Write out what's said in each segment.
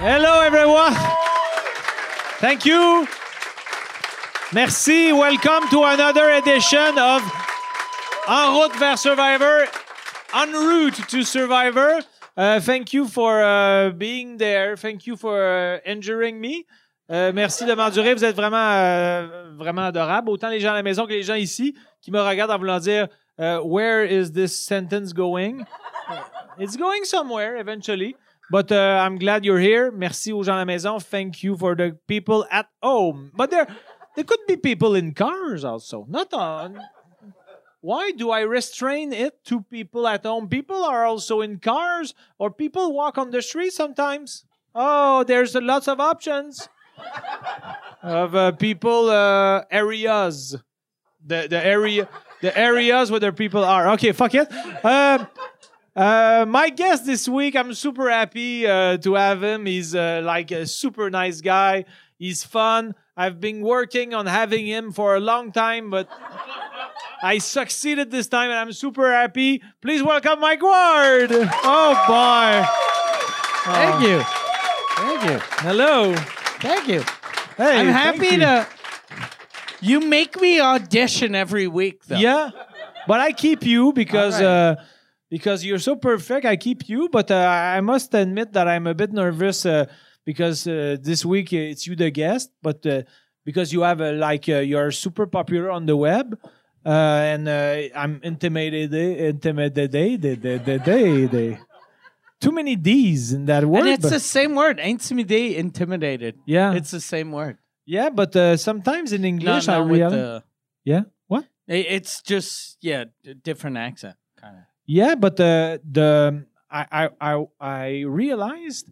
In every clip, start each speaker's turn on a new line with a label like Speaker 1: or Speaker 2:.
Speaker 1: Hello, everyone. Thank you. Merci. Welcome to another edition of En route vers Survivor, en route to Survivor. Uh, thank you for uh, being there. Thank you for uh, enduring me. Euh, merci de m'endurer. Vous êtes vraiment, euh, vraiment adorable. Autant les gens à la maison que les gens ici qui me regardent en voulant dire euh, Where is this sentence going? It's going somewhere eventually. But uh, I'm glad you're here. Merci aux gens à la maison. Thank you for the people at home. But there, there could be people in cars also. Not on. Why do I restrain it to people at home? People are also in cars, or people walk on the street sometimes. Oh, there's lots of options of uh, people uh, areas. The the area the areas where the people are. Okay, fuck it. Uh, uh, my guest this week, I'm super happy uh, to have him. He's uh, like a super nice guy. He's fun. I've been working on having him for a long time, but I succeeded this time, and I'm super happy. Please welcome Mike Ward. Oh boy!
Speaker 2: Thank
Speaker 1: Ah.
Speaker 2: you. Thank you.
Speaker 1: Hello.
Speaker 2: Thank you.
Speaker 1: Hey,
Speaker 2: I'm
Speaker 1: thank
Speaker 2: happy
Speaker 1: you.
Speaker 2: to. You make me audition every week, though.
Speaker 1: Yeah, but I keep you because
Speaker 2: All right.
Speaker 1: uh, because you're so perfect. I keep you, but uh, I must admit that I'm a bit nervous uh, because uh, this week uh, it's you the guest, but uh, because you have uh, like uh, you're super popular on the web. Uh, and uh, I'm intimidated, intimidated, intimidated. Too many D's in that word.
Speaker 2: And it's
Speaker 1: but-
Speaker 2: the same word. Intimidate, intimidated.
Speaker 1: yeah,
Speaker 2: It's the same word.
Speaker 1: yeah, but uh, sometimes in English,
Speaker 2: Not-
Speaker 1: I
Speaker 2: not with
Speaker 1: realize.
Speaker 2: the-
Speaker 1: Yeah, what?
Speaker 2: it- It's just yeah, d- different accent kind of.
Speaker 1: Yeah, but uh, the I, I I I realized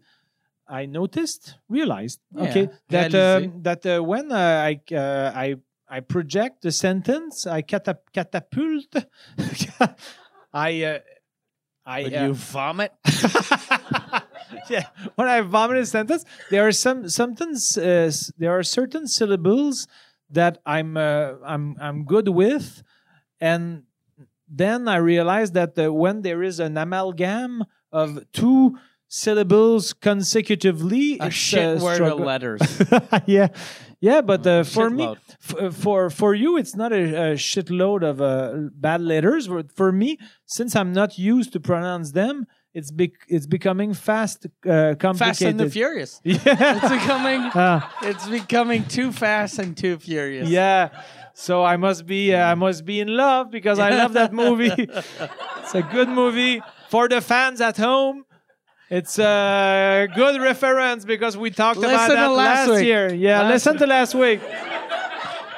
Speaker 1: I noticed realized
Speaker 2: Yeah,
Speaker 1: okay that
Speaker 2: réalisé.
Speaker 1: um, that uh, when uh, I uh, I I project the sentence I catap catapult I uh, I
Speaker 2: Would
Speaker 1: uh,
Speaker 2: you vomit?
Speaker 1: yeah, when I vomit a sentence, there are some sometimes uh, s- there are certain syllables that I'm uh, I'm I'm good with, and then I realize that uh, when there is an amalgam of two syllables consecutively,
Speaker 2: A
Speaker 1: it's
Speaker 2: shit
Speaker 1: uh,
Speaker 2: word of
Speaker 1: struggle.
Speaker 2: letters.
Speaker 1: yeah, yeah, but uh,
Speaker 2: Mm,
Speaker 1: for me,
Speaker 2: Shitload.
Speaker 1: f- uh, for for you, it's not a, a shitload of uh, bad letters. But For me, since I'm not used to pronounce them, it's bec- it's becoming fast uh, complicated.
Speaker 2: Fast and the Furious. It's
Speaker 1: Yeah.
Speaker 2: becoming.
Speaker 1: Ah,
Speaker 2: It's becoming too fast and too furious.
Speaker 1: yeah. So I must be uh, I must be in love because I love that movie. it's a good movie for the fans at home. It's a good reference because we talked about
Speaker 2: Listen to
Speaker 1: that
Speaker 2: last week.
Speaker 1: year. Yeah,
Speaker 2: Last
Speaker 1: listen to last week.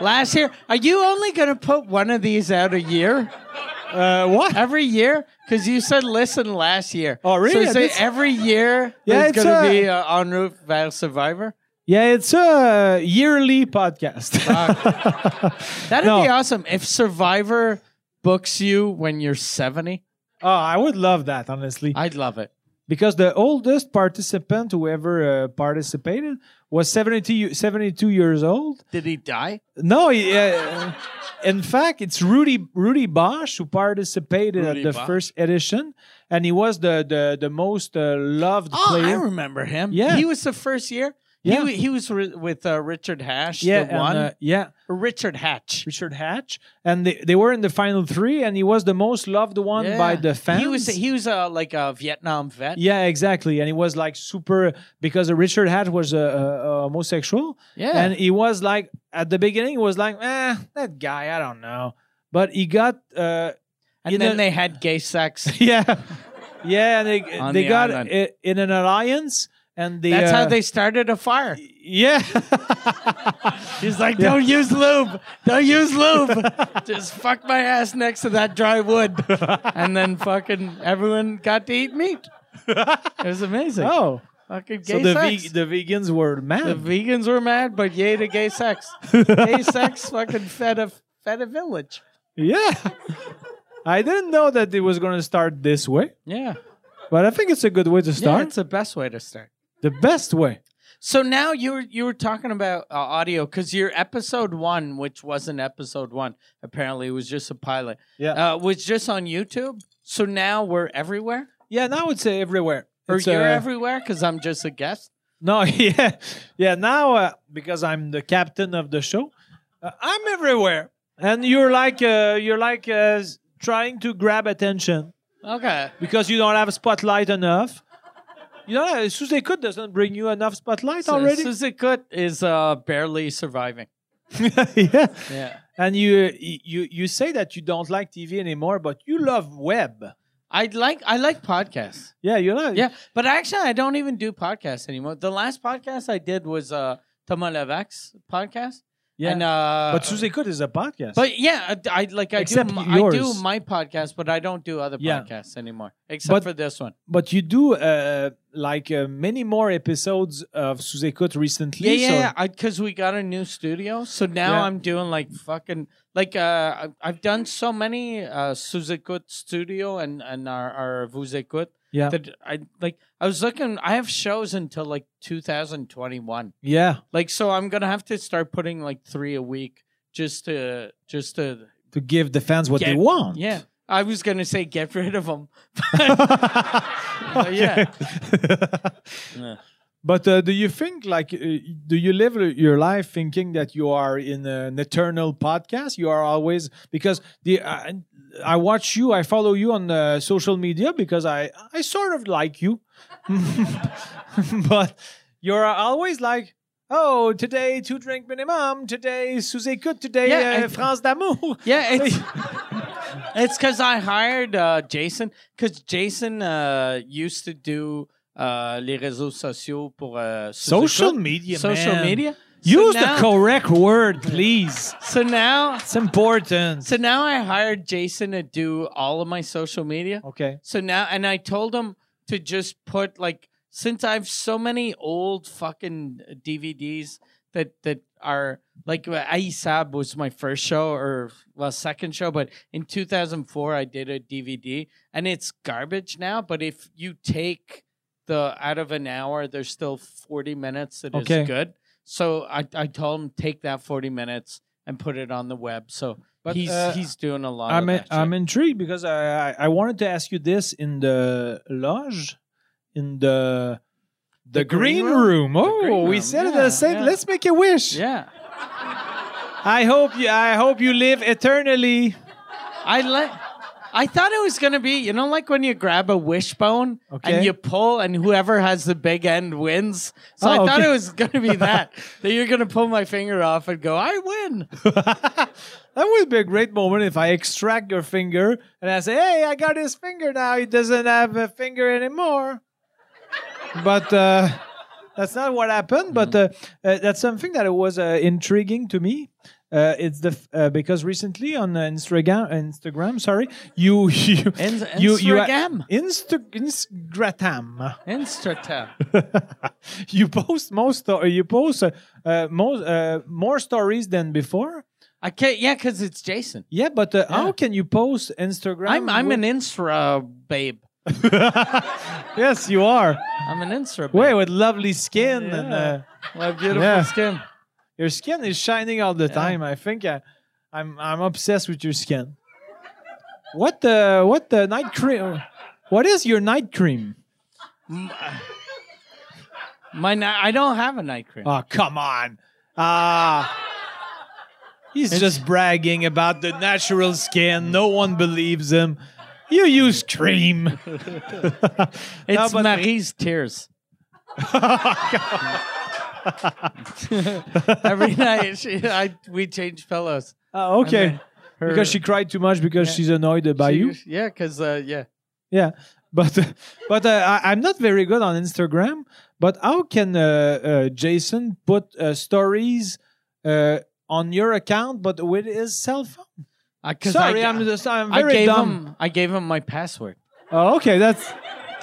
Speaker 2: Last year, are you only going to put one of these out a year?
Speaker 1: Uh, what?
Speaker 2: Every year? Because you said listen last year.
Speaker 1: Oh, really?
Speaker 2: So,
Speaker 1: I
Speaker 2: so
Speaker 1: did-
Speaker 2: every year
Speaker 1: Yeah,
Speaker 2: there's
Speaker 1: it's,
Speaker 2: going to
Speaker 1: uh,
Speaker 2: be uh, en route vers Survivor?
Speaker 1: Yeah, it's a yearly podcast.
Speaker 2: That'd
Speaker 1: No.
Speaker 2: be awesome if Survivor books you when you're 70.
Speaker 1: oh, I would love that, honestly.
Speaker 2: I'd love it.
Speaker 1: Because the oldest participant who ever uh, participated was 70, 72 years old.
Speaker 2: Did he die?
Speaker 1: No, he, uh, in fact, it's Rudy Rudy Bosch who participated
Speaker 2: Rudy
Speaker 1: at the
Speaker 2: Bosch.
Speaker 1: first edition, and he was the the, the most uh, loved
Speaker 2: Oh, I
Speaker 1: player.
Speaker 2: remember him.
Speaker 1: Yeah.
Speaker 2: He was the first year. He
Speaker 1: Yeah.
Speaker 2: wa- He, was ri- with uh, Richard Hash,
Speaker 1: yeah,
Speaker 2: the
Speaker 1: and,
Speaker 2: one.
Speaker 1: uh, yeah,
Speaker 2: Richard Hatch.
Speaker 1: Richard Hatch, and they, they were in the final three, and he was the most loved one by
Speaker 2: Yeah.
Speaker 1: the fans.
Speaker 2: He was, he was uh, like a Vietnam vet.
Speaker 1: Yeah, exactly. And he was like super because Richard Hatch was a, a, a homosexual,
Speaker 2: Yeah.
Speaker 1: and he was like at the beginning he was like, eh, that guy, I don't know. But he got, uh,
Speaker 2: and
Speaker 1: you
Speaker 2: then
Speaker 1: know-
Speaker 2: they had gay sex.
Speaker 1: yeah, yeah, and they
Speaker 2: On
Speaker 1: they
Speaker 2: the
Speaker 1: got
Speaker 2: island.
Speaker 1: i- in an alliance, and they
Speaker 2: That's
Speaker 1: uh,
Speaker 2: how they started a fire.
Speaker 1: yeah,
Speaker 2: He's like, don't use lube. Don't use lube. Just fuck my ass next to that dry wood. and then fucking everyone got to eat meat. It was amazing.
Speaker 1: oh.
Speaker 2: Fucking
Speaker 1: So
Speaker 2: gay
Speaker 1: the,
Speaker 2: sex.
Speaker 1: ve- the vegans were
Speaker 2: the
Speaker 1: mad.
Speaker 2: vegans were mad, but yay to gay sex. gay sex fucking fed a, fed a village.
Speaker 1: yeah. I didn't know that it was going to start this way,
Speaker 2: Yeah.
Speaker 1: but I think it's a good way to
Speaker 2: yeah.
Speaker 1: start.
Speaker 2: It's the best way to start.
Speaker 1: the best way.
Speaker 2: So now you were you were talking about uh, audio because your episode one, which wasn't episode one, apparently it was just a pilot.
Speaker 1: Yeah.
Speaker 2: uh, was just on YouTube. So now we're everywhere,
Speaker 1: Yeah, now it's uh, everywhere.
Speaker 2: or
Speaker 1: It's,
Speaker 2: you're
Speaker 1: uh,
Speaker 2: everywhere because I'm just a guest.
Speaker 1: No, yeah, yeah. Now uh, because I'm the captain of the show, uh, I'm everywhere, and you're like uh, you're like uh, s- trying to grab attention
Speaker 2: Okay.
Speaker 1: because you don't have spotlight enough. You know, uh, sous écoute doesn't bring you enough spotlight already.
Speaker 2: Suzukut is uh, barely surviving.
Speaker 1: yeah,
Speaker 2: Yeah.
Speaker 1: and you you you say that you don't like TV anymore, but you love web.
Speaker 2: I like I like podcasts.
Speaker 1: Yeah, you know.
Speaker 2: Yeah, but actually, I don't even do podcasts anymore. The last podcast I did was uh, Thomas Levesque's podcast.
Speaker 1: yeah.
Speaker 2: And, uh,
Speaker 1: but sous écoute is a podcast.
Speaker 2: But yeah, I, I like I
Speaker 1: Except
Speaker 2: do m-
Speaker 1: yours.
Speaker 2: I do my podcast, but I don't do other
Speaker 1: Yeah.
Speaker 2: podcasts anymore, except
Speaker 1: But-
Speaker 2: for this one.
Speaker 1: but you do uh, like uh, many more episodes of sous écoute recently.
Speaker 2: Yeah, yeah,
Speaker 1: so-
Speaker 2: yeah. I Because we got a new studio, so now
Speaker 1: Yeah.
Speaker 2: I'm doing like fucking like uh, I- I've done so many uh, Suzekut studio and and our our Vuzekut
Speaker 1: yeah.
Speaker 2: that I like. I was looking. I have shows until like 2021.
Speaker 1: Yeah,
Speaker 2: Like, so I'm gonna have to start putting like three a week just to just to
Speaker 1: to give the fans what
Speaker 2: Yeah.
Speaker 1: they want.
Speaker 2: yeah. I was gonna say get rid of them.
Speaker 1: Okay. But uh, do you think, like, uh, do you live your life thinking that you are in an eternal podcast? You are always because the I I watch you, I follow you on uh, social media because I I sort of like you, but you're always like. Oh, today two drink minimum. Today sous écoute. Today
Speaker 2: Yeah,
Speaker 1: uh,
Speaker 2: I-
Speaker 1: France d'amour.
Speaker 2: Yeah, it's it's because I hired uh, Jason because Jason uh, used to do uh, les réseaux sociaux pour uh, Suzuki.
Speaker 1: Social media,
Speaker 2: social
Speaker 1: man.
Speaker 2: media. So
Speaker 1: Use
Speaker 2: now-
Speaker 1: the correct word, please.
Speaker 2: So now,
Speaker 1: It's important.
Speaker 2: so now I hired Jason to do all of my social media.
Speaker 1: Okay.
Speaker 2: So now, and I told him to just put like since I have so many old fucking DVDs that that are like uh, Aisab was my first show or well second show, but in 2004 I did a DVD and it's garbage now. But if you take the out of an hour, there's still 40 minutes that is
Speaker 1: Okay.
Speaker 2: good. So I I told him take that 40 minutes and put it on the web. So.
Speaker 1: But,
Speaker 2: he's
Speaker 1: uh,
Speaker 2: he's doing a lot.
Speaker 1: I'm
Speaker 2: of
Speaker 1: in-
Speaker 2: that shit.
Speaker 1: I'm intrigued because I, I I wanted to ask you this in the lodge, in the the, green, room. Oh,
Speaker 2: green
Speaker 1: we
Speaker 2: room,
Speaker 1: said it
Speaker 2: yeah,
Speaker 1: the same.
Speaker 2: yeah.
Speaker 1: Let's make a wish.
Speaker 2: yeah.
Speaker 1: I hope you I hope you live eternally.
Speaker 2: I like. I thought it was gonna be, you know, like when you grab a wishbone
Speaker 1: Okay.
Speaker 2: and you pull, and whoever has the big end wins. So I
Speaker 1: Oh,
Speaker 2: thought
Speaker 1: okay.
Speaker 2: it was gonna be that that you're gonna pull my finger off and go, I win.
Speaker 1: that would be a great moment if I extract your finger and I say, "Hey, I got his finger now. He doesn't have a finger anymore." But uh, that's not what happened. But uh,
Speaker 2: Mm-hmm.
Speaker 1: uh, that's something that was uh, intriguing to me. Uh, it's the f- uh, because recently on uh, Instagram, Instagram, sorry, you you
Speaker 2: In-
Speaker 1: you you
Speaker 2: Instagram.
Speaker 1: Insta- Instagram
Speaker 2: Instagram.
Speaker 1: you post most sto- you post uh, uh, most uh, more stories than before.
Speaker 2: I can't. Yeah, because it's Jason.
Speaker 1: Yeah, but uh,
Speaker 2: Yeah.
Speaker 1: how can you post Instagram?
Speaker 2: I'm I'm an
Speaker 1: with-
Speaker 2: Instra babe.
Speaker 1: yes, you are.
Speaker 2: I'm an Instra. Babe.
Speaker 1: Wait, with lovely skin and
Speaker 2: Yeah.
Speaker 1: uh,
Speaker 2: what beautiful
Speaker 1: Yeah.
Speaker 2: skin.
Speaker 1: your skin is shining all the time. I think I, I'm I'm obsessed with your skin. What the what the night cream? What is your night cream?
Speaker 2: My ni- I don't have a night cream.
Speaker 1: Oh come on! Ah, he's just bragging about the natural skin. No one believes him. You use cream.
Speaker 2: it's
Speaker 1: but-
Speaker 2: Marie's tears. Every night she, I, we change pillows.
Speaker 1: Oh, okay.
Speaker 2: then her-
Speaker 1: because she cried too much because
Speaker 2: Yeah.
Speaker 1: she's annoyed by
Speaker 2: She-
Speaker 1: you.
Speaker 2: Yeah, because uh, yeah,
Speaker 1: Yeah, but but uh, I, I'm not very good on Instagram. But how can uh, uh, Jason put uh, stories uh, on your account, but with his cell phone?
Speaker 2: I, Uh, 'cause
Speaker 1: Sorry,
Speaker 2: I,
Speaker 1: I, am just I'm
Speaker 2: I
Speaker 1: very
Speaker 2: gave
Speaker 1: dumb.
Speaker 2: him. I gave him my password.
Speaker 1: Oh, okay, that's,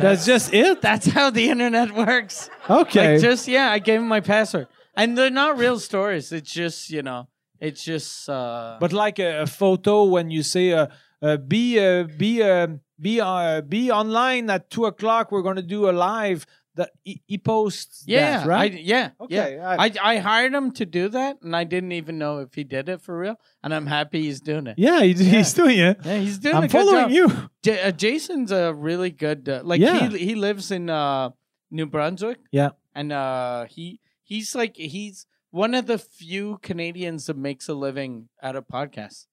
Speaker 1: that's just it.
Speaker 2: That's how the internet works.
Speaker 1: Okay,
Speaker 2: Like just yeah, I gave him my password, and they're not real stories. It's just you know, it's just. Uh,
Speaker 1: but like a, a photo when you say uh, uh, be uh, be uh, be uh, be online at two o'clock. We're gonna do a live. That he, he posts.
Speaker 2: yeah,
Speaker 1: that, right.
Speaker 2: I, yeah,
Speaker 1: Okay,
Speaker 2: yeah.
Speaker 1: I-
Speaker 2: I, I hired him to do that, and I didn't even know if he did it for real. And I'm happy he's doing it.
Speaker 1: yeah, he, he's doing it.
Speaker 2: Yeah, he's doing. a
Speaker 1: I'm
Speaker 2: good
Speaker 1: following
Speaker 2: job.
Speaker 1: you.
Speaker 2: J- uh, Jason's a really good. Uh, like
Speaker 1: Yeah.
Speaker 2: he he lives in uh, New Brunswick.
Speaker 1: Yeah.
Speaker 2: and uh, he he's like he's one of the few Canadians that makes a living out of podcasts.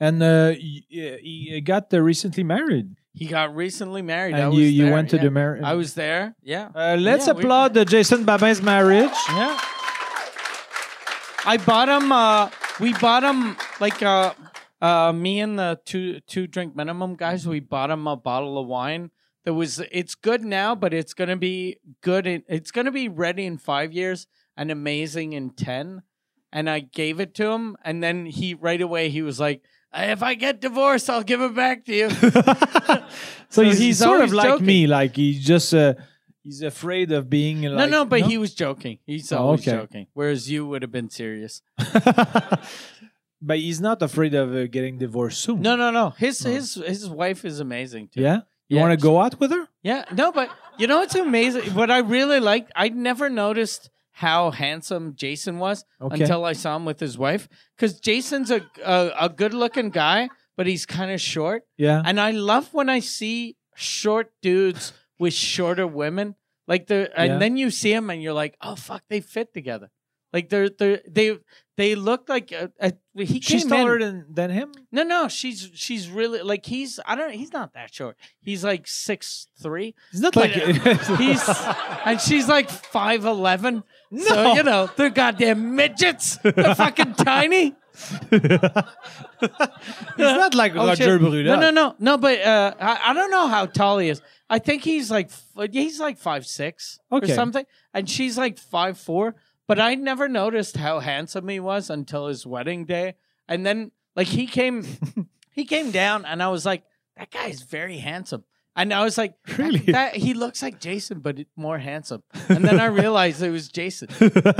Speaker 1: And uh, y- yeah, he got uh, recently married.
Speaker 2: He got recently married. I
Speaker 1: and
Speaker 2: was
Speaker 1: you, you
Speaker 2: there,
Speaker 1: went to
Speaker 2: yeah.
Speaker 1: the marriage.
Speaker 2: I was there. Yeah.
Speaker 1: Uh, let's
Speaker 2: Yeah, we-
Speaker 1: applaud uh, Jason Babin's marriage.
Speaker 2: Yeah. I bought him. Uh, we bought him like uh, uh, me and the two two drink minimum guys. We bought him a bottle of wine that was. It's good now, but it's gonna be good. In, it's gonna be ready in five years and amazing in ten. And I gave it to him, and then he right away he was like, "If I get divorced, I'll give it back to you."
Speaker 1: so, he's, he's
Speaker 2: he's
Speaker 1: sort of
Speaker 2: always
Speaker 1: like
Speaker 2: joking.
Speaker 1: me. Like he's just uh, he's afraid of being. Like,
Speaker 2: no, no, but he was joking. He's
Speaker 1: Oh,
Speaker 2: always
Speaker 1: okay.
Speaker 2: joking. Whereas you would have been serious.
Speaker 1: but he's not afraid of uh, getting divorced soon.
Speaker 2: No, no, no. His
Speaker 1: Oh.
Speaker 2: his his wife is amazing too.
Speaker 1: Yeah. You
Speaker 2: Yeah.
Speaker 1: want to go out with her?
Speaker 2: Yeah, no, but you know what's amazing? What I really liked, I never noticed how handsome Jason was
Speaker 1: Okay.
Speaker 2: until I saw him with his wife. Because Jason's a, a a good-looking guy, but he's kind of short,
Speaker 1: Yeah.
Speaker 2: and I love when I see short dudes with shorter women. Like the, and
Speaker 1: Yeah.
Speaker 2: then you see them, and you're like, oh fuck, they fit together. Like they're they they they look like uh uh he
Speaker 1: She's
Speaker 2: came in-
Speaker 1: taller than, than him.
Speaker 2: no, no, she's she's really like he's I don't he's not that short. He's like six three.
Speaker 1: He's not
Speaker 2: But,
Speaker 1: like
Speaker 2: He's and she's like five eleven.
Speaker 1: No.
Speaker 2: So you know they're goddamn midgets. They're fucking tiny.
Speaker 1: He's not like
Speaker 2: Oh,
Speaker 1: Roger
Speaker 2: shit.
Speaker 1: Bruda.
Speaker 2: No, no, no, no. But uh, I, I don't know how tall he is. I think he's like f- he's like five six
Speaker 1: Okay.
Speaker 2: or something, and she's like five four. But I never noticed how handsome he was until his wedding day, and then like he came, he came down, and I was like, that guy is very handsome. And I was like, that-
Speaker 1: Really?
Speaker 2: that, he looks like Jason, but more handsome. And then I realized it was Jason.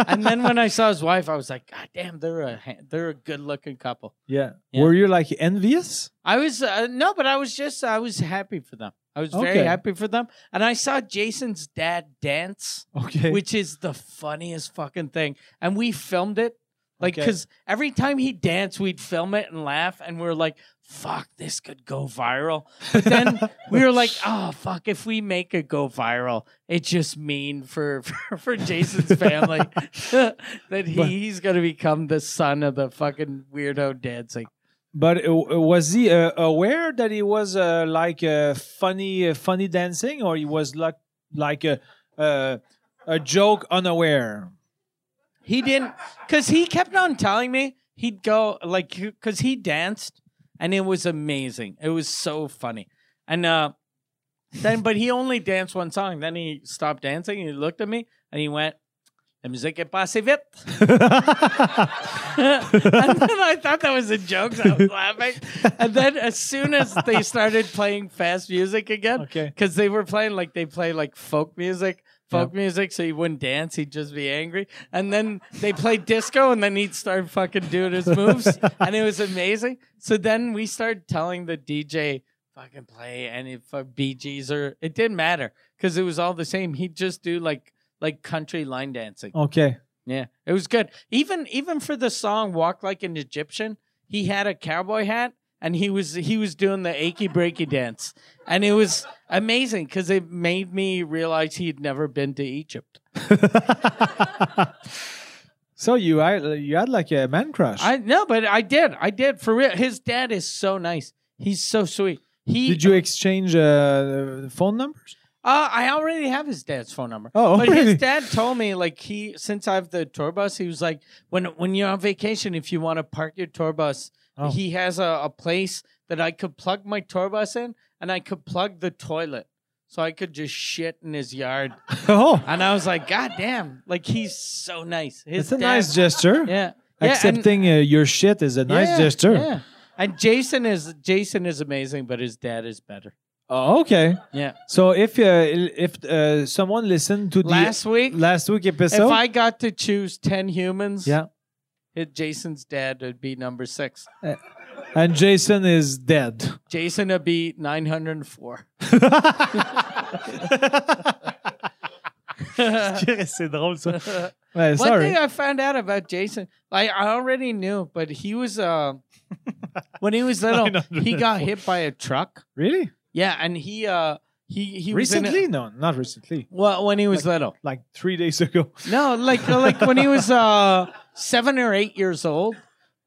Speaker 2: And then when I saw his wife, I was like, God damn, they're a ha- they're a good looking couple.
Speaker 1: yeah.
Speaker 2: Yeah.
Speaker 1: Were you like envious?
Speaker 2: I was uh, no, but I was just I was happy for them. I was
Speaker 1: Okay.
Speaker 2: very happy for them, and I saw Jason's dad dance,
Speaker 1: Okay.
Speaker 2: which is the funniest fucking thing. And we filmed it, like
Speaker 1: Okay.
Speaker 2: because every time he danced, we'd film it and laugh, and we are like, "Fuck, this could go viral." But then we were like, "Oh fuck, if we make it go viral, it's just mean for for, for Jason's family that he,
Speaker 1: But-
Speaker 2: he's gonna become the son of the fucking weirdo dancing."
Speaker 1: But uh, was he uh, aware that he was uh, like uh, funny, uh, funny dancing, or he was like like a uh, a joke unaware?
Speaker 2: He didn't, because he kept on telling me he'd go like because he danced and it was amazing. It was so funny. And uh, then, but he only danced one song. Then he stopped dancing. And he looked at me and he went, "La musique est passée vite." and then I thought that was a joke. So I was laughing. And then as soon as they started playing fast music again,
Speaker 1: Okay.
Speaker 2: because they were playing like they play like folk music, folk music. So he wouldn't dance; he'd just be angry. And then they played disco, and then he'd start fucking doing his moves, and it was amazing. So then we started telling the DJ, "Fucking play any fuck BGs or it didn't matter because it was all the same. He'd just do like like country line dancing.
Speaker 1: Okay.
Speaker 2: Yeah, it was good. Even even for the song "Walk Like an Egyptian," he had a cowboy hat and he was he was doing the achy breaky dance, and it was amazing because it made me realize he'd never been to Egypt.
Speaker 1: so you I, you had like a man crush.
Speaker 2: I no, but I did, I did for real. His dad is so nice. He's so sweet. He
Speaker 1: Did you exchange uh, phone numbers?
Speaker 2: Uh, I already have his dad's phone number.
Speaker 1: Oh,
Speaker 2: but
Speaker 1: really?
Speaker 2: his dad told me like he since I have the tour bus, he was like, when when you're on vacation, if you want to park your tour bus,
Speaker 1: Oh.
Speaker 2: he has a, a place that I could plug my tour bus in, and I could plug the toilet, so I could just shit in his yard.
Speaker 1: Oh,
Speaker 2: And I was like, God damn, like he's so nice. His
Speaker 1: it's a
Speaker 2: dad-
Speaker 1: nice gesture.
Speaker 2: yeah, yeah, and-
Speaker 1: Accepting uh, your shit is a nice
Speaker 2: yeah,
Speaker 1: gesture.
Speaker 2: Yeah. And Jason is Jason is amazing, but his dad is better.
Speaker 1: Oh, okay.
Speaker 2: Yeah.
Speaker 1: So if uh, if uh, someone listened to the
Speaker 2: Last week,
Speaker 1: last week episode,
Speaker 2: if I got to choose 10 humans,
Speaker 1: yeah,
Speaker 2: it, Jason's dad would be number six.
Speaker 1: and Jason is dead.
Speaker 2: Jason would be 904.
Speaker 1: C'est drôle ça. Ouais,
Speaker 2: One
Speaker 1: sorry.
Speaker 2: thing I found out about Jason, like I already knew, but he was, uh, when he was little, he got hit by a truck.
Speaker 1: Really?
Speaker 2: Yeah, and he, uh, He he was in it-
Speaker 1: Recently? No, not recently.
Speaker 2: well, when he was little.
Speaker 1: Like three days ago.
Speaker 2: No, like like when he was uh seven or eight years old,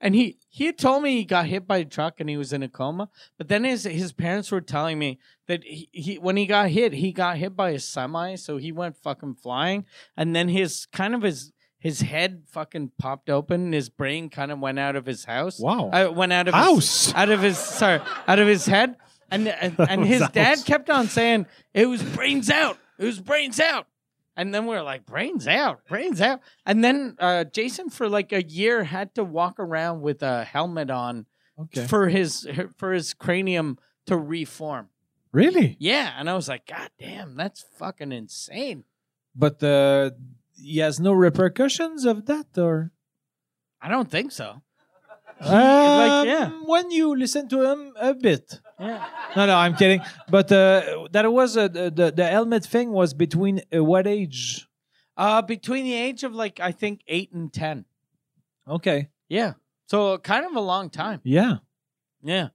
Speaker 2: and he he had told me he got hit by a truck and he was in a coma. But then his his parents were telling me that he, he when he got hit, he got hit by a semi, so he went fucking flying, and then his kind of his his head fucking popped open, and his brain kind of went out of his house.
Speaker 1: Wow.
Speaker 2: I went out of his,
Speaker 1: House.
Speaker 2: out of his sorry out of his head and and, and
Speaker 1: was
Speaker 2: his
Speaker 1: out.
Speaker 2: dad kept on saying it was brains out it was brains out and then we are like brains out brains out and then uh, jason for like a year had to walk around with a helmet on
Speaker 1: Okay.
Speaker 2: for his for his cranium to reform
Speaker 1: Really?
Speaker 2: yeah and i was like god damn that's fucking insane
Speaker 1: But uh, he has no repercussions of that, or
Speaker 2: i don't think so
Speaker 1: um,
Speaker 2: yeah.
Speaker 1: When you listen to him a bit.
Speaker 2: yeah
Speaker 1: No, no, I'm kidding. But uh, that was uh, the, the the helmet thing was between uh, what age?
Speaker 2: uh between the age of like i think 8 and 10
Speaker 1: Okay.
Speaker 2: yeah so kind of a long time
Speaker 1: Yeah.
Speaker 2: yeah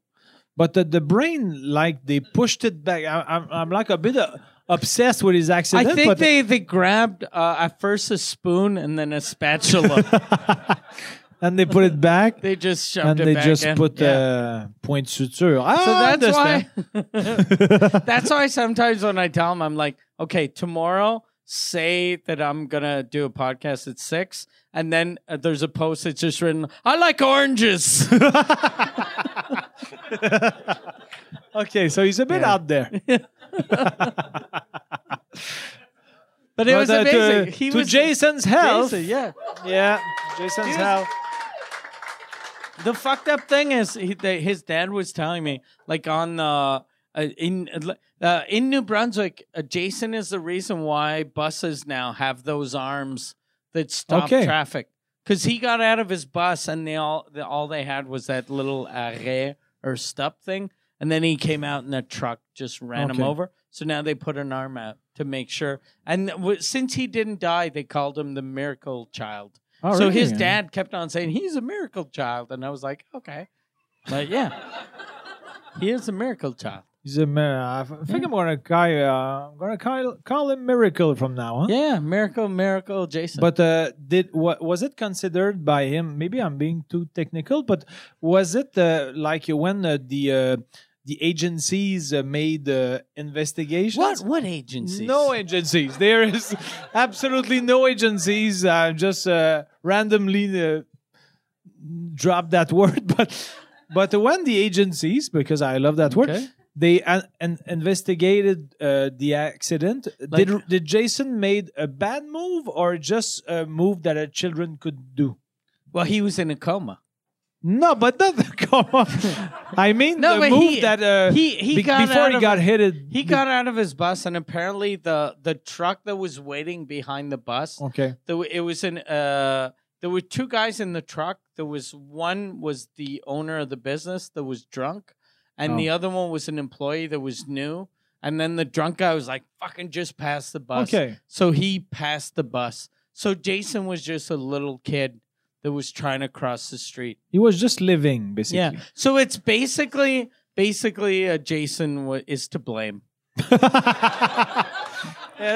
Speaker 1: But the, the brain, like they pushed it back. I, I'm, I'm like a bit uh, obsessed with his accident.
Speaker 2: I think
Speaker 1: but
Speaker 2: they they grabbed uh, at first a spoon and then a spatula.
Speaker 1: and they put it back,
Speaker 2: they just shoved
Speaker 1: and
Speaker 2: it
Speaker 1: they
Speaker 2: back
Speaker 1: just
Speaker 2: in.
Speaker 1: put
Speaker 2: Yeah.
Speaker 1: uh, point suture.
Speaker 2: So that's why.
Speaker 1: why.
Speaker 2: that's why sometimes when I tell them, I'm like, okay, tomorrow say that I'm gonna do a podcast at six, and then uh, there's a post that's just written, "I like oranges."
Speaker 1: okay, so he's a bit
Speaker 2: Yeah.
Speaker 1: out there.
Speaker 2: But it was
Speaker 1: But, uh, to-
Speaker 2: amazing.
Speaker 1: To,
Speaker 2: he was
Speaker 1: Jason's health.
Speaker 2: Jason, yeah.
Speaker 1: Yeah, Jason's
Speaker 2: Dude.
Speaker 1: health.
Speaker 2: The fucked up thing is, he, that his dad was telling me, like on the uh, in uh, in New Brunswick, uh, Jason is the reason why buses now have those arms that stop
Speaker 1: Okay.
Speaker 2: traffic. Because he got out of his bus and they all the, all they had was that little arrêt or stop thing, and then he came out and the truck just ran him
Speaker 1: Okay.
Speaker 2: over. So now they put an arm out to make sure. And w- since he didn't die, they called him the miracle child
Speaker 1: Oh,
Speaker 2: so
Speaker 1: really?
Speaker 2: his dad kept on saying he's a miracle child, and I was like, okay, but yeah, he is a miracle child.
Speaker 1: He's a mir- I think I'm gonna call, uh, I'm gonna call, call him Miracle from now on.
Speaker 2: Yeah, miracle, miracle, Jason.
Speaker 1: But uh, did wa- was it considered by him? Maybe I'm being too technical, but was it uh, like when uh, the uh, the agencies uh, made uh, investigations?
Speaker 2: what what agencies?
Speaker 1: No agencies. There is absolutely no agencies. I just uh, randomly uh, dropped that word, but but when the agencies, because I love that
Speaker 2: Okay.
Speaker 1: word, they an, an investigated uh, the accident.
Speaker 2: Like-
Speaker 1: did did Jason made a bad move or just a move that a children could do?
Speaker 2: well, he was in a coma.
Speaker 1: No, but not the come on. I mean
Speaker 2: No,
Speaker 1: the
Speaker 2: but
Speaker 1: move
Speaker 2: he-
Speaker 1: that uh,
Speaker 2: he- he
Speaker 1: be-
Speaker 2: got
Speaker 1: before
Speaker 2: out
Speaker 1: he
Speaker 2: of-
Speaker 1: got hit. it-
Speaker 2: He got out of his bus, and apparently the the truck that was waiting behind the bus,
Speaker 1: okay.
Speaker 2: there wa- it was an uh, there were two guys in the truck. There was one was the owner of the business that was drunk, and
Speaker 1: Oh.
Speaker 2: the other one was an employee that was new. And then the drunk guy was like, "Fucking just pass the bus."
Speaker 1: Okay.
Speaker 2: So he passed the bus. So Jason was just a little kid that was trying to cross the street.
Speaker 1: He was just living basically.
Speaker 2: Yeah. So it's basically basically uh, Jason wa is to blame.
Speaker 1: yeah,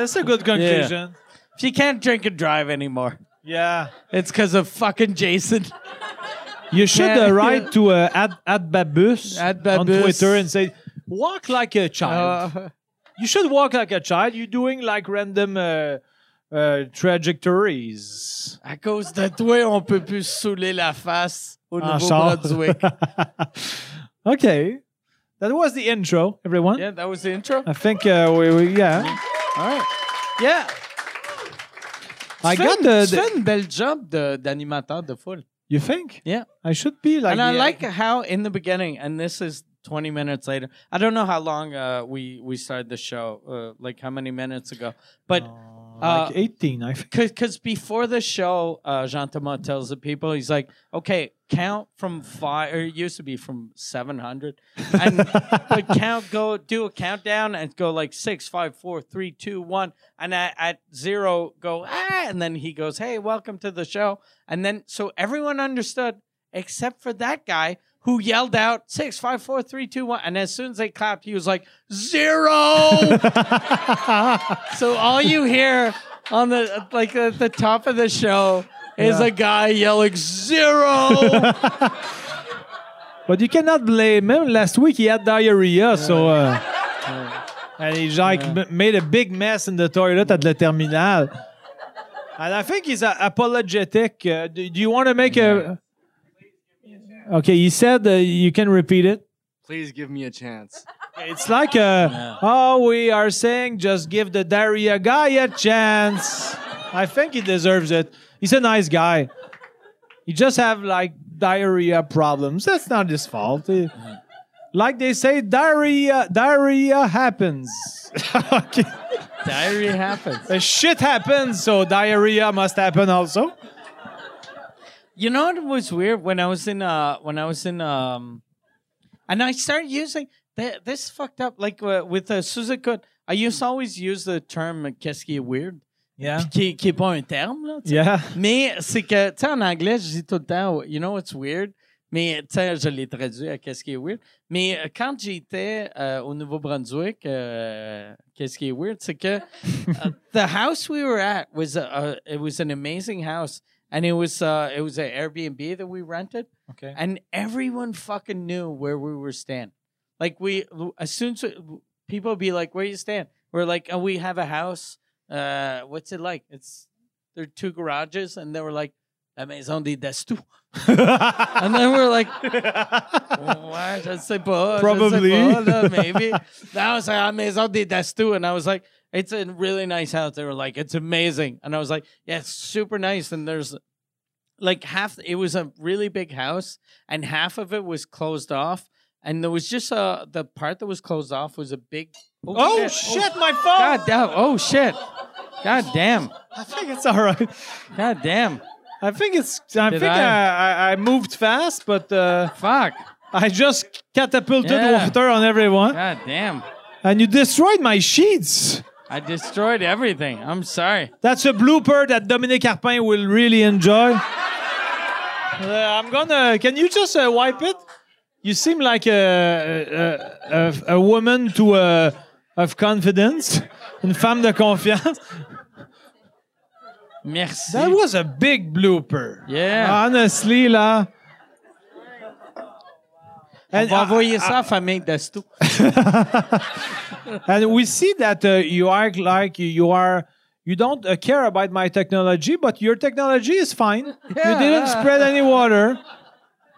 Speaker 1: that's a good conclusion.
Speaker 2: If you can't drink and drive anymore,
Speaker 1: Yeah.
Speaker 2: it's because of fucking Jason.
Speaker 1: You should
Speaker 2: Yeah.
Speaker 1: uh, write to uh, at, at Babus
Speaker 2: At
Speaker 1: on
Speaker 2: Babus.
Speaker 1: Twitter and say, walk like a child.
Speaker 2: Uh,
Speaker 1: you should walk like a child. You're doing like random uh, uh, trajectories.
Speaker 2: À cause de toi, on peut plus se saouler la face au
Speaker 1: Ah, Charles.
Speaker 2: Nouveau-Brunswick.
Speaker 1: okay. That was the intro, everyone.
Speaker 2: yeah, that was the intro.
Speaker 1: I think uh, we, we, yeah.
Speaker 2: All right. Yeah.
Speaker 1: I
Speaker 2: Tu fais
Speaker 1: got
Speaker 2: une-
Speaker 1: the,
Speaker 2: tu
Speaker 1: the-
Speaker 2: fais une belle job de- d'animateur de, foule.
Speaker 1: You think?
Speaker 2: Yeah.
Speaker 1: I should be like.
Speaker 2: and I
Speaker 1: the-
Speaker 2: like how in the beginning, and this is 20 minutes later. I don't know how long uh, we we started the show, uh, like how many minutes ago, but
Speaker 1: like
Speaker 2: uh,
Speaker 1: 18, I think.
Speaker 2: because before the show, uh, Jean Thomas tells the people, he's like, okay, count from five, or it used to be from 700. And but count, go do a countdown and go like six, five, four, three, two, one. And at, at zero, go, ah. And then he goes, hey, welcome to the show. And then so everyone understood except for that guy who yelled out six, five, four, three, two, one. And as soon as they clapped, he was like, zero. so all you hear on the like at the top of the show is
Speaker 1: Yeah.
Speaker 2: a guy yelling zero.
Speaker 1: But you cannot blame him. Last week he had diarrhea, so. Uh, and he like m- made a big mess in the toilet at the terminal. And I think he's a- apologetic. Uh, do, do you want to make a? Okay, he said uh, you can repeat it.
Speaker 3: Please give me a chance.
Speaker 1: It's like a, oh, we are saying just give the diarrhea guy a chance. I think he deserves it. He's a nice guy. You just have like diarrhea problems. That's not his fault. Eh, Like they say, diarrhea diarrhea happens. okay.
Speaker 2: Diarrhea happens.
Speaker 1: The shit happens, so diarrhea must happen also.
Speaker 2: You know what was weird when I was in uh when I was in um, and I started using th- this fucked up like uh, with uh, Suzuka. I used to always use the term euh, qu'est-ce qui est weird,
Speaker 1: Yeah.
Speaker 2: puis qui, qui est pas un terme là. tu sais.
Speaker 1: Yeah.
Speaker 2: Mais c'est que tu sais en anglais je dis tout le temps you know what's weird, mais tu sais je l'ai traduit à qu'est-ce qui est weird. Mais euh, quand j'étais euh, au Nouveau-Brunswick, euh, qu'est-ce qui est weird, c'est que uh, the house we were at was a, a it was an amazing house and it was uh it was an Airbnb that we rented
Speaker 1: Okay.
Speaker 2: and everyone fucking knew where we were staying. Like we as soon as people would be like where you staying? We're like oh, we have a house. Uh what's it like? It's there are two garages and they were like La maison des Dastou. And then we're like,
Speaker 1: Oh,
Speaker 2: ouais, je sais pas. je sais
Speaker 1: Probably.
Speaker 2: pas, là, uh, maybe. That was like, la maison des Dastou. And I was like, it's a really nice house. They were like, it's amazing. And I was like, yeah, it's super nice. And there's like half, it was a really big house and half of it was closed off. And there was just a, the part that was closed off was a big.
Speaker 1: oh shit, my phone.
Speaker 2: God damn. Oh shit. God damn.
Speaker 1: I think it's all right.
Speaker 2: God damn.
Speaker 1: I think it's. I
Speaker 2: Did
Speaker 1: think
Speaker 2: I?
Speaker 1: I? I, I moved fast, but uh,
Speaker 2: Fuck.
Speaker 1: I just catapulted
Speaker 2: Yeah.
Speaker 1: water on everyone,
Speaker 2: God damn.
Speaker 1: and you destroyed my sheets.
Speaker 2: I destroyed everything. I'm sorry.
Speaker 1: That's a blooper that Dominic Carpin will really enjoy. Uh, I'm gonna. Can you just uh, wipe it? You seem like a a, a, a woman to uh, of confidence, une femme de confiance.
Speaker 2: Merci.
Speaker 1: That was a big blooper.
Speaker 2: Yeah.
Speaker 1: Honestly, là.
Speaker 2: On
Speaker 1: And,
Speaker 2: va envoyer ça à la famille d'Astou.
Speaker 1: and we see that uh, you are like you are you don't uh, care about my technology, but your technology is fine. You didn't spread any water.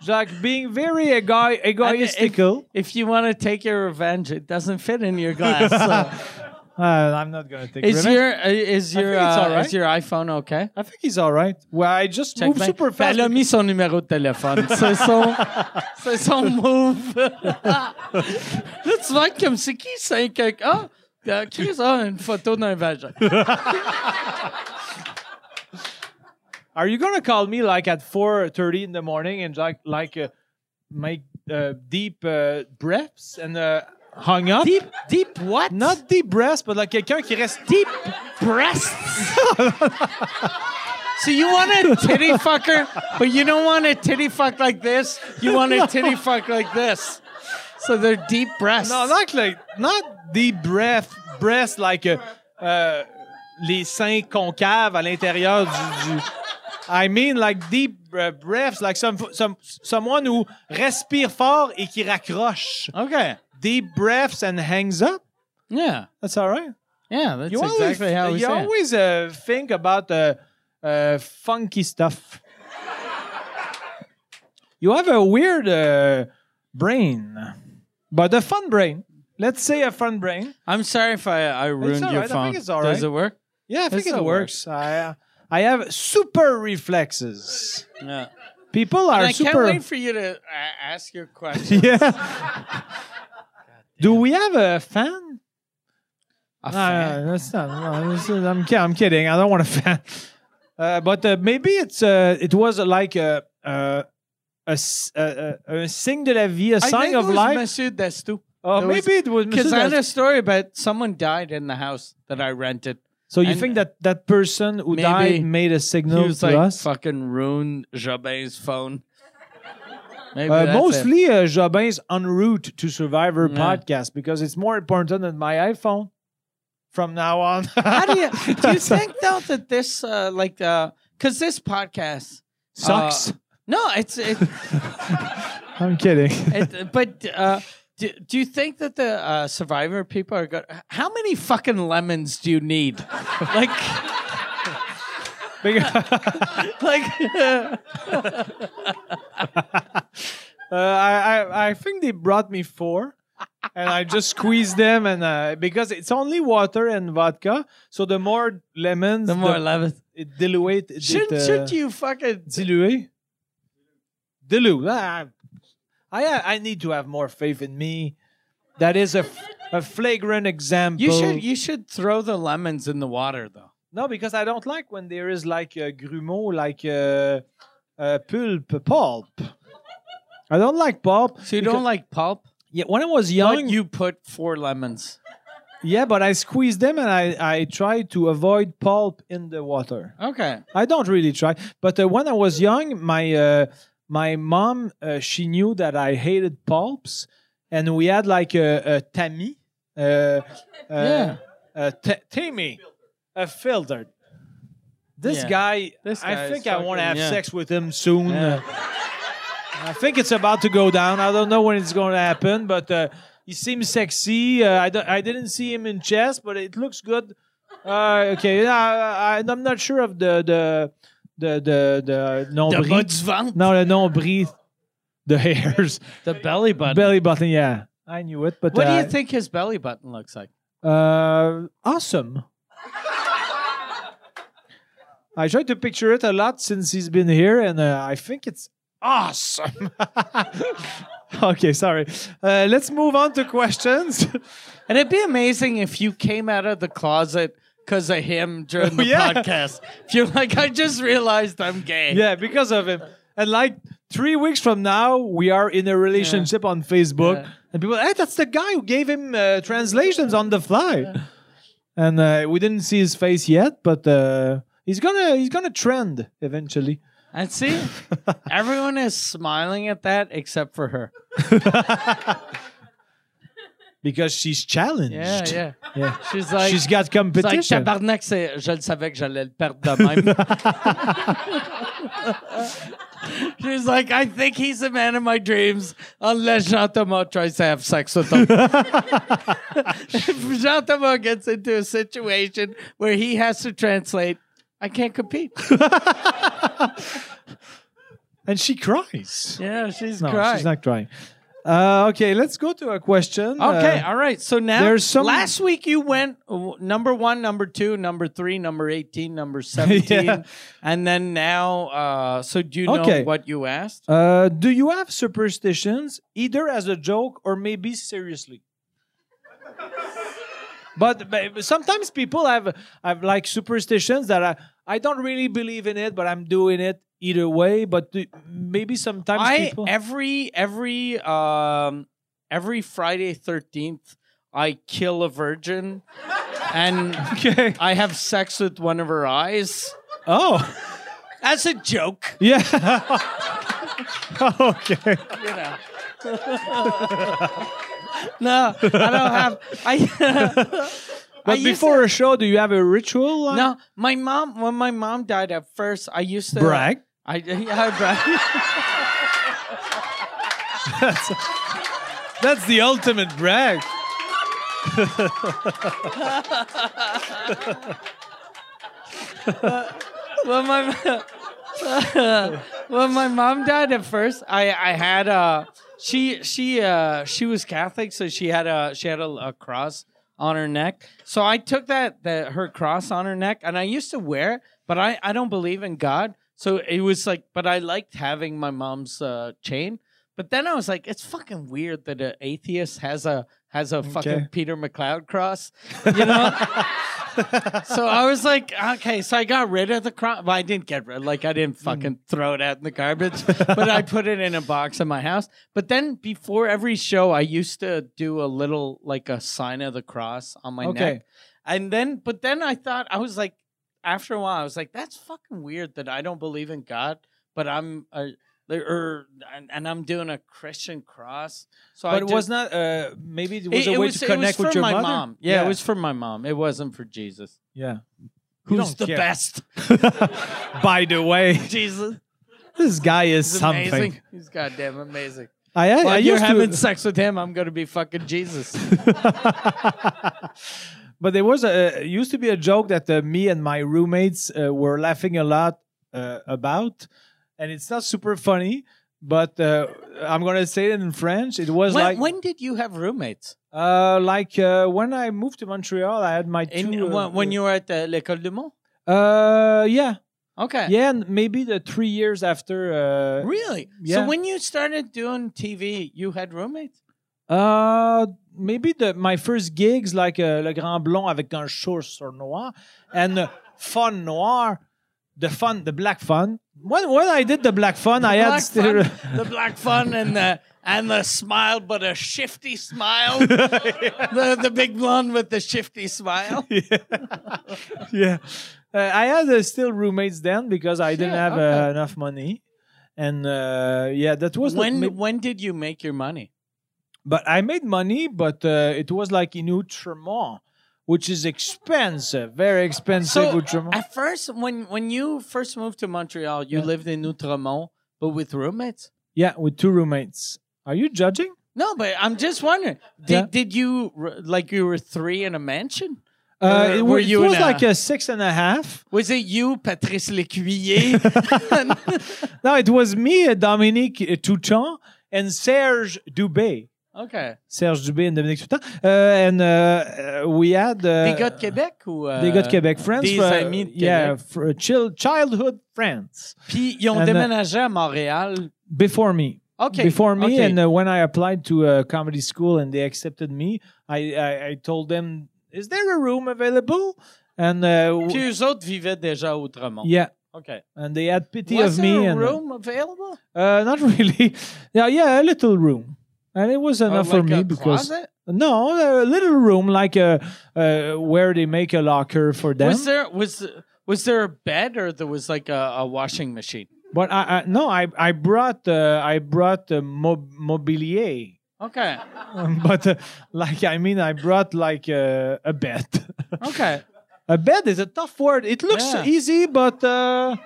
Speaker 1: Like being very ego- egoistical.
Speaker 2: If you want to take your revenge, it doesn't fit in your glass. so.
Speaker 1: Uh, I'm not gonna take
Speaker 2: Is
Speaker 1: revenge.
Speaker 2: your uh, is your
Speaker 1: think it's
Speaker 2: uh,
Speaker 1: all right.
Speaker 2: is your iPhone okay?
Speaker 1: I think he's all right. Well, I just
Speaker 2: Check
Speaker 1: moved
Speaker 2: bien.
Speaker 1: super
Speaker 2: Ben,
Speaker 1: fast.
Speaker 2: Elle a mis son numéro de téléphone. C'est son, c'est son move. Là, tu vas être comme c'est qui 5 Ah, euh, Chris a une photo d'un vagin.
Speaker 1: Are you gonna call me like at four thirty in the morning and like like uh, make uh, deep uh, breaths and uh, hung up?
Speaker 2: Deep, deep what?
Speaker 1: Not deep breaths, but like quelqu'un qui reste
Speaker 2: deep breasts. so you want a titty fucker, but you don't want a titty fuck like this. You want a titty fuck like this. So they're deep breasts.
Speaker 1: No, not like not deep breath breast like uh, uh, les seins concaves à l'intérieur du, du- I mean like deep uh, breaths like some some someone who respire fort et qui raccroche.
Speaker 2: Okay.
Speaker 1: Deep breaths and hangs up.
Speaker 2: Yeah.
Speaker 1: That's all right.
Speaker 2: Yeah. That's
Speaker 1: You always,
Speaker 2: exactly how we
Speaker 1: you
Speaker 2: say it.
Speaker 1: always uh, think about uh, uh, funky stuff. you have a weird uh, brain, but a fun brain. Let's say a fun brain.
Speaker 2: I'm sorry if I, I ruined
Speaker 1: all
Speaker 2: your
Speaker 1: right. I
Speaker 2: phone.
Speaker 1: think it's all
Speaker 2: Does
Speaker 1: right.
Speaker 2: it work?
Speaker 1: Yeah, I think
Speaker 2: still
Speaker 1: it works. I, uh, I have super reflexes.
Speaker 2: Yeah.
Speaker 1: People are
Speaker 2: I can't
Speaker 1: super.
Speaker 2: wait for you to uh, ask your question.
Speaker 1: yeah. Do we have a fan? No, no,
Speaker 2: A fan.
Speaker 1: no, that's not. No, this is, I'm, ki- I'm kidding. I don't want a fan. Uh, but uh, maybe it's uh, it was uh, like a uh, a, s- a, a, a sign de la vie, a
Speaker 2: I
Speaker 1: sign
Speaker 2: think
Speaker 1: of
Speaker 2: it was
Speaker 1: life.
Speaker 2: Monsieur Destou.
Speaker 1: Or
Speaker 2: it was-
Speaker 1: maybe it was
Speaker 2: Because I had
Speaker 1: Mrs.
Speaker 2: a story about someone died in the house that I rented.
Speaker 1: So you
Speaker 2: and-
Speaker 1: think that that person who
Speaker 2: Maybe
Speaker 1: died made a signal
Speaker 2: he was
Speaker 1: to
Speaker 2: like
Speaker 1: us?
Speaker 2: fucking ruined Jobin's phone. Maybe
Speaker 1: Uh,
Speaker 2: that's it.
Speaker 1: mostly uh, Jobin's En route to Survivor
Speaker 2: Yeah.
Speaker 1: podcast because it's more important than my iPhone from now on.
Speaker 2: How do you do you think though that this uh, like uh because this podcast
Speaker 1: Sucks.
Speaker 2: uh, no, it's it,
Speaker 1: I'm kidding.
Speaker 2: it but uh, do, do you think that the uh, survivor people are good? How many fucking lemons do you need? like, like
Speaker 1: Uh, I, I I think they brought me four, and I just squeezed them, and uh, because it's only water and vodka, so the more lemons,
Speaker 2: the more lemons.
Speaker 1: it dilute. It, it,
Speaker 2: Should
Speaker 1: uh,
Speaker 2: should you fucking
Speaker 1: diluer? Dilute. Ah, I I need to have more faith in me. That is a f- a flagrant example.
Speaker 2: you should you should throw the lemons in the water though.
Speaker 1: no, because I don't like when there is like uh, grumeaux, like uh, uh, pulp, pulp. I don't like pulp.
Speaker 2: So you
Speaker 1: because-
Speaker 2: don't like pulp?
Speaker 1: Yeah, when I was young,
Speaker 2: But you put four lemons.
Speaker 1: Yeah, but I squeeze them and I, I try to avoid pulp in the water.
Speaker 2: Okay.
Speaker 1: I don't really try. But uh, when I was young, my uh, my mom uh, she knew that I hated pulps, and we had like a, a tammy, uh, uh,
Speaker 2: Yeah.
Speaker 1: a ta- tammy, a filter. This
Speaker 2: Yeah.
Speaker 1: guy,
Speaker 2: This guy
Speaker 1: I
Speaker 2: is
Speaker 1: think I want to
Speaker 2: fucking-
Speaker 1: have
Speaker 2: yeah.
Speaker 1: sex with him soon. Uh,
Speaker 2: Yeah.
Speaker 1: I think it's about to go down. I don't know when it's going to happen, but uh, he seems sexy. Uh, I, don't- I didn't see him in chest, but it looks good. Uh, okay, uh, I, I'm not sure of the the the the the
Speaker 2: The
Speaker 1: nombril.
Speaker 2: butzwang.
Speaker 1: No, the nombril, the hairs,
Speaker 2: The belly button.
Speaker 1: belly button. Yeah, I knew it. But
Speaker 2: What do
Speaker 1: uh,
Speaker 2: you think his belly button looks like?
Speaker 1: Uh, awesome. I tried to picture it a lot since he's been here, and uh, I think it's awesome. okay, sorry. Uh, let's move on to questions.
Speaker 2: And it'd be amazing if you came out of the closet because of him during the
Speaker 1: yeah.
Speaker 2: podcast. If you're like, I just realized I'm gay.
Speaker 1: yeah, because of him. And like three weeks from now, we are in a relationship on Facebook,
Speaker 2: Yeah.
Speaker 1: and people, hey, that's the guy who gave him uh, translations on the fly. And uh, we didn't see his face yet, but uh, he's gonna he's gonna trend eventually.
Speaker 2: And see, everyone is smiling at that except for her.
Speaker 1: because she's challenged.
Speaker 2: Yeah, yeah.
Speaker 1: Yeah.
Speaker 2: She's like,
Speaker 1: she's got
Speaker 2: she's like
Speaker 1: competition.
Speaker 2: tabarnak, c'est- je le savais que j'allais le perdre de même. she's like, I think he's the man of my dreams unless Jean Thomas tries to have sex with him. if Jean Thomas gets into a situation where he has to translate, I can't compete.
Speaker 1: and she cries.
Speaker 2: Yeah, she's
Speaker 1: No,
Speaker 2: crying.
Speaker 1: she's not crying. Uh, okay, let's go to a question.
Speaker 2: Okay,
Speaker 1: Uh,
Speaker 2: all right. So now,
Speaker 1: there's some-
Speaker 2: last week you went uh, number one, number two, number three, number 18, number 17.
Speaker 1: Yeah.
Speaker 2: And then now, uh, so do you
Speaker 1: Okay.
Speaker 2: know what you asked?
Speaker 1: uh, do you have superstitions, either as a joke or maybe seriously? but, but sometimes people have have like superstitions that I I don't really believe in it, but I'm doing it either way. But do, maybe sometimes
Speaker 2: I,
Speaker 1: people.
Speaker 2: every, every, um, every Friday 13th, I kill a virgin and
Speaker 1: okay.
Speaker 2: I have sex with one of her eyes
Speaker 1: Oh.
Speaker 2: as a joke.
Speaker 1: Yeah. okay.
Speaker 2: No, I don't have, I, I
Speaker 1: But
Speaker 2: used to-
Speaker 1: before a show, do you have a ritual? uh,
Speaker 2: No, my mom. When my mom died, at first I used to
Speaker 1: Brag.
Speaker 2: I yeah, I brag.
Speaker 1: That's the ultimate brag.
Speaker 2: when my when my mom died, at first I I had a she she uh she was Catholic, so she had a she had a, a cross on her neck. So I took that that her cross on her neck, and I used to wear, it, but I I don't believe in God, so it was like, but I liked having my mom's uh, chain. But then I was like, it's fucking weird that an atheist has a has a
Speaker 1: Okay.
Speaker 2: fucking Peter McLeod cross, you know. so I was like, okay, so I got rid of the cross. Well, I didn't get rid. Like I
Speaker 1: Hmm.
Speaker 2: didn't fucking throw it out in the garbage, but I put it in a box in my house. But then before every show, I used to do a little like a sign of the cross on my
Speaker 1: Okay.
Speaker 2: neck, and then but then I thought I was like, after a while, I was like, that's fucking weird that I don't believe in God, but I'm a, Like, or and, and I'm doing a Christian cross. So I
Speaker 1: But it
Speaker 2: did-
Speaker 1: was not. Uh, maybe it was a way to
Speaker 2: it
Speaker 1: connect
Speaker 2: was
Speaker 1: with
Speaker 2: for
Speaker 1: your
Speaker 2: my
Speaker 1: mother.
Speaker 2: mom. Yeah,
Speaker 1: Yeah.
Speaker 2: it was for my mom. It wasn't for Jesus.
Speaker 1: Yeah.
Speaker 2: Who's
Speaker 1: don't
Speaker 2: the
Speaker 1: care.
Speaker 2: best?
Speaker 1: By the way,
Speaker 2: Jesus.
Speaker 1: this guy is
Speaker 2: He's
Speaker 1: something.
Speaker 2: amazing. He's goddamn amazing.
Speaker 1: I, I,
Speaker 2: While
Speaker 1: I
Speaker 2: you're
Speaker 1: used to-
Speaker 2: having sex with him, I'm gonna be fucking Jesus.
Speaker 1: but there was a used to be a joke that uh, me and my roommates uh, were laughing a lot uh, about, and it's not super funny. But uh, I'm gonna say it in French. It was
Speaker 2: when,
Speaker 1: like
Speaker 2: when did you have roommates?
Speaker 1: uh, like uh, when I moved to Montreal, I had my two.
Speaker 2: In,
Speaker 1: uh,
Speaker 2: when, when you were at the L'École du Mont?
Speaker 1: uh, yeah,
Speaker 2: Okay.
Speaker 1: yeah, and maybe the three years after. Uh,
Speaker 2: Really?
Speaker 1: Yeah.
Speaker 2: So when you started doing TV, you had roommates?
Speaker 1: Uh, maybe the my first gigs like uh, Le Grand Blond avec un show sur noir and uh, Fun Noir, the fun, the black fun. When when I did the black fun, I had
Speaker 2: Black
Speaker 1: still
Speaker 2: fun, the black fun and the and the smile, but a shifty smile. the, the big blonde with the shifty smile.
Speaker 1: yeah, uh, I had uh, still roommates then because I didn't
Speaker 2: Shit,
Speaker 1: have uh,
Speaker 2: okay.
Speaker 1: enough money, and uh, yeah, that was the-
Speaker 2: when
Speaker 1: ma-
Speaker 2: when did you make your money?
Speaker 1: but I made money, but uh, it was like in Outremont, which is expensive, very expensive Outremont.
Speaker 2: at first, when when you first moved to Montreal, you
Speaker 1: Yeah.
Speaker 2: lived in Outremont, but with roommates.
Speaker 1: yeah, with two roommates. Are you judging?
Speaker 2: No, but I'm just wondering. Did
Speaker 1: Yeah.
Speaker 2: did you r- like you were three in a mansion?
Speaker 1: Uh,
Speaker 2: Or
Speaker 1: it,
Speaker 2: were
Speaker 1: was,
Speaker 2: you
Speaker 1: it
Speaker 2: in
Speaker 1: was
Speaker 2: a-
Speaker 1: like a six and a half.
Speaker 2: Was it you, Patrice Lécuyer?
Speaker 1: No, it was me, uh, Dominique uh, Touchon, and Serge Dubé.
Speaker 2: okay,
Speaker 1: Serge Dubé and Dominique Touchon. Uh, and uh, uh, we had. Uh,
Speaker 2: they got Quebec ou euh,
Speaker 1: They got Quebec friends.
Speaker 2: des
Speaker 1: for-
Speaker 2: amis de
Speaker 1: yeah,
Speaker 2: Québec.
Speaker 1: for chil- childhood friends
Speaker 2: Puis ils ont
Speaker 1: And, uh,
Speaker 2: déménagé à Montréal.
Speaker 1: before me.
Speaker 2: Okay,
Speaker 1: Before me,
Speaker 2: okay.
Speaker 1: and uh, when I applied to uh, comedy school and they accepted me, I, I, I told them, "Is there a room available?" And uh, w-
Speaker 2: Puis eux autres vivaient déjà autrement.
Speaker 1: yeah,
Speaker 2: Okay.
Speaker 1: and they had pity
Speaker 2: Was
Speaker 1: of
Speaker 2: there
Speaker 1: me.
Speaker 2: a
Speaker 1: and,
Speaker 2: room available?
Speaker 1: Uh, not really. yeah, yeah, a little room, and it was enough
Speaker 2: Uh,
Speaker 1: for
Speaker 2: like
Speaker 1: me
Speaker 2: a
Speaker 1: because
Speaker 2: closet?
Speaker 1: no, a little room like a uh, where they make a locker for them.
Speaker 2: was there was was there a bed or there was like a, a washing machine?
Speaker 1: but I, I no, I I brought uh, I brought uh, mob- mobilier,
Speaker 2: Okay. Oh.
Speaker 1: Um, but uh, like I mean I brought like uh, a bed.
Speaker 2: Okay.
Speaker 1: a bed is a tough word. It looks
Speaker 2: Yeah.
Speaker 1: easy, but uh,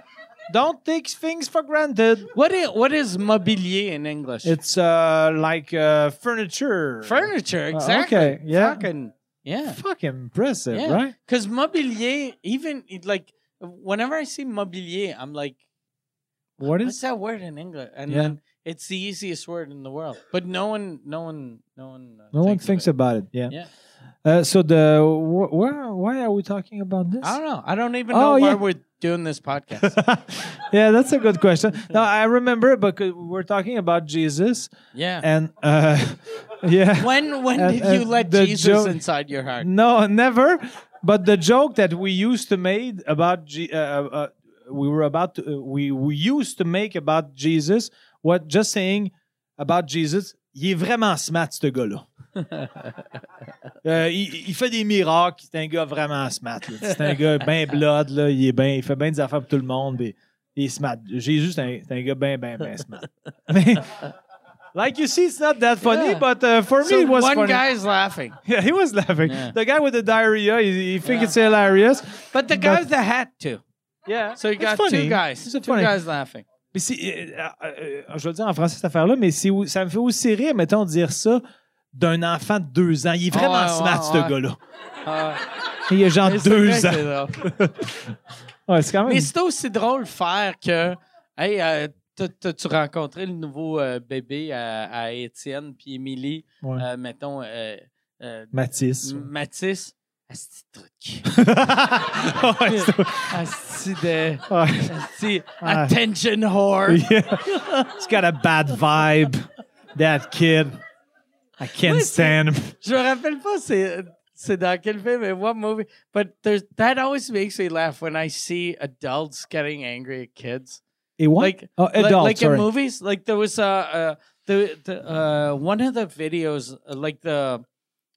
Speaker 1: don't take things for granted.
Speaker 2: What is what is mobilier in English?
Speaker 1: It's uh, like uh, furniture.
Speaker 2: furniture,
Speaker 1: Uh,
Speaker 2: exactly.
Speaker 1: okay, yeah.
Speaker 2: Fucking, yeah.
Speaker 1: Fucking impressive,
Speaker 2: yeah.
Speaker 1: right?
Speaker 2: Because mobilier, even it, like whenever I see mobilier, I'm like,
Speaker 1: What
Speaker 2: what's
Speaker 1: is?
Speaker 2: that word in English? And
Speaker 1: Yeah.
Speaker 2: then it's the easiest word in the world. But no one, no one, no one, uh,
Speaker 1: No one
Speaker 2: of
Speaker 1: thinks
Speaker 2: it.
Speaker 1: about it. Yeah.
Speaker 2: Yeah.
Speaker 1: Uh, so the wh- where, why are we talking about this?
Speaker 2: I don't know. I don't even
Speaker 1: Oh,
Speaker 2: know why
Speaker 1: yeah.
Speaker 2: we're doing this podcast.
Speaker 1: yeah, that's a good question. No, I remember because we we're talking about Jesus
Speaker 2: yeah.
Speaker 1: and uh, yeah.
Speaker 2: When when
Speaker 1: And-
Speaker 2: did
Speaker 1: and
Speaker 2: you let
Speaker 1: the
Speaker 2: Jesus
Speaker 1: joke-
Speaker 2: inside your heart?
Speaker 1: No, never. But the joke that we used to make about G- uh, uh, we were about to, uh, we we used to make about Jesus what just saying about Jesus. Il est vraiment smart ce gars-là. Euh, il, il fait des miracles. C'est un gars vraiment smart. là. C'est un gars bien blood. Là. Il, est ben, il fait bien des affaires pour tout le monde. puis il est smart. Jésus, c'est un, c'est un gars bien, bien, bien smart. Mais, like you see, it's not that funny,
Speaker 2: Yeah.
Speaker 1: but uh, for
Speaker 2: So
Speaker 1: me, it was
Speaker 2: one
Speaker 1: funny.
Speaker 2: guy's laughing,
Speaker 1: Yeah, he was laughing.
Speaker 2: Yeah.
Speaker 1: The guy with the diarrhea, he, he think it's hilarious.
Speaker 2: but the guy with the hat too.
Speaker 1: Yeah.
Speaker 2: So you
Speaker 1: it's
Speaker 2: got
Speaker 1: funny.
Speaker 2: two guys,
Speaker 1: It's
Speaker 2: two
Speaker 1: funny.
Speaker 2: guys laughing.
Speaker 1: Mais si, euh, euh, euh, je vais le dire en français cette affaire-là, mais si, ça me fait aussi rire, mettons, de dire ça d'un enfant de deux ans. Il est vraiment
Speaker 2: Ouais, ouais,
Speaker 1: smart,
Speaker 2: ouais.
Speaker 1: ce gars-là.
Speaker 2: Ah,
Speaker 1: Il a genre
Speaker 2: mais c'est vrai
Speaker 1: deux
Speaker 2: que
Speaker 1: ans.
Speaker 2: c'est drôle.
Speaker 1: Ouais, c'est quand même.
Speaker 2: Mais c'est aussi drôle faire que, hey, euh, t'as- t'as-tu rencontré le nouveau euh, bébé à, à Étienne puis Émilie,
Speaker 1: Ouais.
Speaker 2: euh, mettons euh, euh,
Speaker 1: Mathis.
Speaker 2: Mathis. Asti de truc.
Speaker 1: Ouais, c'est-
Speaker 2: Asti de.
Speaker 1: ouais.
Speaker 2: asti-
Speaker 1: Ah.
Speaker 2: Attention whore.
Speaker 1: Yeah. He's got a bad vibe, that kid. I can't
Speaker 2: Ouais,
Speaker 1: stand him.
Speaker 2: Je me rappelle pas c'est c'est dans quel film and what movie, but there's that always makes me laugh when I see adults getting angry at kids.
Speaker 1: Et what?
Speaker 2: Like
Speaker 1: oh,
Speaker 2: like-
Speaker 1: adult,
Speaker 2: like
Speaker 1: sorry.
Speaker 2: in movies, like there was uh, uh the, the uh one of the videos uh, like the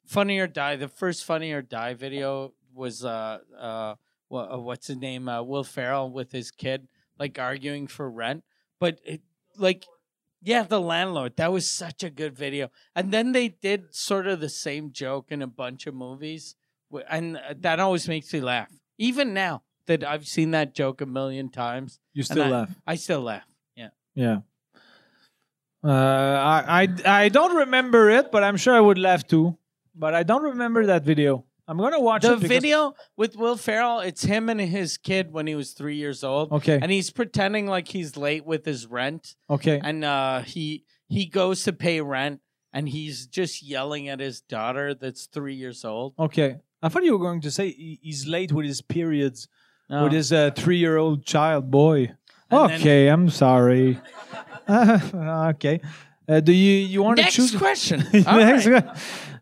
Speaker 2: Funny or Die, the first Funny or Die video was uh uh wha- uh, what's his name uh, Will Ferrell with his kid like arguing for rent, but it, like yeah, the landlord. That was such a good video. And then they did sort of the same joke in a bunch of movies, wh- and uh, that always makes me laugh. Even now that I've seen that joke a million times,
Speaker 1: You
Speaker 2: still
Speaker 1: still
Speaker 2: laugh.
Speaker 1: laugh.
Speaker 2: I still laugh. Yeah.
Speaker 1: Yeah. Uh, I, I I don't remember it, but I'm sure I would laugh too. But I don't remember that video. I'm gonna watch
Speaker 2: The
Speaker 1: it because-
Speaker 2: video with Will Ferrell, it's him and his kid when he was three years old.
Speaker 1: Okay.
Speaker 2: And he's pretending like he's late with his rent,
Speaker 1: Okay.
Speaker 2: and uh, he he goes to pay rent, and he's just yelling at his daughter that's three years old.
Speaker 1: Okay. I thought you were going to say he- he's late with his periods
Speaker 2: No.
Speaker 1: with his uh, three-year-old child boy.
Speaker 2: And then-
Speaker 1: okay, I'm sorry. okay. Uh, do you you want to
Speaker 2: Next
Speaker 1: choose?
Speaker 2: question. All
Speaker 1: Next
Speaker 2: right.
Speaker 1: one.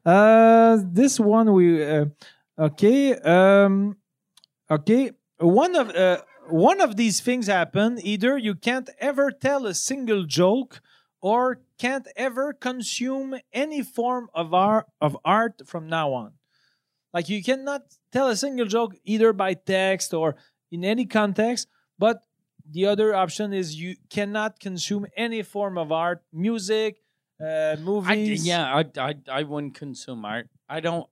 Speaker 1: Uh, this one we uh, okay. Um, okay. One of uh, one of these things happen. Either you can't ever tell a single joke, or can't ever consume any form of art of art from now on. Like you cannot tell a single joke either by text or in any context. But the other option is you cannot consume any form of art, music, uh,
Speaker 2: I,
Speaker 1: movies.
Speaker 2: yeah, I, I I wouldn't consume art. I don't.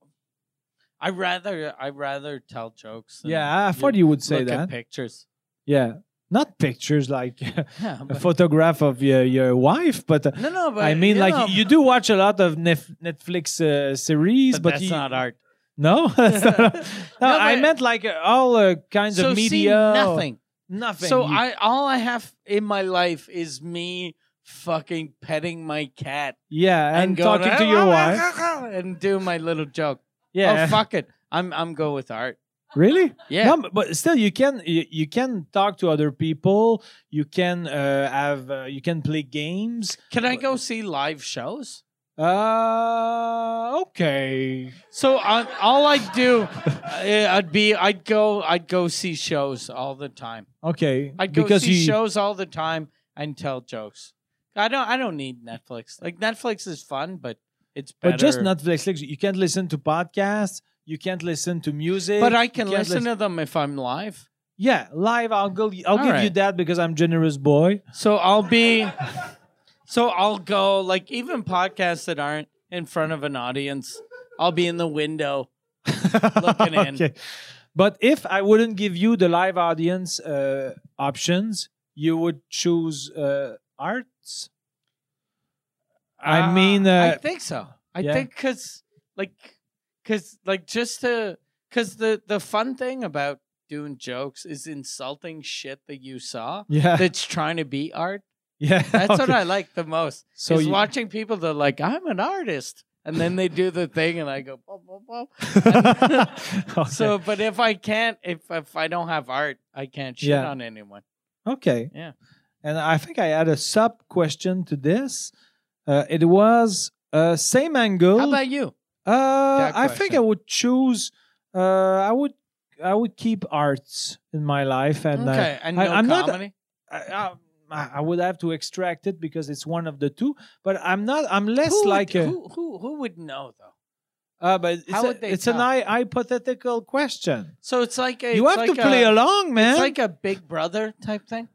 Speaker 2: I rather I rather tell jokes. than
Speaker 1: Yeah, I
Speaker 2: um, you
Speaker 1: thought you would say
Speaker 2: look at
Speaker 1: that.
Speaker 2: pictures.
Speaker 1: yeah, not pictures like
Speaker 2: Yeah,
Speaker 1: a
Speaker 2: but,
Speaker 1: photograph of your, your wife, but uh,
Speaker 2: no, no. But
Speaker 1: I mean,
Speaker 2: you
Speaker 1: like
Speaker 2: know,
Speaker 1: you do watch a lot of Nef- Netflix uh, series,
Speaker 2: but,
Speaker 1: but,
Speaker 2: that's
Speaker 1: you-
Speaker 2: not art.
Speaker 1: No, That's not- no, I
Speaker 2: but-
Speaker 1: meant like uh, all uh, kinds
Speaker 2: So
Speaker 1: of
Speaker 2: see,
Speaker 1: media. or-
Speaker 2: nothing.
Speaker 1: nothing.
Speaker 2: So
Speaker 1: You-
Speaker 2: I all I have in my life is me fucking petting my cat
Speaker 1: yeah, and,
Speaker 2: going,
Speaker 1: talking to your wife.
Speaker 2: and do my little joke.
Speaker 1: Yeah,
Speaker 2: Oh fuck it, I'm I'm go with art.
Speaker 1: really?
Speaker 2: Yeah,
Speaker 1: No, but- but still, you can you, you can talk to other people. You can uh, have uh, you can play games.
Speaker 2: can I go see live shows?
Speaker 1: Uh, okay.
Speaker 2: So on, all I do, uh, I'd be, I'd go, I'd go see shows all the time.
Speaker 1: Okay,
Speaker 2: I'd go
Speaker 1: because
Speaker 2: see
Speaker 1: you
Speaker 2: shows all the time and tell jokes. I don't, I don't need Netflix. Like Netflix is fun, but it's better.
Speaker 1: but just Netflix. like, You can't listen to podcasts. You can't listen to music.
Speaker 2: But I
Speaker 1: you
Speaker 2: can
Speaker 1: can't
Speaker 2: listen to them if I'm live.
Speaker 1: Yeah, live. I'll go. I'll give you
Speaker 2: Alright.
Speaker 1: that because I'm generous boy.
Speaker 2: So I'll be, so I'll go like even podcasts that aren't in front of an audience. I'll be in the window. Looking in.
Speaker 1: But if I wouldn't give you the live audience uh, options, you would choose uh, arts. I
Speaker 2: Uh,
Speaker 1: mean,
Speaker 2: I
Speaker 1: uh,
Speaker 2: think so. I
Speaker 1: yeah.
Speaker 2: think because, like, because, like, just to, because the the fun thing about doing jokes is insulting shit that you saw
Speaker 1: yeah,
Speaker 2: that's trying to be art.
Speaker 1: yeah.
Speaker 2: That's what
Speaker 1: okay.
Speaker 2: I like the most.
Speaker 1: So
Speaker 2: is
Speaker 1: you-
Speaker 2: watching people that are like, I'm an artist, and then they do the thing, and I go, "Boop, boop, boop." I-
Speaker 1: Okay.
Speaker 2: so. But if I can't, if if I don't have art, I can't shit
Speaker 1: Yeah.
Speaker 2: on anyone.
Speaker 1: Okay.
Speaker 2: Yeah.
Speaker 1: And I think I had a sub question to this. Uh, it was uh, same angle.
Speaker 2: How about you?
Speaker 1: uh,
Speaker 2: that
Speaker 1: I think I
Speaker 2: question?
Speaker 1: would choose. Uh, I would. I would keep arts in my life, and uh,
Speaker 2: okay, and
Speaker 1: I-
Speaker 2: no
Speaker 1: I'm not-
Speaker 2: comedy.
Speaker 1: I, I, I would have to extract it because it's one of the two. But I'm not. I'm less
Speaker 2: who
Speaker 1: like
Speaker 2: would,
Speaker 1: a.
Speaker 2: who, who who would know though?
Speaker 1: Uh, but it's,
Speaker 2: How
Speaker 1: a-
Speaker 2: would they
Speaker 1: it's an
Speaker 2: tell?
Speaker 1: hy- hypothetical question.
Speaker 2: So it's like a
Speaker 1: you
Speaker 2: it's
Speaker 1: have
Speaker 2: like
Speaker 1: to play
Speaker 2: a,
Speaker 1: along, man.
Speaker 2: It's like a Big Brother type thing.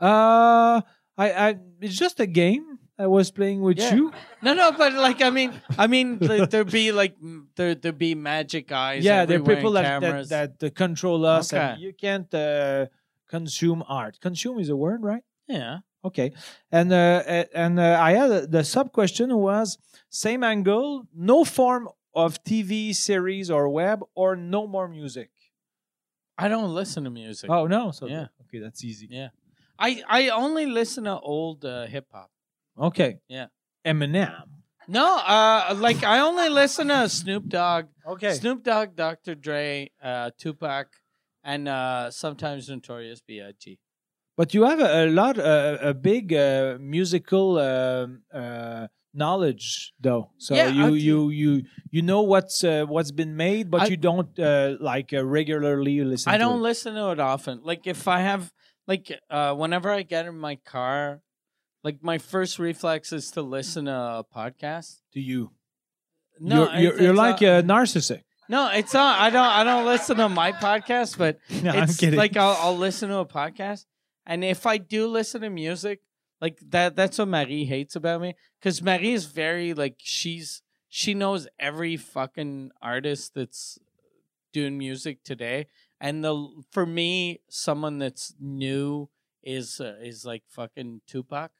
Speaker 1: uh, I, I. It's just a game I was playing with
Speaker 2: Yeah.
Speaker 1: you.
Speaker 2: No, no, but like I mean, I mean, th- there'd be like m- there there'd be magic eyes.
Speaker 1: yeah, there are
Speaker 2: everywhere
Speaker 1: people
Speaker 2: and
Speaker 1: that, that
Speaker 2: cameras.
Speaker 1: that uh, control us, and
Speaker 2: Okay.
Speaker 1: you can't uh, consume art. Consume is a word, right?
Speaker 2: yeah.
Speaker 1: Okay, and uh, a- and uh, I had a- the sub question was same angle, no form of TV series or web, or no more music.
Speaker 2: I don't listen to music.
Speaker 1: Oh no, so
Speaker 2: Yeah.
Speaker 1: okay, that's easy.
Speaker 2: I I only listen to old uh, hip hop.
Speaker 1: Okay,
Speaker 2: Yeah.
Speaker 1: Eminem.
Speaker 2: No, uh, like I only listen to Snoop Dogg,
Speaker 1: Okay,
Speaker 2: Snoop Dogg, Dr. Dre, uh, Tupac, and uh, sometimes Notorious B.I.G.
Speaker 1: but you have a, a lot, uh, a big uh, musical. um uh, knowledge though so
Speaker 2: Yeah,
Speaker 1: you
Speaker 2: I do.
Speaker 1: you you you know what's uh, what's been made but
Speaker 2: I-
Speaker 1: you don't uh, like uh, regularly listen
Speaker 2: I
Speaker 1: to
Speaker 2: don't
Speaker 1: it.
Speaker 2: listen to it often. Like if I have like uh whenever I get in my car, like my first reflex is to listen to a podcast.
Speaker 1: to you
Speaker 2: No,
Speaker 1: you're, you're,
Speaker 2: it's-
Speaker 1: you're
Speaker 2: it's uh,
Speaker 1: like
Speaker 2: not-
Speaker 1: a narcissist
Speaker 2: no, it's not. I don't. I don't listen to my podcast, but
Speaker 1: no,
Speaker 2: it's
Speaker 1: i'm kidding
Speaker 2: like I'll, I'll listen to a podcast, and if I do listen to music, Like that that's what Marie hates about me cuz Marie is very like she's she knows every fucking artist that's doing music today and the for me someone that's new is uh, is like fucking Tupac.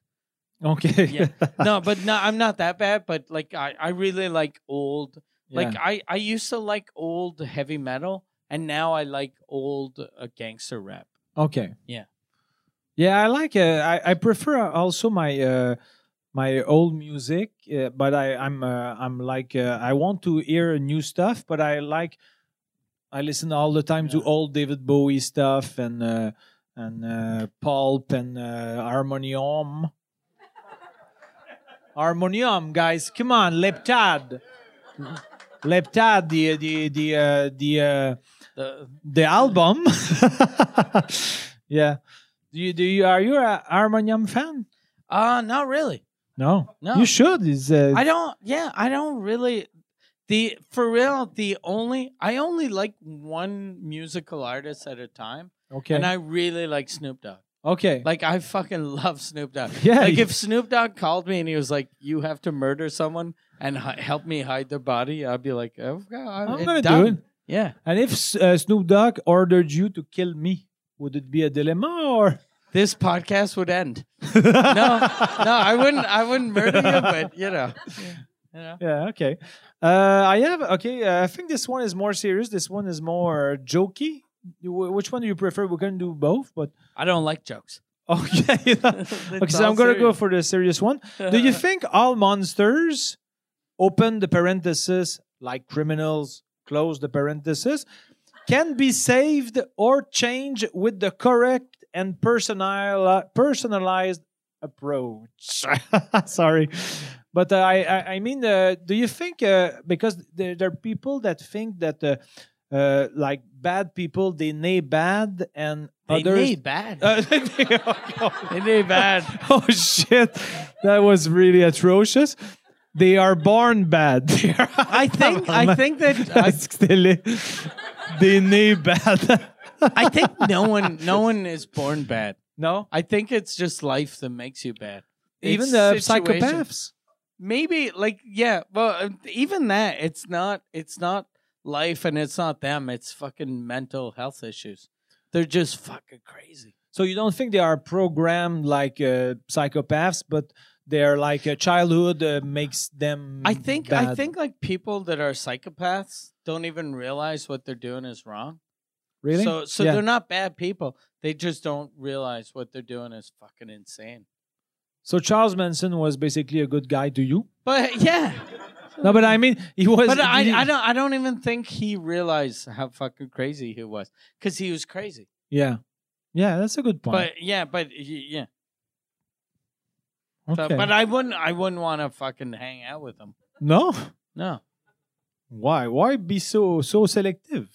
Speaker 1: Okay.
Speaker 2: Yeah. No, but no I'm not that bad but like I I really like old
Speaker 1: Like
Speaker 2: like I, I used to like old heavy metal, and now I like old uh, gangster rap.
Speaker 1: okay.
Speaker 2: Yeah.
Speaker 1: Yeah, I like. Uh, I I prefer also my uh, my old music, uh, but I I'm uh, I'm like uh, I want to hear new stuff, but I like I listen all the time to
Speaker 2: Yeah.
Speaker 1: old David Bowie stuff and uh, and uh, Pulp and uh, Harmonium. Harmonium, guys, come on, Leptad. Leptad, the the the uh, the. Uh,
Speaker 2: The,
Speaker 1: the album. yeah. Do you, do you are you a Harmonium fan?
Speaker 2: uh not really.
Speaker 1: No.
Speaker 2: No.
Speaker 1: You should. Is uh,
Speaker 2: I don't. Yeah, I don't really. The for real, the only I only like one musical artist at a time,
Speaker 1: okay.
Speaker 2: and I really like Snoop Dogg.
Speaker 1: okay.
Speaker 2: Like I fucking love Snoop Dogg.
Speaker 1: yeah.
Speaker 2: Like
Speaker 1: you-
Speaker 2: if Snoop Dogg called me and he was like, "You have to murder someone and hi- help me hide their body," I'd be like, "Oh, God,
Speaker 1: I'm gonna do it.
Speaker 2: Yeah,
Speaker 1: And if S- uh, Snoop Dogg ordered you to kill me, would it be a dilemma or?
Speaker 2: this podcast would end. no, no, I wouldn't. I wouldn't murder you, but you know, you know.
Speaker 1: Yeah. Okay. Uh, I have. Okay. Uh, I think this one is more serious. This one is more jokey. You- wh- Which one do you prefer? We can do both, but
Speaker 2: I don't like jokes.
Speaker 1: okay. okay, so I'm gonna go for the serious one.
Speaker 2: Uh,
Speaker 1: Do you think all monsters open the parenthesis like criminals close the parenthesis can be saved or changed with the correct and personali- personalized approach? Sorry. But uh, I, I, I mean, uh, do you think, uh, because there, there are people that think that uh, uh, like bad people, they nay bad and
Speaker 2: they
Speaker 1: others.
Speaker 2: need bad.
Speaker 1: Uh, they-
Speaker 2: they need bad.
Speaker 1: oh shit that was really atrocious they are born bad They are-
Speaker 2: I think. I think that. I,
Speaker 1: That's silly. they need bad
Speaker 2: I think no one. No one is born bad.
Speaker 1: no
Speaker 2: I think it's just life that makes you bad.
Speaker 1: even
Speaker 2: It's
Speaker 1: the
Speaker 2: situation.
Speaker 1: psychopaths
Speaker 2: Maybe like yeah. Well, uh, even that. It's not. It's not life, and it's not them. It's fucking mental health issues. They're just fucking crazy.
Speaker 1: so you don't think they are programmed like uh, psychopaths but they're like a childhood uh, makes them
Speaker 2: I think I
Speaker 1: bad.
Speaker 2: think like people that are psychopaths don't even realize what they're doing is wrong.
Speaker 1: really
Speaker 2: So so
Speaker 1: Yeah.
Speaker 2: they're not bad people. They just don't realize what they're doing is fucking insane.
Speaker 1: so charles manson was basically a good guy to you
Speaker 2: But yeah.
Speaker 1: no but i mean he was
Speaker 2: Uh, But I, I don't I don't even think he realized how fucking crazy he was cuz he was crazy.
Speaker 1: yeah yeah that's a good point
Speaker 2: But yeah, but he- yeah. So-
Speaker 1: okay.
Speaker 2: but I wouldn't I wouldn't want to fucking hang out with him.
Speaker 1: no
Speaker 2: No.
Speaker 1: Why? Why be so so selective?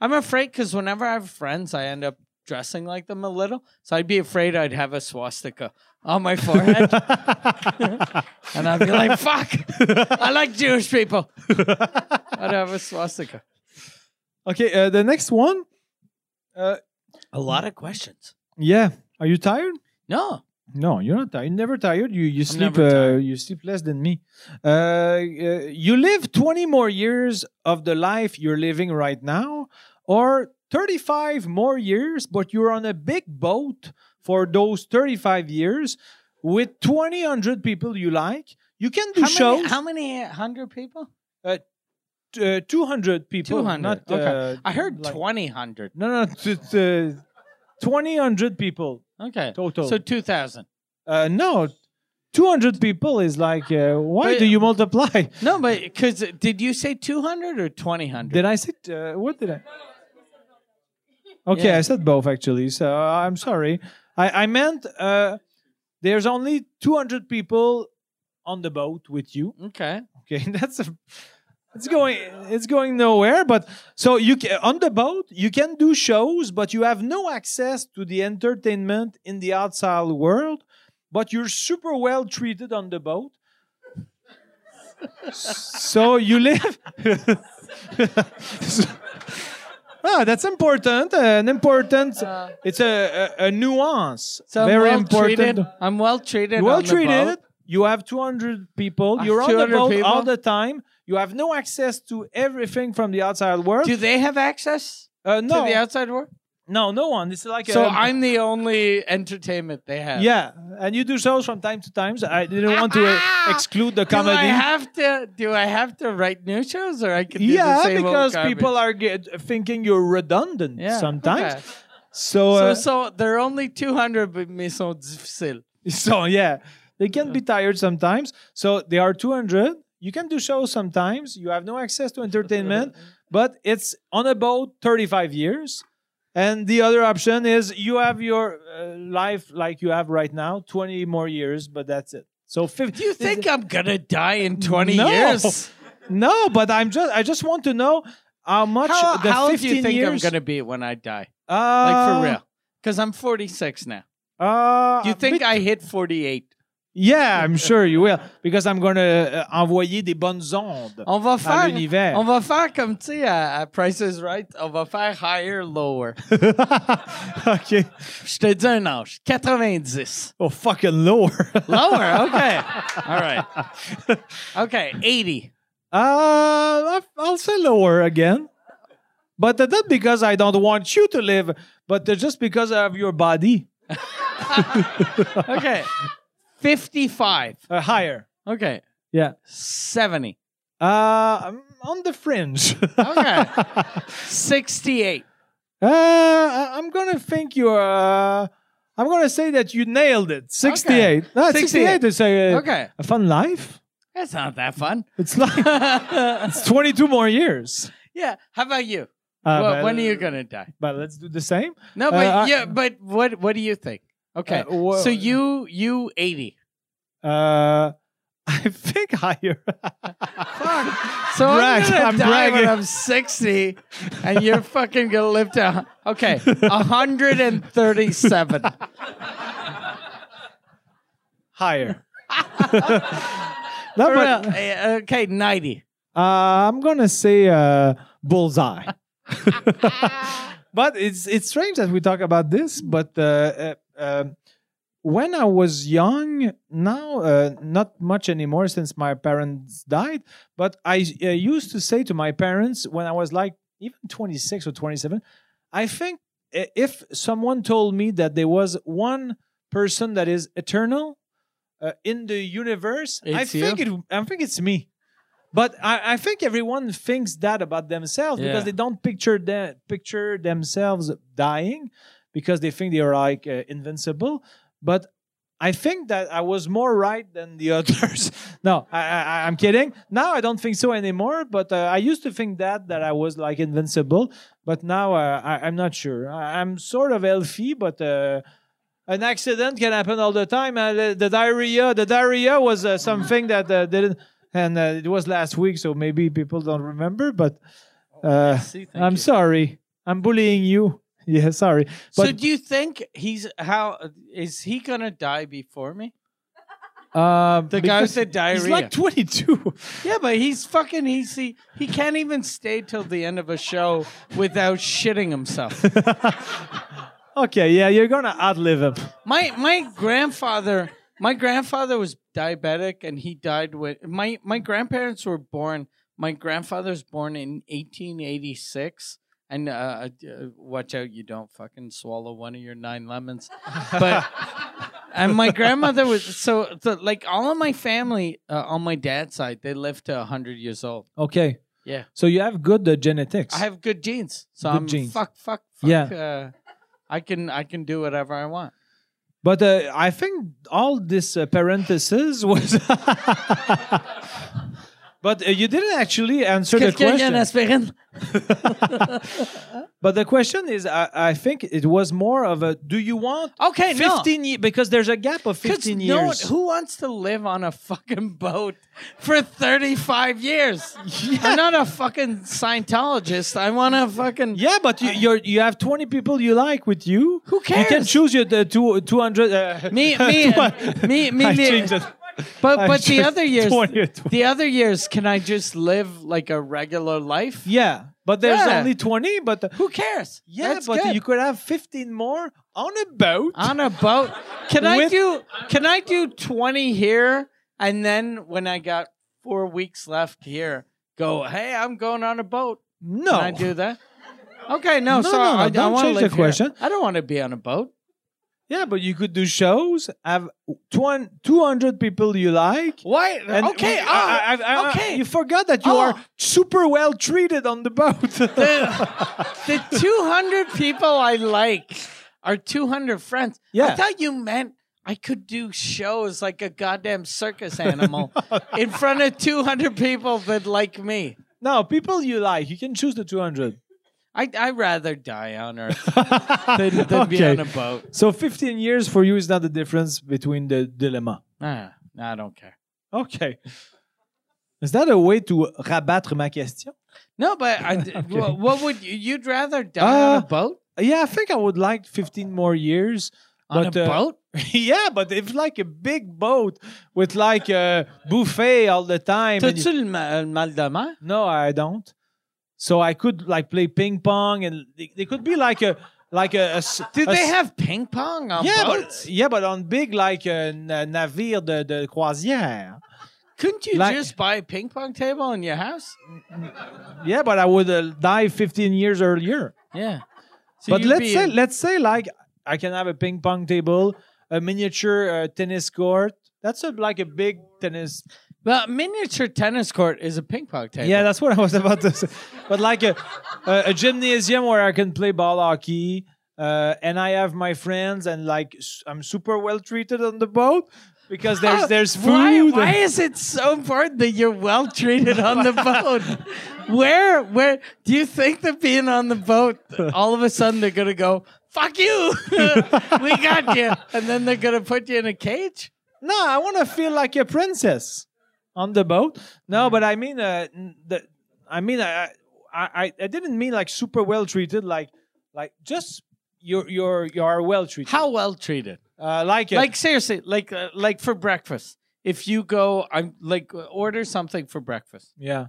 Speaker 2: I'm afraid cuz whenever I have friends I end up dressing like them a little. So I'd be afraid I'd have a swastika on my forehead. And I'd be like, fuck, I like Jewish people. I'd have a swastika.
Speaker 1: okay, uh, the next one. Uh,
Speaker 2: A lot of questions.
Speaker 1: yeah. Are you tired?
Speaker 2: No.
Speaker 1: No, you're not tired. You're never tired. You you sleep
Speaker 2: never
Speaker 1: uh,
Speaker 2: tired.
Speaker 1: you sleep less than me. Uh, uh, you live 20 more years of the life you're living right now, or 35 more years, but you're on a big boat for those 35 years with 20 hundred people you like. You can do
Speaker 2: How
Speaker 1: shows.
Speaker 2: many, how many hundred people?
Speaker 1: uh, 200 people
Speaker 2: 200,
Speaker 1: not uh,
Speaker 2: okay. I heard
Speaker 1: like-
Speaker 2: 20 hundred.
Speaker 1: no no t- t- uh, 200 people
Speaker 2: Okay.
Speaker 1: total
Speaker 2: So 2,000.
Speaker 1: uh, no 200 people is like uh, why
Speaker 2: But-
Speaker 1: do you multiply
Speaker 2: No, but because did you say 200 or 2,000?
Speaker 1: did i say uh, what did i okay
Speaker 2: Yeah.
Speaker 1: i said both actually so uh, i'm sorry i, I meant uh, there's only 200 people on the boat with you
Speaker 2: okay.
Speaker 1: Okay, that's a, it's going it's going nowhere. But so you can, on the boat you can do shows, but you have no access to the entertainment in the outside world. But you're super well treated on the boat. so you live. Ah, that's important. Uh, an important. it's a, a, a nuance.
Speaker 2: So I'm
Speaker 1: Very
Speaker 2: well
Speaker 1: important.
Speaker 2: treated. I'm well treated.
Speaker 1: You well
Speaker 2: on the
Speaker 1: treated.
Speaker 2: boat.
Speaker 1: You have 200 people.
Speaker 2: Uh,
Speaker 1: You're on the
Speaker 2: 200
Speaker 1: boat all
Speaker 2: people.
Speaker 1: the time. You have no access to everything from the outside world.
Speaker 2: Do they have access
Speaker 1: uh,
Speaker 2: to
Speaker 1: no,
Speaker 2: the outside world?
Speaker 1: no, no one. It's like
Speaker 2: So
Speaker 1: a,
Speaker 2: I'm the only entertainment they have.
Speaker 1: yeah, and you do shows from time to time. So I didn't want to uh, exclude the
Speaker 2: Ah, Do I
Speaker 1: comedy.
Speaker 2: have to? Do I have to write new shows, or I can? Do the
Speaker 1: yeah,
Speaker 2: same old
Speaker 1: because
Speaker 2: garbage?
Speaker 1: people are get, thinking you're redundant
Speaker 2: Yeah,
Speaker 1: sometimes.
Speaker 2: okay.
Speaker 1: So,
Speaker 2: So,
Speaker 1: uh, so,
Speaker 2: so there are only 200, but mais sont difficiles.
Speaker 1: yeah, they can be tired sometimes. So they are 200. You can do shows sometimes. You have no access to entertainment, but it's on about 35 years. And the other option is you have your uh, life like you have right now, 20 more years, but that's it. So 50.
Speaker 2: Do you think I'm gonna die in 20
Speaker 1: No.
Speaker 2: years?
Speaker 1: No, but I'm just I just want to know how much
Speaker 2: How,
Speaker 1: the
Speaker 2: how old
Speaker 1: 15
Speaker 2: do you think
Speaker 1: years
Speaker 2: I'm gonna be when I die?
Speaker 1: uh,
Speaker 2: Like for real? Because I'm 46 now.
Speaker 1: Uh,
Speaker 2: Do you
Speaker 1: a
Speaker 2: think
Speaker 1: bit-
Speaker 2: I hit 48?
Speaker 1: Yeah, I'm sure you will because I'm going to uh, envoyer des bonnes ondes.
Speaker 2: On va
Speaker 1: à
Speaker 2: faire,
Speaker 1: l'univers.
Speaker 2: on va faire comme tu sais à, à Price is Right, on va faire higher, lower.
Speaker 1: OK.
Speaker 2: Je te dis un âge, 90.
Speaker 1: Oh fucking lower.
Speaker 2: Lower, okay, all right, okay, 80.
Speaker 1: Uh, I'll- I'll say lower again. But uh, not because I don't want you to live, but uh, just because of your body.
Speaker 2: Okay. 55.
Speaker 1: Uh, higher.
Speaker 2: Okay.
Speaker 1: Yeah.
Speaker 2: 70.
Speaker 1: Uh, I'm on the fringe.
Speaker 2: Okay. 68.
Speaker 1: Uh, I- I'm gonna think you're. Uh, I'm gonna say that you nailed it. 68. No, 68
Speaker 2: 68.
Speaker 1: is a,
Speaker 2: Okay.
Speaker 1: a fun life.
Speaker 2: That's not that fun.
Speaker 1: It's like
Speaker 2: yeah.
Speaker 1: it's 22 more years.
Speaker 2: How about you?
Speaker 1: Uh,
Speaker 2: Well,
Speaker 1: but-
Speaker 2: when are you going to die?
Speaker 1: But let's do the same. Uh,
Speaker 2: No, but
Speaker 1: I-
Speaker 2: yeah, but what what do you think? Okay.
Speaker 1: Uh, wha-
Speaker 2: so you you 80.
Speaker 1: Uh, I think higher.
Speaker 2: So
Speaker 1: Brag,
Speaker 2: I'm, gonna
Speaker 1: I'm
Speaker 2: die
Speaker 1: bragging.
Speaker 2: when I'm 60 and you're fucking going to live to Okay, 137.
Speaker 1: higher. No,
Speaker 2: For
Speaker 1: but,
Speaker 2: real. Uh, okay, 90.
Speaker 1: uh, I'm gonna say uh, bullseye. but it's it's strange that we talk about this. But uh, uh, um, when I was young, now uh, not much anymore since my parents died. But I uh, used to say to my parents when I was like even 26 or 27, I think i- if someone told me that there was one person that is eternal uh, in the universe, I
Speaker 2: It's you?
Speaker 1: think it. I think it's me. But I, I think everyone thinks that about themselves because
Speaker 2: Yeah.
Speaker 1: they don't picture them picture themselves dying because they think they are like uh, invincible. But I think that I was more right than the others. no, I, I, I'm kidding. Now I don't think so anymore. But uh, I used to think that that I was like invincible. But now uh, I, I'm not sure. I, I'm sort of healthy, but. Uh, an accident can happen all the time. Uh, the, the diarrhea, the diarrhea was uh, something that uh, didn't, and uh, it was last week, so maybe people don't remember. But uh,
Speaker 2: See, Oh, thank
Speaker 1: I'm
Speaker 2: you.
Speaker 1: sorry, I'm bullying you. Yeah, sorry.
Speaker 2: so
Speaker 1: But
Speaker 2: do you think he's how is he gonna die before me?
Speaker 1: uh,
Speaker 2: The guy with
Speaker 1: because
Speaker 2: the diarrhea.
Speaker 1: he's like 22.
Speaker 2: yeah, but he's fucking he's he, he can't even stay till the end of a show without shitting himself.
Speaker 1: okay, yeah, you're gonna outlive him.
Speaker 2: my my grandfather my grandfather was diabetic and he died when my my grandparents were born. My grandfather's born in 1886. And uh, uh, watch out, you don't fucking swallow one of your nine lemons. But and my grandmother was so, so like all of my family uh, on my dad's side they lived to 100 years old
Speaker 1: Okay.
Speaker 2: Yeah.
Speaker 1: So you have good uh, genetics.
Speaker 2: i have good genes so
Speaker 1: Good
Speaker 2: i'm
Speaker 1: genes.
Speaker 2: fuck fuck fuck
Speaker 1: Yeah.
Speaker 2: uh, i can i can do whatever i want
Speaker 1: But uh, I think all this uh, parenthesis was. but uh, you didn't actually answer the question. But the question is, I, I think it was more of a: Do you want
Speaker 2: Oh, okay no
Speaker 1: fifteen years? Because there's a gap of
Speaker 2: 'Cause
Speaker 1: fifteen
Speaker 2: no one-
Speaker 1: years.
Speaker 2: who wants to live on a fucking boat for 35 years? I'm not a fucking Scientologist. I want to fucking.
Speaker 1: yeah, but you you're, you have twenty people you like with you.
Speaker 2: Who
Speaker 1: You can
Speaker 2: cares?
Speaker 1: choose your the two two hundred. Uh,
Speaker 2: Me, me,
Speaker 1: two hun-
Speaker 2: me, me,
Speaker 1: I
Speaker 2: me,
Speaker 1: changed it.
Speaker 2: But but the
Speaker 1: just
Speaker 2: other years,
Speaker 1: 20 or 20.
Speaker 2: the other years, can I just live like a regular life?
Speaker 1: Yeah, but there's
Speaker 2: Yeah.
Speaker 1: only 20. But uh,
Speaker 2: Who cares?
Speaker 1: yeah,
Speaker 2: That's
Speaker 1: but
Speaker 2: good.
Speaker 1: you could have 15 more on a boat.
Speaker 2: on a boat. Can I
Speaker 1: With-
Speaker 2: do? Can I do twenty here? And then when I got four weeks left here, go. Hey, I'm going on a boat.
Speaker 1: no,
Speaker 2: Can I do that? Okay, no,
Speaker 1: No,
Speaker 2: sorry.
Speaker 1: no, no,
Speaker 2: I, I
Speaker 1: don't
Speaker 2: wanna
Speaker 1: change the
Speaker 2: live here.
Speaker 1: question.
Speaker 2: I don't want to be on a boat.
Speaker 1: yeah, but you could do shows. Have 20 200 people you like.
Speaker 2: Why?
Speaker 1: And
Speaker 2: okay,
Speaker 1: I-
Speaker 2: oh,
Speaker 1: I- I- uh, I-
Speaker 2: okay.
Speaker 1: You forgot that you
Speaker 2: Oh.
Speaker 1: are super well treated on the boat.
Speaker 2: the 200 people I like are 200 friends. I
Speaker 1: Yeah.
Speaker 2: thought you meant I could do shows like a goddamn circus animal in front of 200 people that like me.
Speaker 1: no, people you like. You can choose the 200.
Speaker 2: I, I'd rather die on Earth than, than be
Speaker 1: Okay.
Speaker 2: on a boat.
Speaker 1: So 15 years for you is not the difference between the dilemma.
Speaker 2: Ah, I don't care.
Speaker 1: Okay. Is that a way to rabattre ma question?
Speaker 2: No, but I, wha- what would you, you'd rather die on
Speaker 1: Uh,
Speaker 2: a boat?
Speaker 1: Yeah, I think I would like 15 more years.
Speaker 2: On
Speaker 1: but,
Speaker 2: a
Speaker 1: uh,
Speaker 2: boat?
Speaker 1: yeah, but if like a big boat with like a buffet all the time. and you-
Speaker 2: T'as-tu le
Speaker 1: euh,
Speaker 2: ma- le mal de mer?
Speaker 1: No, I don't. So I could like play ping pong, and they, they could be like a like a. a s-
Speaker 2: Did
Speaker 1: a
Speaker 2: they
Speaker 1: s-
Speaker 2: have ping pong on
Speaker 1: Yeah,
Speaker 2: boats?
Speaker 1: but yeah, but on big like a na- navire de, de croisière.
Speaker 2: Couldn't you
Speaker 1: like-
Speaker 2: just buy a ping pong table in your house?
Speaker 1: Yeah, but I would uh, die 15 years earlier.
Speaker 2: Yeah. So
Speaker 1: but
Speaker 2: you'd
Speaker 1: let's
Speaker 2: be
Speaker 1: say
Speaker 2: a-
Speaker 1: let's say like I can have a ping pong table, a miniature uh, tennis court. That's a, like a big tennis.
Speaker 2: well, a miniature tennis court is a ping pong table.
Speaker 1: Yeah, that's what I was about to say. But like a, a, a gymnasium where I can play ball hockey, uh, and I have my friends, and like s- I'm super well treated on the boat because there's there's food.
Speaker 2: Oh, Why,
Speaker 1: and-
Speaker 2: why is it so important that you're well treated on the boat? Where where do you think that being on the boat, all of a sudden they're gonna go, "Fuck you, we got you," and then they're gonna put you in a cage?
Speaker 1: No, I want to feel like a princess on the boat.
Speaker 2: Mm-hmm.
Speaker 1: No, but I mean, uh, n- the, I mean, I, I, I- I didn't mean like super well treated. Like, like just you're you're you are well treated.
Speaker 2: How well treated?
Speaker 1: Uh, like,
Speaker 2: Like seriously, like uh, like for breakfast. If you go, I'm like uh, order something for breakfast.
Speaker 1: yeah,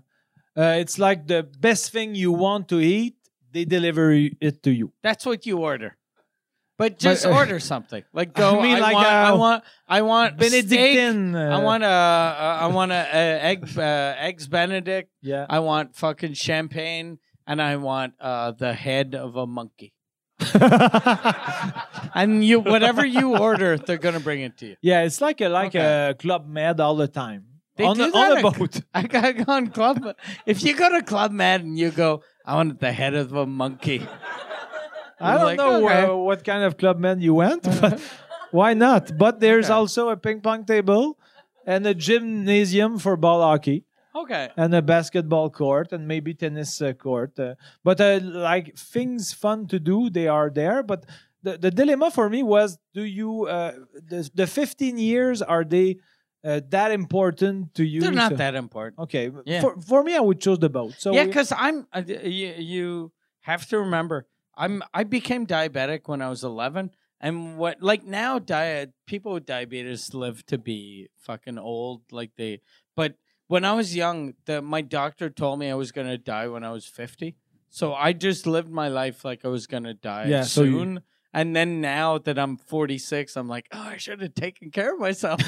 Speaker 1: uh, it's like the best thing you want to eat. They deliver y- it to you.
Speaker 2: That's what you order. But just
Speaker 1: uh,
Speaker 2: order something. Like go. I,
Speaker 1: mean, like,
Speaker 2: want, I
Speaker 1: uh,
Speaker 2: want. I want Steak.
Speaker 1: Benedictine. uh,
Speaker 2: I want a. I want a, uh egg. Uh, eggs Benedict.
Speaker 1: Yeah.
Speaker 2: I want fucking champagne, and I want uh, the head of a monkey. And you, whatever you order, they're gonna bring it to you.
Speaker 1: yeah, it's like a like
Speaker 2: Okay.
Speaker 1: a club med all the time
Speaker 2: They
Speaker 1: on
Speaker 2: do
Speaker 1: a, on
Speaker 2: that
Speaker 1: a
Speaker 2: at-
Speaker 1: boat.
Speaker 2: I got on club. If you go to Club Med and you go, I want the head of a monkey.
Speaker 1: I don't
Speaker 2: Like,
Speaker 1: know
Speaker 2: okay.
Speaker 1: uh, what kind of club man you went, but why not? But there's
Speaker 2: Okay.
Speaker 1: also a ping pong table and a gymnasium for ball hockey
Speaker 2: Okay.
Speaker 1: and a basketball court and maybe tennis uh, court. Uh, but uh, like things fun to do, they are there. But the, the dilemma for me was do you, uh, the, the 15 years, are they uh, that important to you?
Speaker 2: They're
Speaker 1: So-
Speaker 2: not that important.
Speaker 1: Okay.
Speaker 2: Yeah.
Speaker 1: For, for me, I would choose the boat. So
Speaker 2: Yeah,
Speaker 1: we-
Speaker 2: because I'm uh, d- you, you have to remember I'm I became diabetic when I was 11, and what like now diet people with diabetes live to be fucking old, like they. But when I was young, the, my doctor told me I was gonna die when I was 50, so I just lived my life like I was gonna die
Speaker 1: Yeah, so you-
Speaker 2: soon. and then now that I'm 46, I'm like, oh, I should have taken care of myself.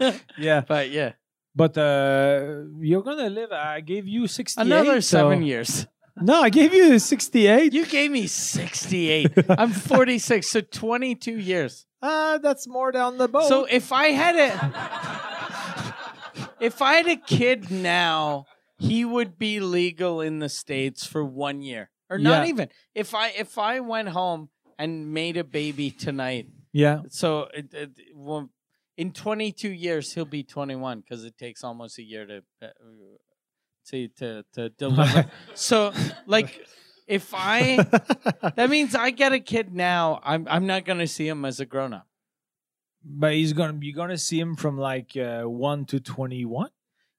Speaker 1: yeah.
Speaker 2: but yeah,
Speaker 1: But uh, you're going to live. I gave you 68.
Speaker 2: another
Speaker 1: so-
Speaker 2: seven years.
Speaker 1: No, I gave you 68.
Speaker 2: You gave me 68. I'm 46, so 22 years.
Speaker 1: Ah, that's more down the boat.
Speaker 2: So if I had a if I had a kid now, he would be legal in the states for 1 year. Or not
Speaker 1: Yeah.
Speaker 2: even. If I if I went home and made a baby tonight,
Speaker 1: yeah,
Speaker 2: so it, it, well, in 22 years he'll be 21 cuz it takes almost a year to uh, to to, to deliver. so like if I that means I get a kid now. I'm I'm not gonna see him as a grown up.
Speaker 1: but he's gonna you're gonna see him from like uh, one to twenty one.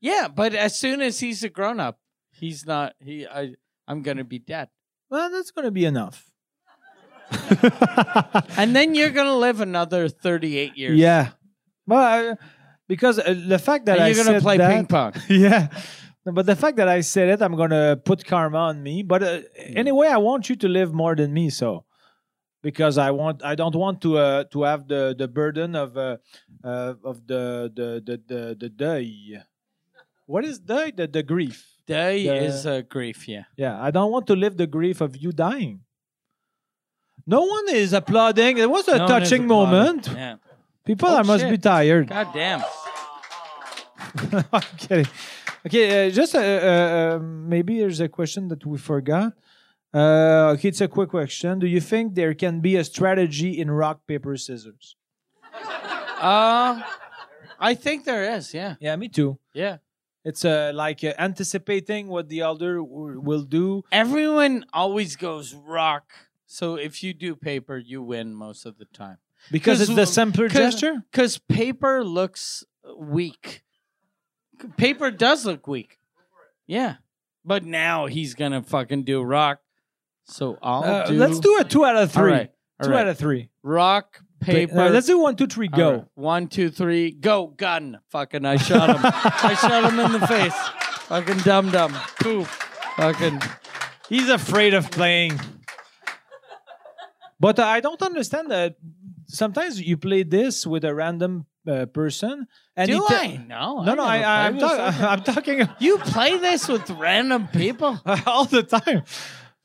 Speaker 2: Yeah, but as soon as he's a grown up, he's not. He I I'm gonna be dead,
Speaker 1: Well, that's gonna be enough.
Speaker 2: and then you're gonna live another 38 years.
Speaker 1: yeah, but because uh, the fact that I
Speaker 2: And you're gonna
Speaker 1: said
Speaker 2: play
Speaker 1: that,
Speaker 2: ping pong.
Speaker 1: yeah. No, But the fact that I said it, I'm gonna put karma on me. But uh,
Speaker 2: Hmm.
Speaker 1: anyway, I want you to live more than me, so because I want, I don't want to uh, to have the the burden of uh, uh, of the the the the the deuil. What is deuil? The the grief.
Speaker 2: Day
Speaker 1: The-
Speaker 2: is a grief, yeah.
Speaker 1: Yeah, I don't want to live the grief of you dying. No one is applauding. It was a
Speaker 2: No one is
Speaker 1: touching
Speaker 2: applauding.
Speaker 1: moment.
Speaker 2: Yeah.
Speaker 1: People,
Speaker 2: Oh,
Speaker 1: I must be
Speaker 2: shit.
Speaker 1: tired.
Speaker 2: God damn.
Speaker 1: I'm kidding. Okay, uh, just uh, uh, uh, maybe there's a question that we forgot. Uh, okay, it's a quick question. Do you think there can be a strategy in rock paper scissors?
Speaker 2: Uh, I think there is, yeah.
Speaker 1: Yeah, me too.
Speaker 2: Yeah.
Speaker 1: It's uh, like uh, anticipating what the elder w- will do.
Speaker 2: Everyone always goes rock. So if you do paper, you win most of the time.
Speaker 1: Because it's the
Speaker 2: 'Cause-
Speaker 1: simpler
Speaker 2: 'cause-
Speaker 1: gesture.
Speaker 2: Because paper looks weak. Paper does look weak. Yeah. But now he's going to fucking do rock. So I'll
Speaker 1: Uh,
Speaker 2: do.
Speaker 1: let's do a two out of
Speaker 2: All
Speaker 1: three.
Speaker 2: right, all
Speaker 1: Two
Speaker 2: right.
Speaker 1: out of three.
Speaker 2: rock, paper.
Speaker 1: Uh, let's do one, two, three,
Speaker 2: All
Speaker 1: go.
Speaker 2: right. One, two, three, go. Gun. Fucking, I shot him. I shot him in the face. Fucking dum dum. Poof. Fucking.
Speaker 1: He's afraid of playing. But uh, I don't understand that. Sometimes you play this with a random uh, person, and he
Speaker 2: Do
Speaker 1: te-
Speaker 2: I? No.
Speaker 1: No, no, I,
Speaker 2: never
Speaker 1: I,
Speaker 2: played
Speaker 1: am
Speaker 2: with
Speaker 1: talk-
Speaker 2: someone.
Speaker 1: I'm talking
Speaker 2: You play this with random people?
Speaker 1: all the time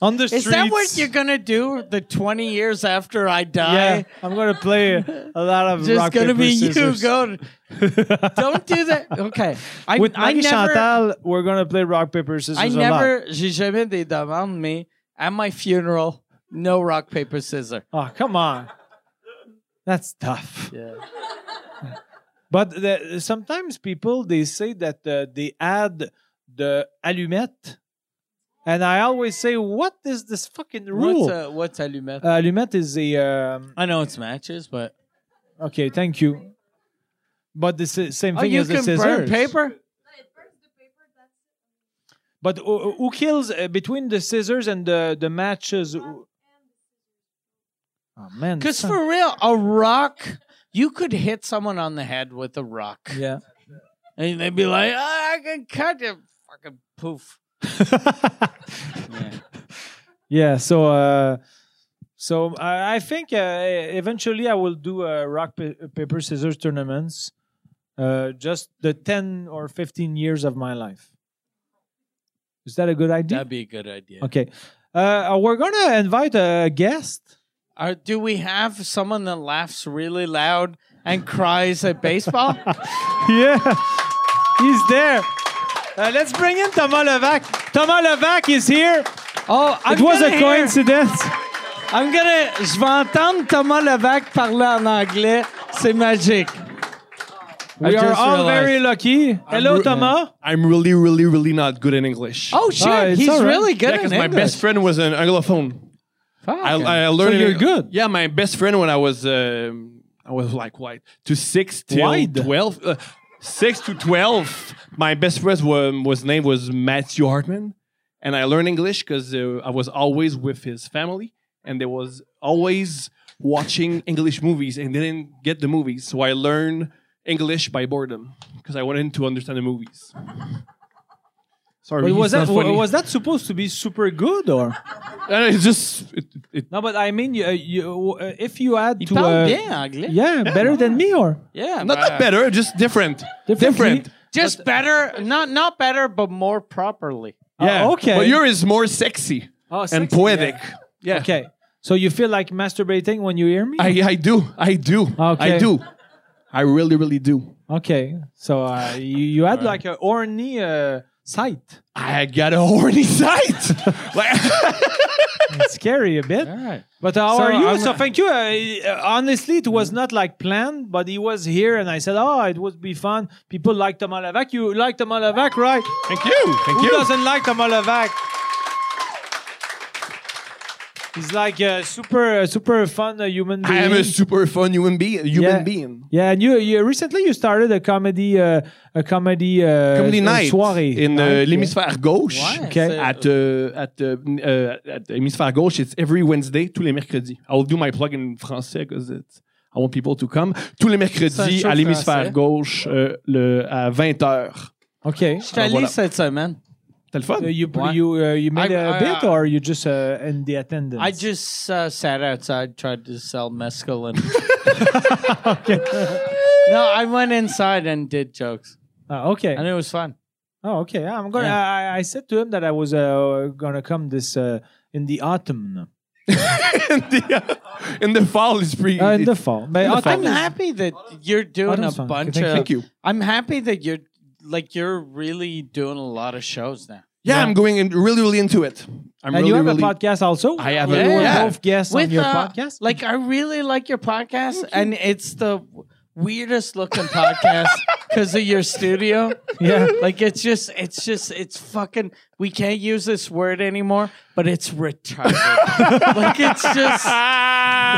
Speaker 1: on the
Speaker 2: Is
Speaker 1: streets.
Speaker 2: that what you're gonna do? The 20 years after I die,
Speaker 1: Yeah, I'm gonna play a lot of
Speaker 2: just
Speaker 1: rock,
Speaker 2: gonna
Speaker 1: paper,
Speaker 2: be
Speaker 1: scissors.
Speaker 2: you. Go. Don't do that. Okay. I,
Speaker 1: With
Speaker 2: I
Speaker 1: Maggie
Speaker 2: never,
Speaker 1: Chantal, we're gonna play rock paper scissors.
Speaker 2: I
Speaker 1: A lot.
Speaker 2: never. J'ai jamais des demandes, mais at my funeral, no rock paper scissors.
Speaker 1: Oh come on, that's tough.
Speaker 2: Yeah.
Speaker 1: But the, sometimes people they say that uh, they add the allumette, and I always say, what is this fucking rule?
Speaker 2: What's uh, what's allumette?
Speaker 1: Uh, allumette is a um,
Speaker 2: I know it's matches, but
Speaker 1: okay. Thank you. But the s-
Speaker 2: Oh,
Speaker 1: same thing as the scissors.
Speaker 2: paper.
Speaker 1: But who, who kills uh, between the scissors and the the matches? who- Oh man!
Speaker 2: Because
Speaker 1: son-
Speaker 2: for real, a rock, you could hit someone on the head with a rock,
Speaker 1: yeah,
Speaker 2: and they'd be like, oh, "I can cut you." Fucking poof. Yeah.
Speaker 1: yeah. So uh, so I, I think uh, eventually I will do a rock pa- paper scissors tournaments. Uh, just the ten or fifteen years of my life. Is that a good idea?
Speaker 2: That'd be a good idea.
Speaker 1: Okay, uh, we're gonna invite a guest.
Speaker 2: Are, Uh, do we have someone that laughs really loud and cries at baseball?
Speaker 1: Yeah, he's there. Uh, let's bring in Thomas Levac. Thomas Levac is here.
Speaker 2: oh, I'm
Speaker 1: it was a
Speaker 2: gonna hear-
Speaker 1: coincidence.
Speaker 2: I'm gonna. Je vais entendre Thomas Levac parler en anglais. C'est magique. I
Speaker 1: We are
Speaker 2: just
Speaker 1: all
Speaker 2: realized.
Speaker 1: very lucky. Hello,
Speaker 4: ru-
Speaker 1: Thomas.
Speaker 4: I'm really, really, really not good in English.
Speaker 2: Oh shit,
Speaker 1: Ah, it's
Speaker 2: he's
Speaker 1: all right.
Speaker 2: really good
Speaker 4: yeah,
Speaker 2: in
Speaker 4: because my best friend was an Anglophone. I, I
Speaker 1: So
Speaker 4: learned. in-
Speaker 1: you're good.
Speaker 4: Yeah, my best friend when I was um, I was like what to six till
Speaker 1: Wide.
Speaker 4: twelve, uh, six to twelve. My best friend was, was name was Matthew Hartman, and I learned English because uh, I was always with his family, and they was always watching English movies, and they didn't get the movies, so I learned English by boredom because I wanted to understand the movies. Sorry,
Speaker 1: But was
Speaker 4: it's
Speaker 1: that
Speaker 4: not funny.
Speaker 1: was that supposed to be super good or
Speaker 4: Uh, it's just it, it,
Speaker 1: no? But I mean, you, uh, you uh, if you add
Speaker 2: Il
Speaker 1: to
Speaker 2: parle
Speaker 1: uh,
Speaker 2: bien anglais.
Speaker 1: yeah, better than me or
Speaker 2: Yeah,
Speaker 4: not
Speaker 2: but- uh,
Speaker 4: that better, just different.
Speaker 1: Differently?
Speaker 4: Different.
Speaker 2: Just better, not not better, but more properly.
Speaker 4: Yeah.
Speaker 1: Oh, okay.
Speaker 4: But yours is more sexy
Speaker 1: Oh,
Speaker 4: and
Speaker 1: sexy,
Speaker 4: poetic. Yeah.
Speaker 1: Okay, so you feel like masturbating when you hear me?
Speaker 4: I, I do. I do.
Speaker 1: Okay.
Speaker 4: I do. I really, really do.
Speaker 1: okay, so uh, you you had like a horny uh, sight.
Speaker 4: I got a horny sight. like,
Speaker 1: It's scary a bit.
Speaker 2: right.
Speaker 1: But how
Speaker 2: So
Speaker 1: are you?
Speaker 2: I'm-
Speaker 1: so thank you. Uh, honestly, it was not like planned, but he was here, and I said, "Oh, it would be fun." People like Tomalavac. You like Tomalavac, right?
Speaker 4: thank you. Thank
Speaker 1: Who
Speaker 4: you.
Speaker 1: doesn't like Tomalavac? He's like a super, uh, super fun uh, human being.
Speaker 4: I am a super fun human being. Human
Speaker 1: yeah.
Speaker 4: being.
Speaker 1: Yeah, and you, you recently you started a comedy, uh, a comedy, uh,
Speaker 4: Comedy
Speaker 1: uh,
Speaker 4: night
Speaker 1: soirée.
Speaker 4: in uh,
Speaker 1: Night, yeah.
Speaker 4: l'hémisphère gauche.
Speaker 2: Why?
Speaker 1: Okay.
Speaker 2: So-
Speaker 4: At uh, at uh, uh, at l'hémisphère gauche, it's every Wednesday, tous les mercredis. I will do my plug in français because it's I want people to come. Tous les mercredis
Speaker 2: show
Speaker 4: à l'hémisphère
Speaker 2: français.
Speaker 4: gauche euh, le, à 20h.
Speaker 1: Okay.
Speaker 2: Je suis allé
Speaker 4: voilà.
Speaker 2: cette semaine.
Speaker 4: T'as le Oh, fun?
Speaker 1: So you
Speaker 2: Why?
Speaker 1: you uh, you made a
Speaker 2: I- I-
Speaker 1: bit,
Speaker 2: I-
Speaker 1: or you just uh, in the attendance?
Speaker 2: I just uh, sat outside, tried to sell mezcal, and no, I went inside and did jokes,
Speaker 1: Ah, okay.
Speaker 2: and it was fun.
Speaker 1: Oh, okay. I'm gonna.
Speaker 2: Yeah.
Speaker 1: I, I said to him that I was uh, gonna come this uh, in the autumn,
Speaker 4: in, the, in the fall is pretty...
Speaker 1: uh, in the fall. But
Speaker 4: the fall.
Speaker 1: autumn
Speaker 2: I'm
Speaker 1: is-
Speaker 2: happy that you're doing a
Speaker 1: Autumn's fun.
Speaker 2: bunch
Speaker 1: Thank-
Speaker 2: of.
Speaker 4: Thank you.
Speaker 2: I'm happy that you're like you're really doing a lot of shows now.
Speaker 4: Yeah, I'm going in, really, really into it.
Speaker 1: and
Speaker 4: I'm really,
Speaker 1: you have
Speaker 4: really...
Speaker 1: a podcast also.
Speaker 4: I have
Speaker 1: You
Speaker 2: a-
Speaker 1: were
Speaker 4: yeah.
Speaker 1: both guests on your
Speaker 2: uh,
Speaker 1: podcast.
Speaker 2: Like I really like your podcast, and it's the w- weirdest looking podcast because of your studio.
Speaker 1: Yeah.
Speaker 2: like it's just, it's just, it's fucking. We can't use this word anymore, but it's retarded. like it's just
Speaker 4: Ah!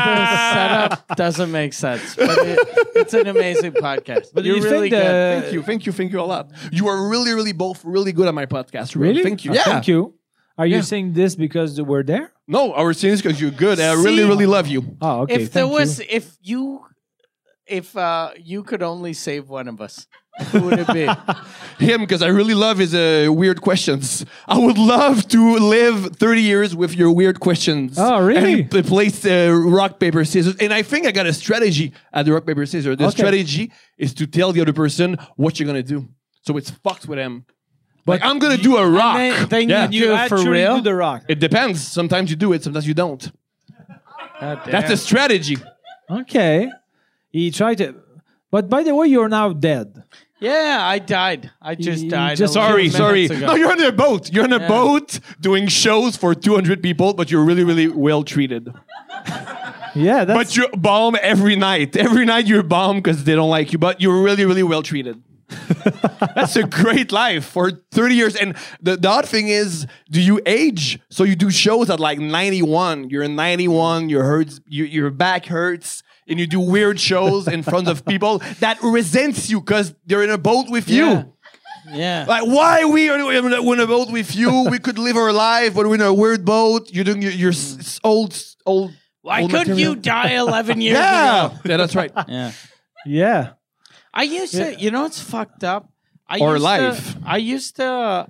Speaker 2: the setup doesn't make sense. But it, it's an amazing podcast.
Speaker 1: But do
Speaker 2: You're
Speaker 1: you think
Speaker 2: really
Speaker 1: the-
Speaker 2: good.
Speaker 4: Thank you, thank you, thank you a lot. You are really, really both really good at my podcast. Ruben. Thank you.
Speaker 1: Uh,
Speaker 4: Yeah.
Speaker 1: Thank you. Are you
Speaker 4: Yeah.
Speaker 1: saying this because we're there?
Speaker 4: No, our scenes because you're good. I
Speaker 2: See?
Speaker 4: really, really love you.
Speaker 1: Oh, okay.
Speaker 2: if there
Speaker 1: thank you.
Speaker 2: was, if you, if uh, you could only save one of us, who would it be?
Speaker 4: Him because I really love his uh, weird questions. I would love to live 30 years with your weird questions.
Speaker 1: Oh, really?
Speaker 4: And p- place uh, rock, paper, scissors. And I think I got a strategy at the rock, paper, scissors. The
Speaker 1: Okay.
Speaker 4: strategy is to tell the other person what you're going to do. So it's fucked with him. But I'm going to do a rock.
Speaker 2: then- then
Speaker 4: yeah.
Speaker 2: you- for
Speaker 1: actually
Speaker 2: real?
Speaker 1: do the rock.
Speaker 4: it depends. Sometimes you do it, sometimes you don't.
Speaker 2: God damn.
Speaker 4: That's a strategy.
Speaker 1: Okay. He tried to. But by the way, you're now dead.
Speaker 2: Yeah, I died. I just
Speaker 1: You
Speaker 2: died.
Speaker 1: just-
Speaker 2: a little
Speaker 4: Sorry,
Speaker 2: minutes
Speaker 4: sorry.
Speaker 2: ago.
Speaker 4: No, you're on a boat. You're on a boat doing shows for 200 people, but you're really, really well treated.
Speaker 1: Yeah, that's
Speaker 4: But you bomb every night. Every night you're bomb because they don't like you, but you're really, really well treated. That's a great life for 30 years. And the, the odd thing is, do you age? So you do shows at like 91. You're 91, your, hurts, you, your back hurts, and you do weird shows in front of people that resents you because they're in a boat with
Speaker 2: Yeah.
Speaker 4: you.
Speaker 2: Yeah.
Speaker 4: Like, why we are we are in a boat with you? We could live our life, but we're in a weird boat. You're doing your, your s- s- old s- old.
Speaker 2: Why
Speaker 4: old
Speaker 2: couldn't
Speaker 4: material.
Speaker 2: you die 11 years ago?
Speaker 4: Yeah, yeah, that's right.
Speaker 2: Yeah.
Speaker 1: yeah.
Speaker 2: I used to, you know, it's fucked up. I
Speaker 4: Or
Speaker 2: used
Speaker 4: life.
Speaker 2: To, I used to, uh,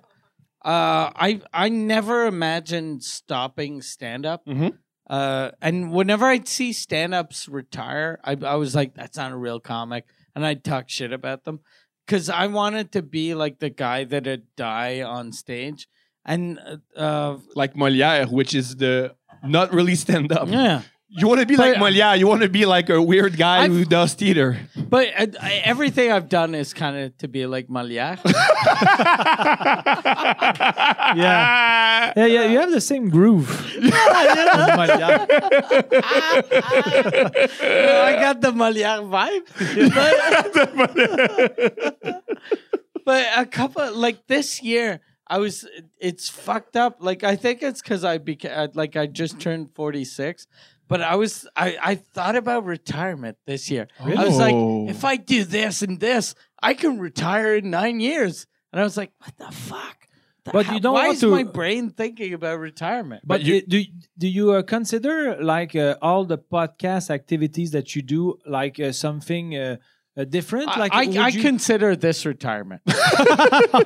Speaker 2: I I never imagined stopping stand up.
Speaker 4: Mhm.
Speaker 2: Uh, and whenever I'd see stand ups retire, I, I was like, that's not a real comic. And I'd talk shit about them because I wanted to be like the guy that'd die on stage. And uh, uh,
Speaker 4: Like Molière, which is the not really stand up.
Speaker 2: yeah.
Speaker 4: You want to be like
Speaker 2: But-
Speaker 4: Molière. You want to be like a weird guy
Speaker 2: I've-
Speaker 4: who does theater.
Speaker 2: But uh, I, everything I've done is kind of to be like Molière.
Speaker 1: Yeah. Yeah, yeah, you have the same groove.
Speaker 2: I got the Molière vibe. But, but a couple, like this year, I was, it's fucked up. Like, I think it's because I became, like, I just turned 46. But I was, I, I thought about retirement this year. I was
Speaker 4: Oh.
Speaker 2: like, if I do this and this, I can retire in nine years. And I was like, what the fuck?
Speaker 1: But you don't
Speaker 2: Why
Speaker 1: want
Speaker 2: is
Speaker 1: to-
Speaker 2: my brain thinking about retirement?
Speaker 1: But
Speaker 4: you-
Speaker 1: uh, do do you uh, consider like uh, all the podcast activities that you do like uh, something uh, uh, different?
Speaker 2: I-
Speaker 1: Like
Speaker 2: I,
Speaker 1: would
Speaker 2: I
Speaker 1: you-
Speaker 2: consider this retirement.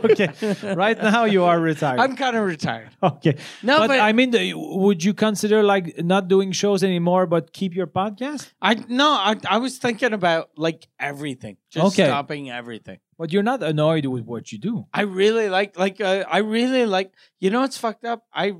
Speaker 1: okay. Right now you are retired.
Speaker 2: I'm kind of retired.
Speaker 1: okay.
Speaker 2: No,
Speaker 1: but,
Speaker 2: but-
Speaker 1: I mean, the- would you consider like not doing shows anymore, but keep your podcast?
Speaker 2: I no, I, I was thinking about like everything, just
Speaker 1: Okay.
Speaker 2: stopping everything.
Speaker 1: But you're not annoyed with what you do.
Speaker 2: I really like like uh, I really like you know what's fucked up. I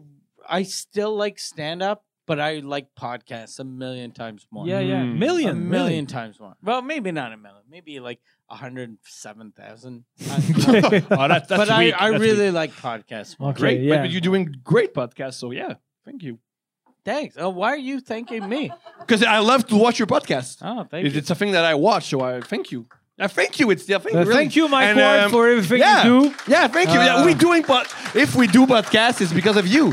Speaker 2: I still like stand up, but I like podcasts a million times more.
Speaker 1: Yeah, yeah,
Speaker 4: Mm.
Speaker 2: a
Speaker 1: million,
Speaker 2: million times more. Well, maybe not a million, maybe like hundred seven thousand.
Speaker 1: really.
Speaker 2: But
Speaker 4: Oh, that, that's
Speaker 2: I
Speaker 4: weak.
Speaker 2: I
Speaker 4: That's
Speaker 2: really
Speaker 4: weak.
Speaker 2: like podcasts. More.
Speaker 1: okay,
Speaker 4: great. But-
Speaker 1: yeah.
Speaker 4: But you're doing great podcasts. So yeah, thank you.
Speaker 2: Thanks. Oh, why are you thanking me?
Speaker 4: Because I love to watch your podcast.
Speaker 2: Oh, thank
Speaker 4: It-
Speaker 2: you.
Speaker 4: It's a thing that I watch. So I thank you. I thank you. It's yeah, thank
Speaker 1: Uh,
Speaker 4: you. really.
Speaker 1: Thank you, Mike
Speaker 4: And,
Speaker 1: Ward,
Speaker 4: um,
Speaker 1: for everything
Speaker 4: yeah.
Speaker 1: you do.
Speaker 4: Yeah, thank you.
Speaker 1: Uh,
Speaker 4: yeah, we doing but if we do podcasts, it's because of you.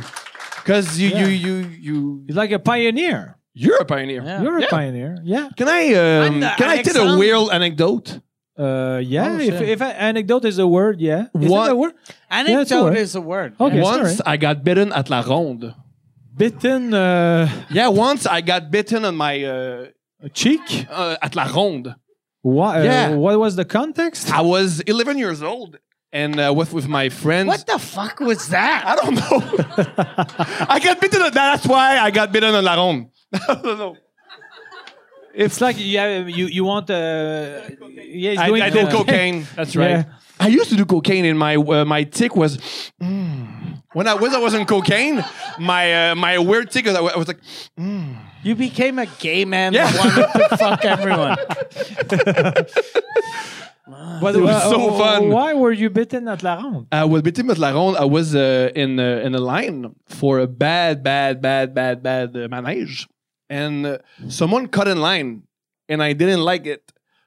Speaker 4: Because you,
Speaker 1: Yeah.
Speaker 4: you you you
Speaker 1: He's like a pioneer.
Speaker 4: you're a pioneer.
Speaker 2: Yeah.
Speaker 1: You're
Speaker 4: Yeah.
Speaker 1: a pioneer. Yeah.
Speaker 4: Can I um,
Speaker 2: I'm the
Speaker 4: can I tell a
Speaker 2: Alexandre.
Speaker 4: weird anecdote?
Speaker 1: Uh, yeah.
Speaker 2: Oh,
Speaker 1: if,
Speaker 2: shit.
Speaker 1: if a- anecdote is a word, yeah. Is
Speaker 4: What-
Speaker 1: that a word? it's all
Speaker 2: Anecdote
Speaker 1: right.
Speaker 2: is a word.
Speaker 1: Okay.
Speaker 4: once
Speaker 1: sorry.
Speaker 4: I got bitten at La Ronde.
Speaker 1: Bitten. Uh,
Speaker 4: Yeah, once I got bitten on my uh,
Speaker 1: A cheek?
Speaker 4: uh, at La Ronde.
Speaker 1: What, uh,
Speaker 4: Yeah.
Speaker 1: what was the context?
Speaker 4: I was 11 years old and uh, with, with my friends.
Speaker 2: What the fuck was that?
Speaker 4: I don't know. I got bitten. on- That's why I got bitten on La Ronde. I don't know.
Speaker 1: It's like yeah, you you want uh, yeah, he's
Speaker 4: I,
Speaker 1: doing
Speaker 4: I did
Speaker 1: coke.
Speaker 4: cocaine. That's
Speaker 1: Yeah.
Speaker 4: right. I used to do cocaine, and my uh, my tick was "Mm." when I was I was on cocaine. My uh, my weird tick was I wa- I was like
Speaker 2: You became a gay man that
Speaker 4: Yeah.
Speaker 2: wanted to fuck everyone.
Speaker 1: But,
Speaker 4: It was
Speaker 1: uh,
Speaker 4: so
Speaker 1: uh,
Speaker 4: fun.
Speaker 1: Why were you bitten at La Ronde?
Speaker 4: I was bitten Uh, at La Ronde. I was uh, in uh, in a line for a bad bad bad bad bad uh, manège, and uh, someone cut in line, and I didn't like it,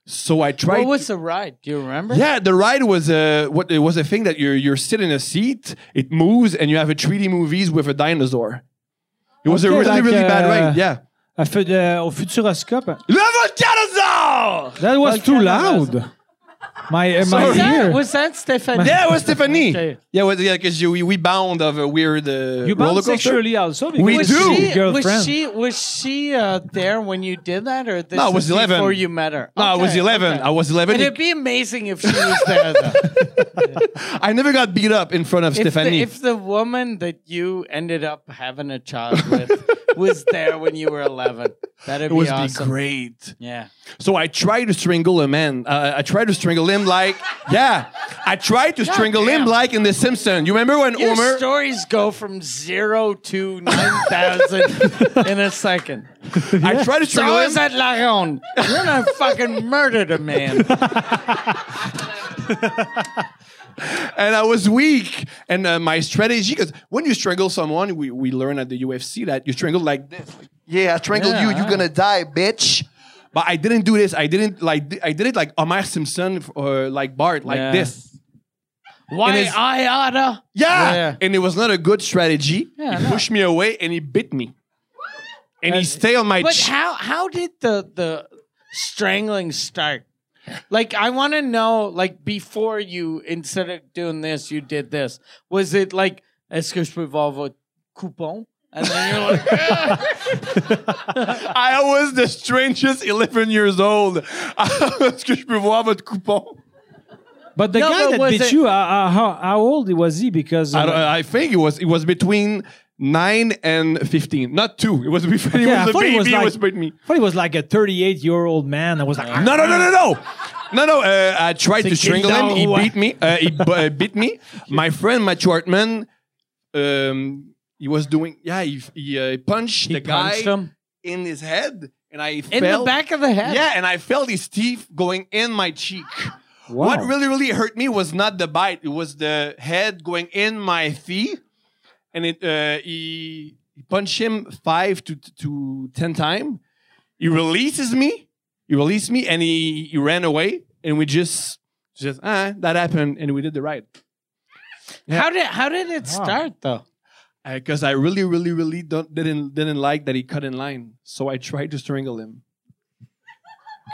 Speaker 4: so I tried.
Speaker 2: What was the ride? Do you remember?
Speaker 4: Yeah, the ride was a what it was a thing that you're you're sitting in a seat, it moves, and you have a 3D movies with a dinosaur. It was a
Speaker 1: Okay,
Speaker 4: really
Speaker 1: like,
Speaker 4: really bad
Speaker 1: uh,
Speaker 4: ride. Yeah,
Speaker 1: À feu de- uh, au Futuroscope.
Speaker 4: you have a dinosaur.
Speaker 1: That was
Speaker 2: Volcano
Speaker 1: too
Speaker 2: was-
Speaker 1: loud. My uh, my
Speaker 2: Was
Speaker 1: ear.
Speaker 2: that, was that Stephanie?
Speaker 4: Yeah, it was Stephanie.
Speaker 2: Okay.
Speaker 4: Yeah, it was, yeah, because you we- we bound of a weird uh,
Speaker 1: you
Speaker 4: roller
Speaker 1: bound
Speaker 4: coaster.
Speaker 1: sexually also. because
Speaker 4: We
Speaker 1: it's
Speaker 2: Was
Speaker 4: do.
Speaker 1: your
Speaker 2: she,
Speaker 1: girlfriend.
Speaker 2: was she was she uh, there when you did that, or this
Speaker 4: No, I was
Speaker 2: is
Speaker 4: 11.
Speaker 2: before you met her?
Speaker 4: No, I was
Speaker 2: Okay,
Speaker 4: 11.
Speaker 2: okay.
Speaker 4: I was 11.
Speaker 2: And it'd be amazing if she was there. Though.
Speaker 4: I never got beat up in front of
Speaker 2: if, the,
Speaker 4: Stephanie.
Speaker 2: if the woman that you ended up having a child with was there when you were 11, that'd
Speaker 4: it would
Speaker 2: be awesome.
Speaker 4: be great.
Speaker 2: Yeah.
Speaker 4: So I tried to strangle a man. Uh, I tried to strangle him like, yeah. I tried to strangle him
Speaker 2: damn.
Speaker 4: like in The Simpsons. You remember when
Speaker 2: Your
Speaker 4: Homer?
Speaker 2: stories go from zero to 9,000 in a second.
Speaker 4: I tried to
Speaker 2: So
Speaker 4: strangle
Speaker 2: I
Speaker 4: him.
Speaker 2: was at La Ronde. You're not fucking murdered a man.
Speaker 4: and I was weak. And uh, my strategy, because when you strangle someone, we, we learn at the UFC that you strangle like this. Like, yeah, I strangled you. You're gonna die, bitch. But I didn't do this. I didn't like. I did it like Omar Simpson or like Bart, like
Speaker 2: Yeah.
Speaker 4: this.
Speaker 2: Why
Speaker 4: It is-
Speaker 2: I oughta?
Speaker 4: Yeah.
Speaker 2: Yeah.
Speaker 4: And it was not a good strategy.
Speaker 2: Yeah,
Speaker 4: he
Speaker 2: no.
Speaker 4: pushed me away and he bit me. And he stayed on my
Speaker 2: But
Speaker 4: chin.
Speaker 2: how how did the the strangling start? Like I want to know, like before you instead of doing this, you did this. Was it like est-ce que je peux voir votre coupon? And then you're like, "Eh,
Speaker 4: I was the strangest 11 years old. Est-ce que je peux voir votre coupon?
Speaker 1: But the
Speaker 2: No,
Speaker 1: guy
Speaker 2: but
Speaker 1: that
Speaker 2: was
Speaker 1: beat
Speaker 2: it-
Speaker 1: you, uh, uh, how, how old was he? Because uh,
Speaker 4: I, don't- I think it was it was between nine and fifteen, not two. It was before he
Speaker 1: Okay, I
Speaker 4: was a
Speaker 1: thought it
Speaker 4: baby.
Speaker 1: was
Speaker 4: It
Speaker 1: like-
Speaker 4: was with me.
Speaker 1: I thought he was like a 38 year old man. I was like,
Speaker 4: No, no, no, no, no, no, no. Uh, I tried to
Speaker 1: C'est
Speaker 4: strangle him. He
Speaker 1: énorme.
Speaker 4: beat me. Uh, he bu- uh, beat me. My friend Matthew Hartman, um, he was doing. Yeah, he, he uh, punched the
Speaker 2: punched
Speaker 4: guy
Speaker 2: him
Speaker 4: in his head, and I
Speaker 2: in the
Speaker 4: felt
Speaker 2: back of the head.
Speaker 4: Yeah, and I felt his teeth going in my cheek. What really, really hurt me was not the bite; it was the head going in my teeth, and it uh, he, he punched him five to to ten times. He releases me. He released me, and he, he ran away. And we just just ah that happened, and we did the ride
Speaker 2: How did how did it
Speaker 1: Wow.
Speaker 2: start though?
Speaker 4: because I really, really, really don't, didn't didn't like that he cut in line. So I tried to strangle him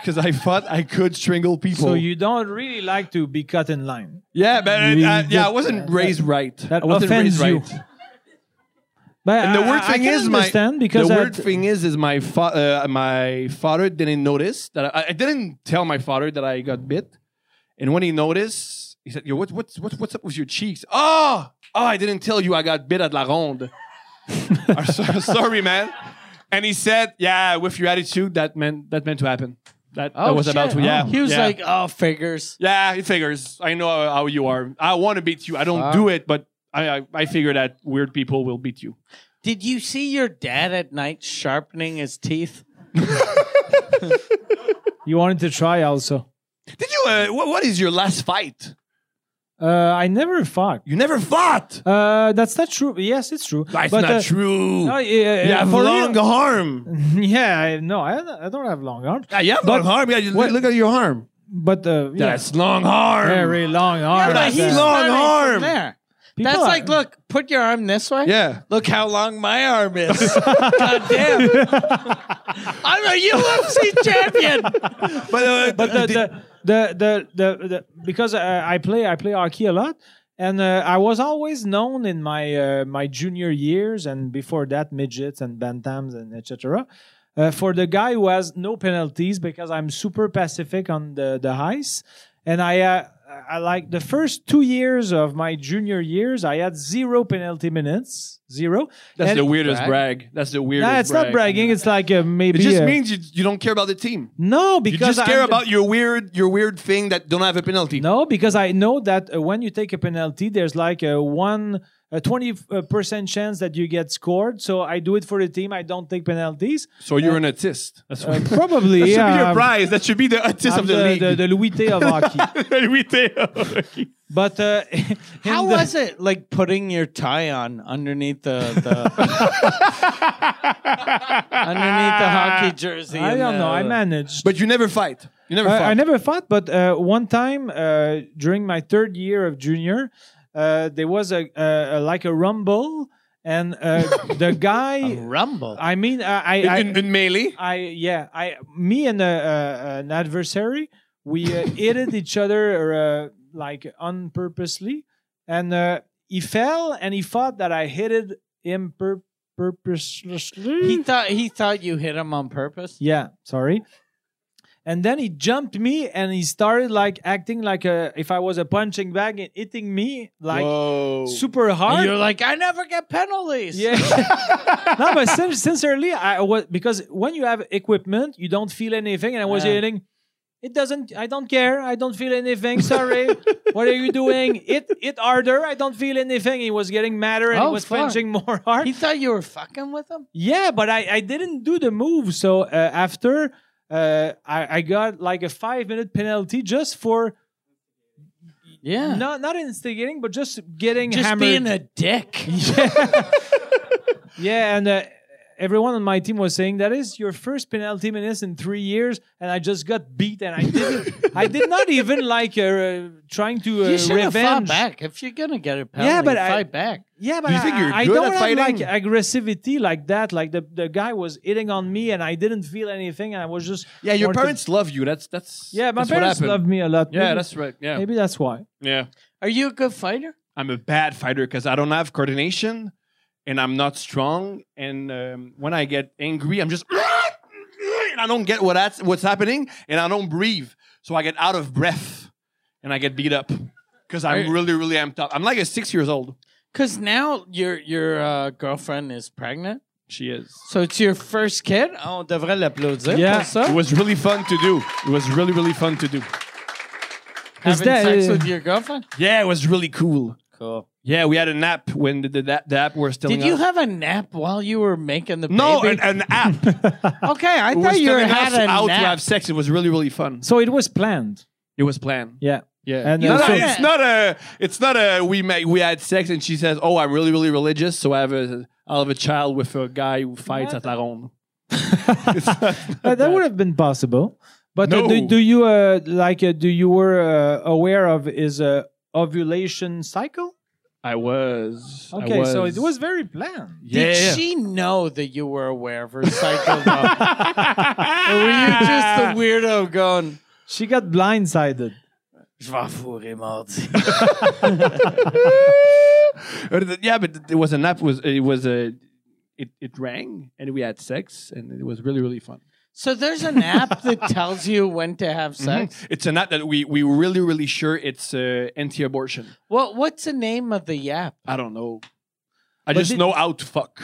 Speaker 4: because I thought I could strangle people.
Speaker 1: So you don't really like to be cut in line.
Speaker 4: Yeah, but uh,
Speaker 1: You
Speaker 4: uh,
Speaker 1: did-
Speaker 4: yeah, I wasn't
Speaker 1: that-
Speaker 4: raised right.
Speaker 1: that
Speaker 4: I wasn't
Speaker 1: offends you.
Speaker 4: right.
Speaker 1: But
Speaker 4: And the
Speaker 1: I-
Speaker 4: weird
Speaker 1: I- I
Speaker 4: thing
Speaker 1: can
Speaker 4: is, my
Speaker 1: understand because
Speaker 4: the
Speaker 1: I-
Speaker 4: weird thing is, is my fa- uh, my father didn't notice that I, I didn't tell my father that I got bit, and when he noticed, he said, "Yo, what, what's what's what's up with your cheeks? Oh, oh, I didn't tell you I got bit at La Ronde. I'm so- sorry, man." And he said, "Yeah, with your attitude, that meant that meant to happen. That,
Speaker 1: Oh,
Speaker 4: that was about to
Speaker 2: Oh, shit.
Speaker 4: yeah."
Speaker 2: He was
Speaker 4: yeah.
Speaker 2: like, oh, figures.
Speaker 4: Yeah, it figures. I know how, how you are. I want to beat you. I don't do it, but I, I I figure that weird people will beat you.
Speaker 2: Did you see your dad at night sharpening his teeth?
Speaker 1: you wanted to try also.
Speaker 4: Did you? Uh, what, what is your last fight?
Speaker 1: Uh, I never fought.
Speaker 4: You never fought.
Speaker 1: Uh, that's not true. Yes, it's true.
Speaker 4: That's
Speaker 1: But,
Speaker 4: not
Speaker 1: uh,
Speaker 4: true.
Speaker 1: No,
Speaker 4: you have
Speaker 1: for
Speaker 4: long
Speaker 1: real-
Speaker 4: arm.
Speaker 1: Yeah, I- no, I, I don't have long arms.
Speaker 4: Yeah, you have
Speaker 1: But-
Speaker 4: long arm. Yeah, you-
Speaker 1: What-
Speaker 4: look at your arm.
Speaker 1: But uh, yeah,
Speaker 4: That's long arm.
Speaker 1: very long arms.
Speaker 4: but he's
Speaker 1: uh,
Speaker 4: long
Speaker 2: starting from
Speaker 4: arm.
Speaker 2: there.
Speaker 1: people
Speaker 2: That's
Speaker 1: are-
Speaker 2: like, look, put your arm this way.
Speaker 4: Yeah.
Speaker 2: Look how long my arm is. God damn. I'm a UFC champion.
Speaker 4: But uh,
Speaker 1: but the, the, the, the, the, the because uh, I play I play hockey a lot, and uh, I was always known in my uh, my junior years and before that midgets and bantams and etc. uh, for the guy who has no penalties because I'm super pacific on the the heist, and I. Uh, I like the first two years of my junior years, I had zero penalty minutes, zero.
Speaker 4: That's
Speaker 1: And-
Speaker 4: the weirdest
Speaker 2: brag.
Speaker 4: brag. That's the weirdest.
Speaker 1: Nah, it's not
Speaker 4: brag.
Speaker 1: bragging. It's like uh, maybe
Speaker 4: It just
Speaker 1: uh,
Speaker 4: means you, you don't care about the team.
Speaker 1: no
Speaker 4: You
Speaker 1: because
Speaker 4: just
Speaker 1: I'm
Speaker 4: care
Speaker 1: the-
Speaker 4: about your weird your weird thing that don't have a penalty.
Speaker 1: No, because I know that uh, when you take a penalty, there's like a one a twenty uh, percent chance that you get scored. So I do it for the team. I don't take penalties.
Speaker 4: So you're an autist. That's what.
Speaker 1: Uh, probably,
Speaker 4: That should
Speaker 1: yeah.
Speaker 4: be your
Speaker 1: I'm-
Speaker 4: prize. That should be the autist
Speaker 1: I'm
Speaker 4: of the, league.
Speaker 1: the, the Louis T of hockey.
Speaker 4: We take- okay.
Speaker 1: But uh, in
Speaker 2: How
Speaker 1: the-
Speaker 2: was it like putting your tie on underneath the, the underneath the hockey jersey?
Speaker 1: I
Speaker 2: and
Speaker 1: don't
Speaker 2: the-
Speaker 1: know. I managed.
Speaker 4: But you never fight. You never
Speaker 1: I-
Speaker 4: fight.
Speaker 1: I never fought, but uh, one time uh, during my third year of junior, uh, there was a, uh, a, a like a rumble, and uh, the guy.
Speaker 2: rumble.
Speaker 1: I mean, I, I,
Speaker 4: in, in melee.
Speaker 1: I yeah, I me and uh, uh, an adversary we uh, hit at each other uh, like unpurposely, and uh, he fell and he thought that I hit it him pur- purposely.
Speaker 2: He thought he thought you hit him on purpose.
Speaker 1: yeah, sorry. And then he jumped me and he started like acting like a if I was a punching bag and hitting me like
Speaker 4: Whoa.
Speaker 1: super
Speaker 2: And
Speaker 1: hard.
Speaker 2: you're like, I never get penalties.
Speaker 1: Yeah. no, but sin- sincerely, I was because when you have equipment, you don't feel anything, and I was
Speaker 2: Yeah.
Speaker 1: yelling, "It doesn't. I don't care. I don't feel anything. Sorry. what are you doing? It it harder. I don't feel anything." He was getting madder and
Speaker 2: Oh,
Speaker 1: he was
Speaker 2: fuck.
Speaker 1: punching more hard.
Speaker 2: He thought you were fucking with him.
Speaker 1: yeah, but I I didn't do the move. So uh, after uh, I I got like a five minute penalty just for
Speaker 2: Yeah.
Speaker 1: not not instigating, but just getting
Speaker 2: Just
Speaker 1: hammered.
Speaker 2: being a dick.
Speaker 1: Yeah, and uh, everyone on my team was saying that is your first penalty minutes in three years, and I just got beat, and I didn't, I did not even like uh, uh, trying to uh,
Speaker 2: you should have fought
Speaker 1: revenge.
Speaker 2: back. If you're gonna get a penalty,
Speaker 1: Yeah, but I-
Speaker 2: fight back.
Speaker 1: Yeah, but
Speaker 4: Do you
Speaker 1: I,
Speaker 4: think you're
Speaker 1: I
Speaker 4: good
Speaker 1: don't
Speaker 4: at
Speaker 1: have like
Speaker 4: fighting?
Speaker 1: aggressivity like that. Like the, the guy was hitting on me, and I didn't feel anything, and I was just
Speaker 4: Yeah, your
Speaker 1: wanted-
Speaker 4: parents love you. That's that's.
Speaker 1: Yeah, my
Speaker 4: that's what
Speaker 1: parents
Speaker 4: happened.
Speaker 1: love me a lot.
Speaker 4: Yeah,
Speaker 1: maybe,
Speaker 4: that's right. Yeah,
Speaker 1: maybe that's why.
Speaker 4: yeah.
Speaker 2: Are you a good fighter?
Speaker 4: I'm a bad fighter because I don't have coordination, and I'm not strong. And um, when I get angry, I'm just and I don't get what that's what's happening, and I don't breathe. So I get out of breath, and I get beat up because I'm
Speaker 2: Are-
Speaker 4: really really amped up. I'm like a six years old.
Speaker 2: Because now your your uh, girlfriend is pregnant,
Speaker 4: She is.
Speaker 2: so it's your first kid. Oh, On devrait l'applaudir
Speaker 1: Yeah.
Speaker 2: pour ça.
Speaker 4: It was really fun to do. It was really really fun to do.
Speaker 1: Is
Speaker 2: Having
Speaker 1: that-
Speaker 2: sex with your girlfriend.
Speaker 4: Yeah, it was really cool.
Speaker 2: Cool.
Speaker 4: Yeah, we had a nap when the, the, the, the app were still.
Speaker 2: Did you have a nap while you were making the
Speaker 4: no
Speaker 2: baby?
Speaker 4: an, an app? it
Speaker 2: okay, I
Speaker 4: was
Speaker 2: thought you
Speaker 4: still
Speaker 2: had
Speaker 4: enough
Speaker 2: a
Speaker 4: out to
Speaker 2: nap.
Speaker 4: have sex. It was really really fun.
Speaker 1: So it was planned.
Speaker 4: It was planned.
Speaker 1: Yeah,
Speaker 4: Yeah.
Speaker 1: And,
Speaker 4: no,
Speaker 1: uh,
Speaker 4: no,
Speaker 1: so-
Speaker 4: it's not a. It's not a. We made. We had sex, and she says, "Oh, I'm really, really religious, so I have a. I'll have a child with a guy who fights at la ronde." It's not-
Speaker 1: Uh, that would have been possible. But uh, do,
Speaker 4: No.
Speaker 1: do you uh, like? Uh, do you were uh, aware of his uh, ovulation cycle?
Speaker 4: I was. I
Speaker 1: Okay, so it was very planned.
Speaker 4: Yeah.
Speaker 2: Did
Speaker 4: yeah.
Speaker 2: she know that you were aware of her cycle? though? or were you just the weirdo going?
Speaker 1: She got blindsided.
Speaker 2: Je vais fourrer mardi.
Speaker 4: Uh, yeah, but it was an app. Was it was a. It, it rang and we had sex and it was really really fun.
Speaker 2: So there's an app that tells you when to have sex.
Speaker 4: It's an app that we we were really really sure it's uh, anti-abortion.
Speaker 2: What what's the name of the app?
Speaker 4: I don't know. I
Speaker 1: But
Speaker 4: just
Speaker 1: did-
Speaker 4: know how to fuck,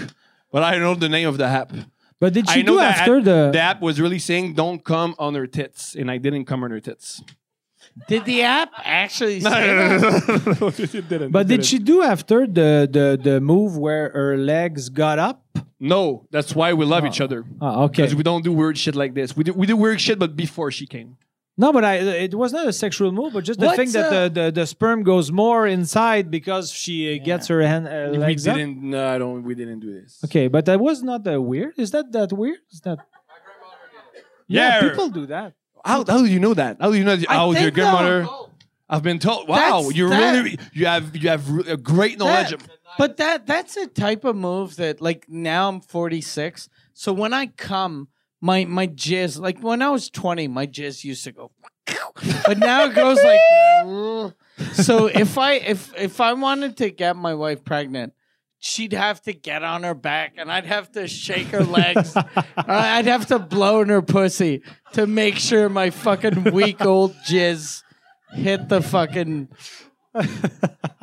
Speaker 4: but I don't know the name of the app.
Speaker 1: But did
Speaker 4: I
Speaker 1: she
Speaker 4: know
Speaker 1: do
Speaker 4: that
Speaker 1: after the?
Speaker 4: the app was really saying don't come on her tits and i didn't come on her tits
Speaker 2: Did the app actually say that?
Speaker 4: it didn't
Speaker 1: but did she do after the the the move where her legs got up?
Speaker 4: no that's why we love each other
Speaker 1: Ah, okay.
Speaker 4: because we don't do weird shit like this we do, we do weird shit but before she came
Speaker 1: No, but I, it was not a sexual move, but just the
Speaker 2: What's
Speaker 1: thing that
Speaker 2: a-
Speaker 1: the, the the sperm goes more inside because she uh gets her hand uh,
Speaker 4: we
Speaker 1: legs up.
Speaker 4: didn't no i don't we didn't do this
Speaker 1: Okay, but that was not that weird. Is that that weird? Is that?
Speaker 4: Yeah.
Speaker 1: people do that.
Speaker 4: how, how do you know that how do you know
Speaker 2: I
Speaker 4: how your
Speaker 2: think the-
Speaker 4: grandmother i've been told wow
Speaker 2: That's
Speaker 4: you
Speaker 2: that-
Speaker 4: really you have you have re- a great knowledge
Speaker 2: That-
Speaker 4: of-
Speaker 2: but that that's a type of move that like now I'm 46. So when I come, my my jizz like when I was 20, my jizz used to go, but now it goes like. So if I if if I wanted to get my wife pregnant, she'd have to get on her back and I'd have to shake her legs. I- I'd have to blow in her pussy to make sure my fucking weak old jizz hit the fucking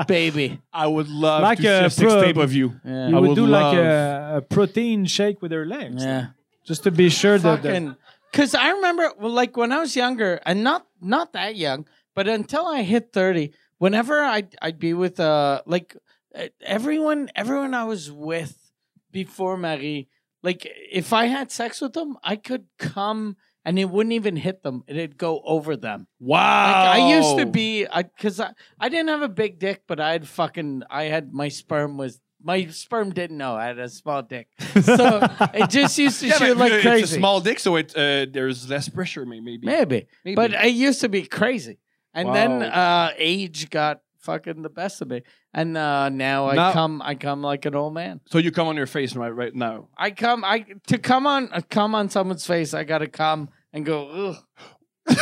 Speaker 2: baby.
Speaker 4: I would love
Speaker 1: Like
Speaker 4: to see
Speaker 1: a
Speaker 4: a six
Speaker 1: probe.
Speaker 4: tape of you.
Speaker 2: Yeah.
Speaker 1: You
Speaker 4: I
Speaker 1: would,
Speaker 4: would
Speaker 1: do like a,
Speaker 4: love-
Speaker 1: a protein shake with her legs,
Speaker 2: Yeah.
Speaker 1: just to be sure that. the-
Speaker 2: Fucking. Because I remember, well, like when I was younger, and not not that young, but until I hit thirty, whenever I'd I'd be with uh like uh, everyone everyone I was with before Marie, like if I had sex with them, I could come and it wouldn't even hit them; it'd go over them. Like,
Speaker 4: Wow.
Speaker 2: I used to be,
Speaker 4: Oh.
Speaker 2: I because I, I didn't have a big dick, but I had fucking, I had my sperm was my sperm didn't know I had a small dick, so it just used to
Speaker 4: Yeah,
Speaker 2: shoot
Speaker 4: but
Speaker 2: like
Speaker 4: it's
Speaker 2: crazy.
Speaker 4: a small dick, so it uh, there's less pressure, may- maybe.
Speaker 2: Maybe.
Speaker 4: Maybe.
Speaker 2: But I used to be crazy. And then
Speaker 4: Wow.
Speaker 2: uh, age got fucking the best of me. And uh, now I
Speaker 4: Now-
Speaker 2: come I come like an old man.
Speaker 4: So you come on your face right right now.
Speaker 2: I come I to come on uh, come on someone's face, I gotta come and go, ugh. That's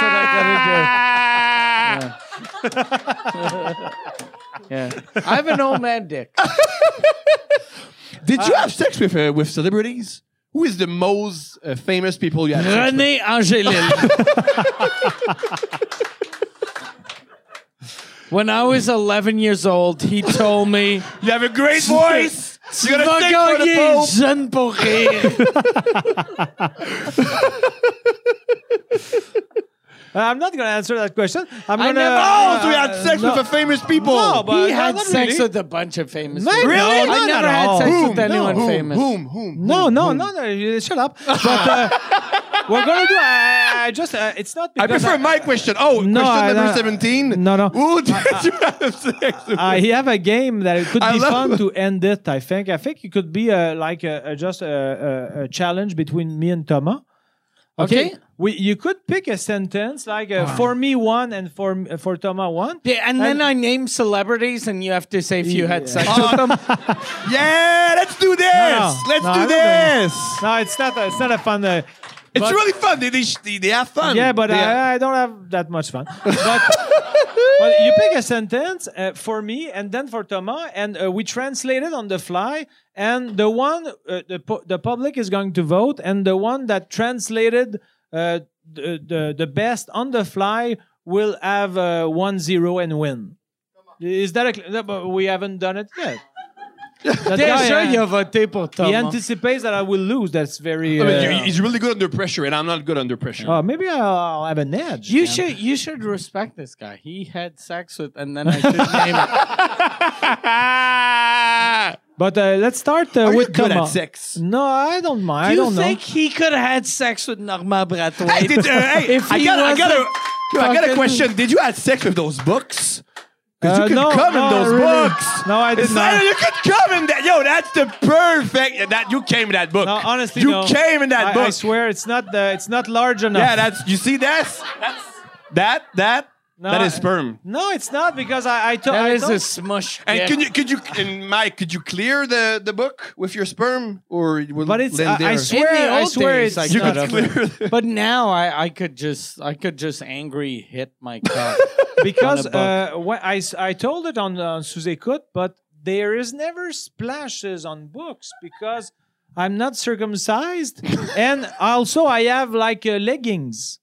Speaker 2: what I gotta do. Yeah. yeah. I have an old man dick.
Speaker 4: Did you have sex with uh, with celebrities? Who is the most uh, famous people you have sex with?
Speaker 2: René Angelil. when I was 11 years old, he told me.
Speaker 4: You have a great voice. You're gonna sing for the Pope.
Speaker 2: jeune pour rire.
Speaker 1: Uh, I'm not gonna answer that question. I'm
Speaker 2: I
Speaker 1: gonna.
Speaker 2: never-
Speaker 4: Oh,
Speaker 1: uh,
Speaker 4: so you had sex
Speaker 1: no.
Speaker 4: with the famous people.
Speaker 1: No, but-
Speaker 2: He
Speaker 1: no,
Speaker 2: had
Speaker 1: not
Speaker 2: sex
Speaker 1: really.
Speaker 2: with a bunch of famous
Speaker 1: No,
Speaker 2: people.
Speaker 1: Really? no,
Speaker 2: I
Speaker 1: not
Speaker 2: never
Speaker 1: at
Speaker 2: had
Speaker 1: all.
Speaker 2: sex
Speaker 4: Whom?
Speaker 2: with anyone
Speaker 4: whom,
Speaker 2: famous.
Speaker 4: Whom? Whom?
Speaker 1: No,
Speaker 4: whom,
Speaker 1: no,
Speaker 4: whom?
Speaker 1: no, no, you- Shut up. But uh, we're gonna do. I just. Uh, it's not.
Speaker 4: I
Speaker 1: because
Speaker 4: prefer my question. Oh,
Speaker 1: No,
Speaker 4: question
Speaker 1: I-
Speaker 4: number
Speaker 1: I-
Speaker 4: seventeen.
Speaker 1: No, no.
Speaker 4: Who did you have sex with?
Speaker 1: I have a game that it could
Speaker 4: I
Speaker 1: be
Speaker 4: love-
Speaker 1: fun to end it. I think. I think it could be uh like a, a- just a, a, a challenge between me and Thomas.
Speaker 2: Okay. Ah.
Speaker 1: We you could pick a sentence like uh, for me one and for uh, for Thomas one.
Speaker 2: Yeah, and then I name celebrities, and you have to say if you had
Speaker 1: Yeah.
Speaker 2: sex
Speaker 4: Oh,
Speaker 2: with them.
Speaker 4: yeah, let's do this.
Speaker 1: No, no.
Speaker 4: Let's
Speaker 1: No, I'm
Speaker 4: do
Speaker 1: not doing
Speaker 4: this.
Speaker 1: No, it's not. A, it's not a fun. Uh,
Speaker 4: It's
Speaker 1: But-
Speaker 4: really fun. They, they, sh- they, they have fun.
Speaker 1: yeah, but
Speaker 4: They have-
Speaker 1: I, I don't have that much fun. But, but you pick a sentence uh, for me and then for Thomas, and uh, we translate it on the fly. And the one uh, the pu- the public is going to vote, and the one that translated uh, the, the the best on the fly will have uh, one zero and win. Is that a? Cl- no, but we haven't done it yet. That
Speaker 2: Yeah,
Speaker 1: guy,
Speaker 2: sure,
Speaker 1: uh,
Speaker 2: you have a table, Thomas.
Speaker 1: he anticipates that I will lose. That's very.
Speaker 4: I mean,
Speaker 1: uh,
Speaker 4: you- he's really good under pressure, and I'm not good under pressure.
Speaker 1: oh, maybe I'll, I'll have an edge.
Speaker 2: you
Speaker 1: then.
Speaker 2: should you should respect this guy. He had sex with, and then I should name it.
Speaker 4: Ah!
Speaker 1: But uh, let's start uh,
Speaker 4: Are you
Speaker 1: with
Speaker 4: good
Speaker 1: Thomas.
Speaker 4: at sex?
Speaker 1: No, I don't mind. I
Speaker 2: you
Speaker 1: don't
Speaker 2: think
Speaker 1: know.
Speaker 2: he could have had sex with Norma Brathwaite?
Speaker 4: I did. Uh, hey,
Speaker 2: If
Speaker 4: I
Speaker 2: he
Speaker 4: got, I
Speaker 2: was
Speaker 4: got a,
Speaker 2: like
Speaker 4: yo, I got a
Speaker 2: fucking-
Speaker 4: question. Did you have sex with those books? Because
Speaker 1: Uh,
Speaker 4: you could
Speaker 1: no,
Speaker 4: come
Speaker 1: no,
Speaker 4: in those
Speaker 1: really.
Speaker 4: books.
Speaker 1: No, I did
Speaker 4: It's not-
Speaker 1: not.
Speaker 4: You could come in that. Yo, that's the perfect. That you came in that book.
Speaker 1: No, honestly,
Speaker 4: you
Speaker 1: no.
Speaker 4: came in that
Speaker 1: I,
Speaker 4: book.
Speaker 1: I swear, it's not the, it's not large enough.
Speaker 4: Yeah, that's. You see this? That's that that
Speaker 1: No,
Speaker 4: that is
Speaker 1: I-
Speaker 4: sperm.
Speaker 1: No, it's not because I I, to,
Speaker 2: That
Speaker 1: I
Speaker 2: is
Speaker 1: thought-
Speaker 2: a smush.
Speaker 4: And
Speaker 2: dick.
Speaker 4: could you could you and Mike could you clear the the book with your sperm or it will
Speaker 1: But it's
Speaker 4: land
Speaker 1: I, I
Speaker 4: there?
Speaker 1: swear uh,
Speaker 2: In the
Speaker 1: I
Speaker 2: old
Speaker 1: swear
Speaker 2: days,
Speaker 1: it's
Speaker 2: like,
Speaker 4: you
Speaker 1: not.
Speaker 2: got
Speaker 4: could
Speaker 2: up.
Speaker 4: clear. the-
Speaker 2: But now I, I could just I could just angry hit my cock.
Speaker 1: because
Speaker 2: on a
Speaker 1: uh, when I s- I told it on uh, sous écoute, but there is never splashes on books because I'm not circumcised, and also I have like uh, leggings.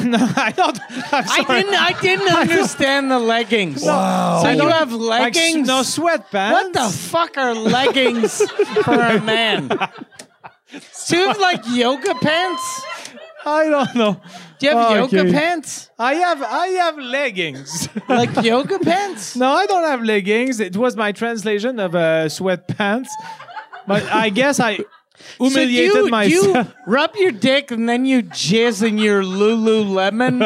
Speaker 1: no, I don't. I'm
Speaker 2: I
Speaker 1: sorry.
Speaker 2: didn't I didn't understand the leggings.
Speaker 4: Wow.
Speaker 2: So
Speaker 4: I
Speaker 2: you
Speaker 4: don't-
Speaker 2: have
Speaker 1: Like, s-
Speaker 2: leggings?
Speaker 1: no sweatpants.
Speaker 2: what the fuck are leggings for a man? Do you have like yoga pants?
Speaker 1: I don't know.
Speaker 2: Do you have
Speaker 1: Oh,
Speaker 2: yoga
Speaker 1: okay.
Speaker 2: pants?
Speaker 1: I have I have leggings.
Speaker 2: Like yoga pants?
Speaker 1: no, I don't have leggings. It was my translation of uh, sweatpants. But I guess I
Speaker 2: So do
Speaker 1: humiliated
Speaker 2: you, do
Speaker 1: myself.
Speaker 2: you rub your dick and then you jizz in your Lululemon.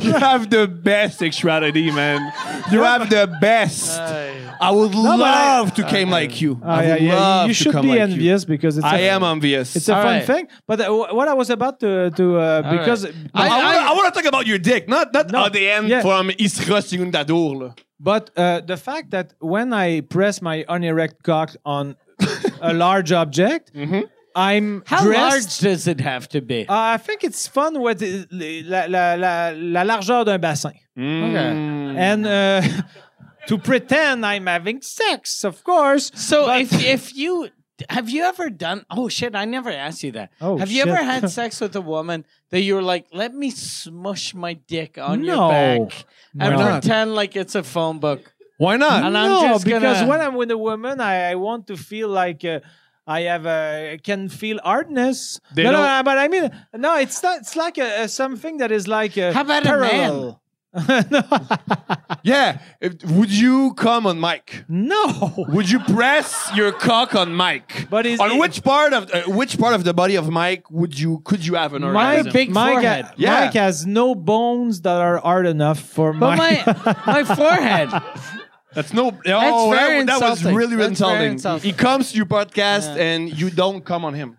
Speaker 4: You have the best sexuality, man. You have the best. I would
Speaker 1: but I-
Speaker 4: love to came like you.
Speaker 1: Ah,
Speaker 4: I
Speaker 1: yeah,
Speaker 4: would
Speaker 1: yeah,
Speaker 4: love
Speaker 1: you
Speaker 4: to
Speaker 1: should
Speaker 4: come
Speaker 1: be
Speaker 4: like
Speaker 1: envious because it's
Speaker 4: You. I
Speaker 1: a-
Speaker 4: am envious.
Speaker 1: It's a
Speaker 2: All
Speaker 1: fun
Speaker 2: right.
Speaker 1: thing. But uh, wh- what I was about to to uh, because
Speaker 4: I,
Speaker 2: I- I-
Speaker 4: want to talk about your dick, not not
Speaker 1: No,
Speaker 4: ADN
Speaker 1: yeah.
Speaker 4: from Isra Segundadour. là.
Speaker 1: But uh, the fact that when I press my unerect cock on a large object, I'm
Speaker 2: How large
Speaker 1: dressed.
Speaker 2: does it have to be?
Speaker 1: Uh, I think it's fun with the- la, la, la, la largeur d'un bassin.
Speaker 4: Mm.
Speaker 1: And uh, to pretend I'm having sex, of course.
Speaker 2: so if if you have you ever done? Oh shit! I never asked you that.
Speaker 1: Oh,
Speaker 2: have you ever
Speaker 1: shit.
Speaker 2: had sex with a woman that you were like, "Let me smush my dick on
Speaker 1: No.
Speaker 2: your back and
Speaker 4: Why not?
Speaker 2: pretend like it's a phone book"?
Speaker 4: Why not?
Speaker 2: And I'm
Speaker 1: no,
Speaker 2: just gonna-
Speaker 1: because when I'm with a woman, I, I want to feel like uh, I have a I can feel hardness.
Speaker 4: They
Speaker 1: no, no,
Speaker 4: don't-
Speaker 1: no, but I mean, no, it's not. It's like a, a something that is like a
Speaker 2: How about a
Speaker 1: parallel.
Speaker 4: Yeah. If- would you come on Mike?
Speaker 1: no,
Speaker 4: Would you press your cock on Mike?
Speaker 1: But is
Speaker 4: on
Speaker 1: it-
Speaker 4: which part of uh, which part of the body of Mike would you could you have an
Speaker 2: My
Speaker 4: orgasm?
Speaker 2: big
Speaker 1: Mike,
Speaker 2: forehead.
Speaker 1: ha-
Speaker 4: Yeah.
Speaker 1: Mike has no bones that are hard enough for
Speaker 2: But
Speaker 1: my.
Speaker 2: Oh, my my forehead.
Speaker 4: That's no. Oh,
Speaker 2: very
Speaker 4: that, that was
Speaker 2: insulting. That's
Speaker 4: really
Speaker 2: very
Speaker 4: insulting.
Speaker 2: insulting.
Speaker 4: He comes to your podcast and you don't come on him.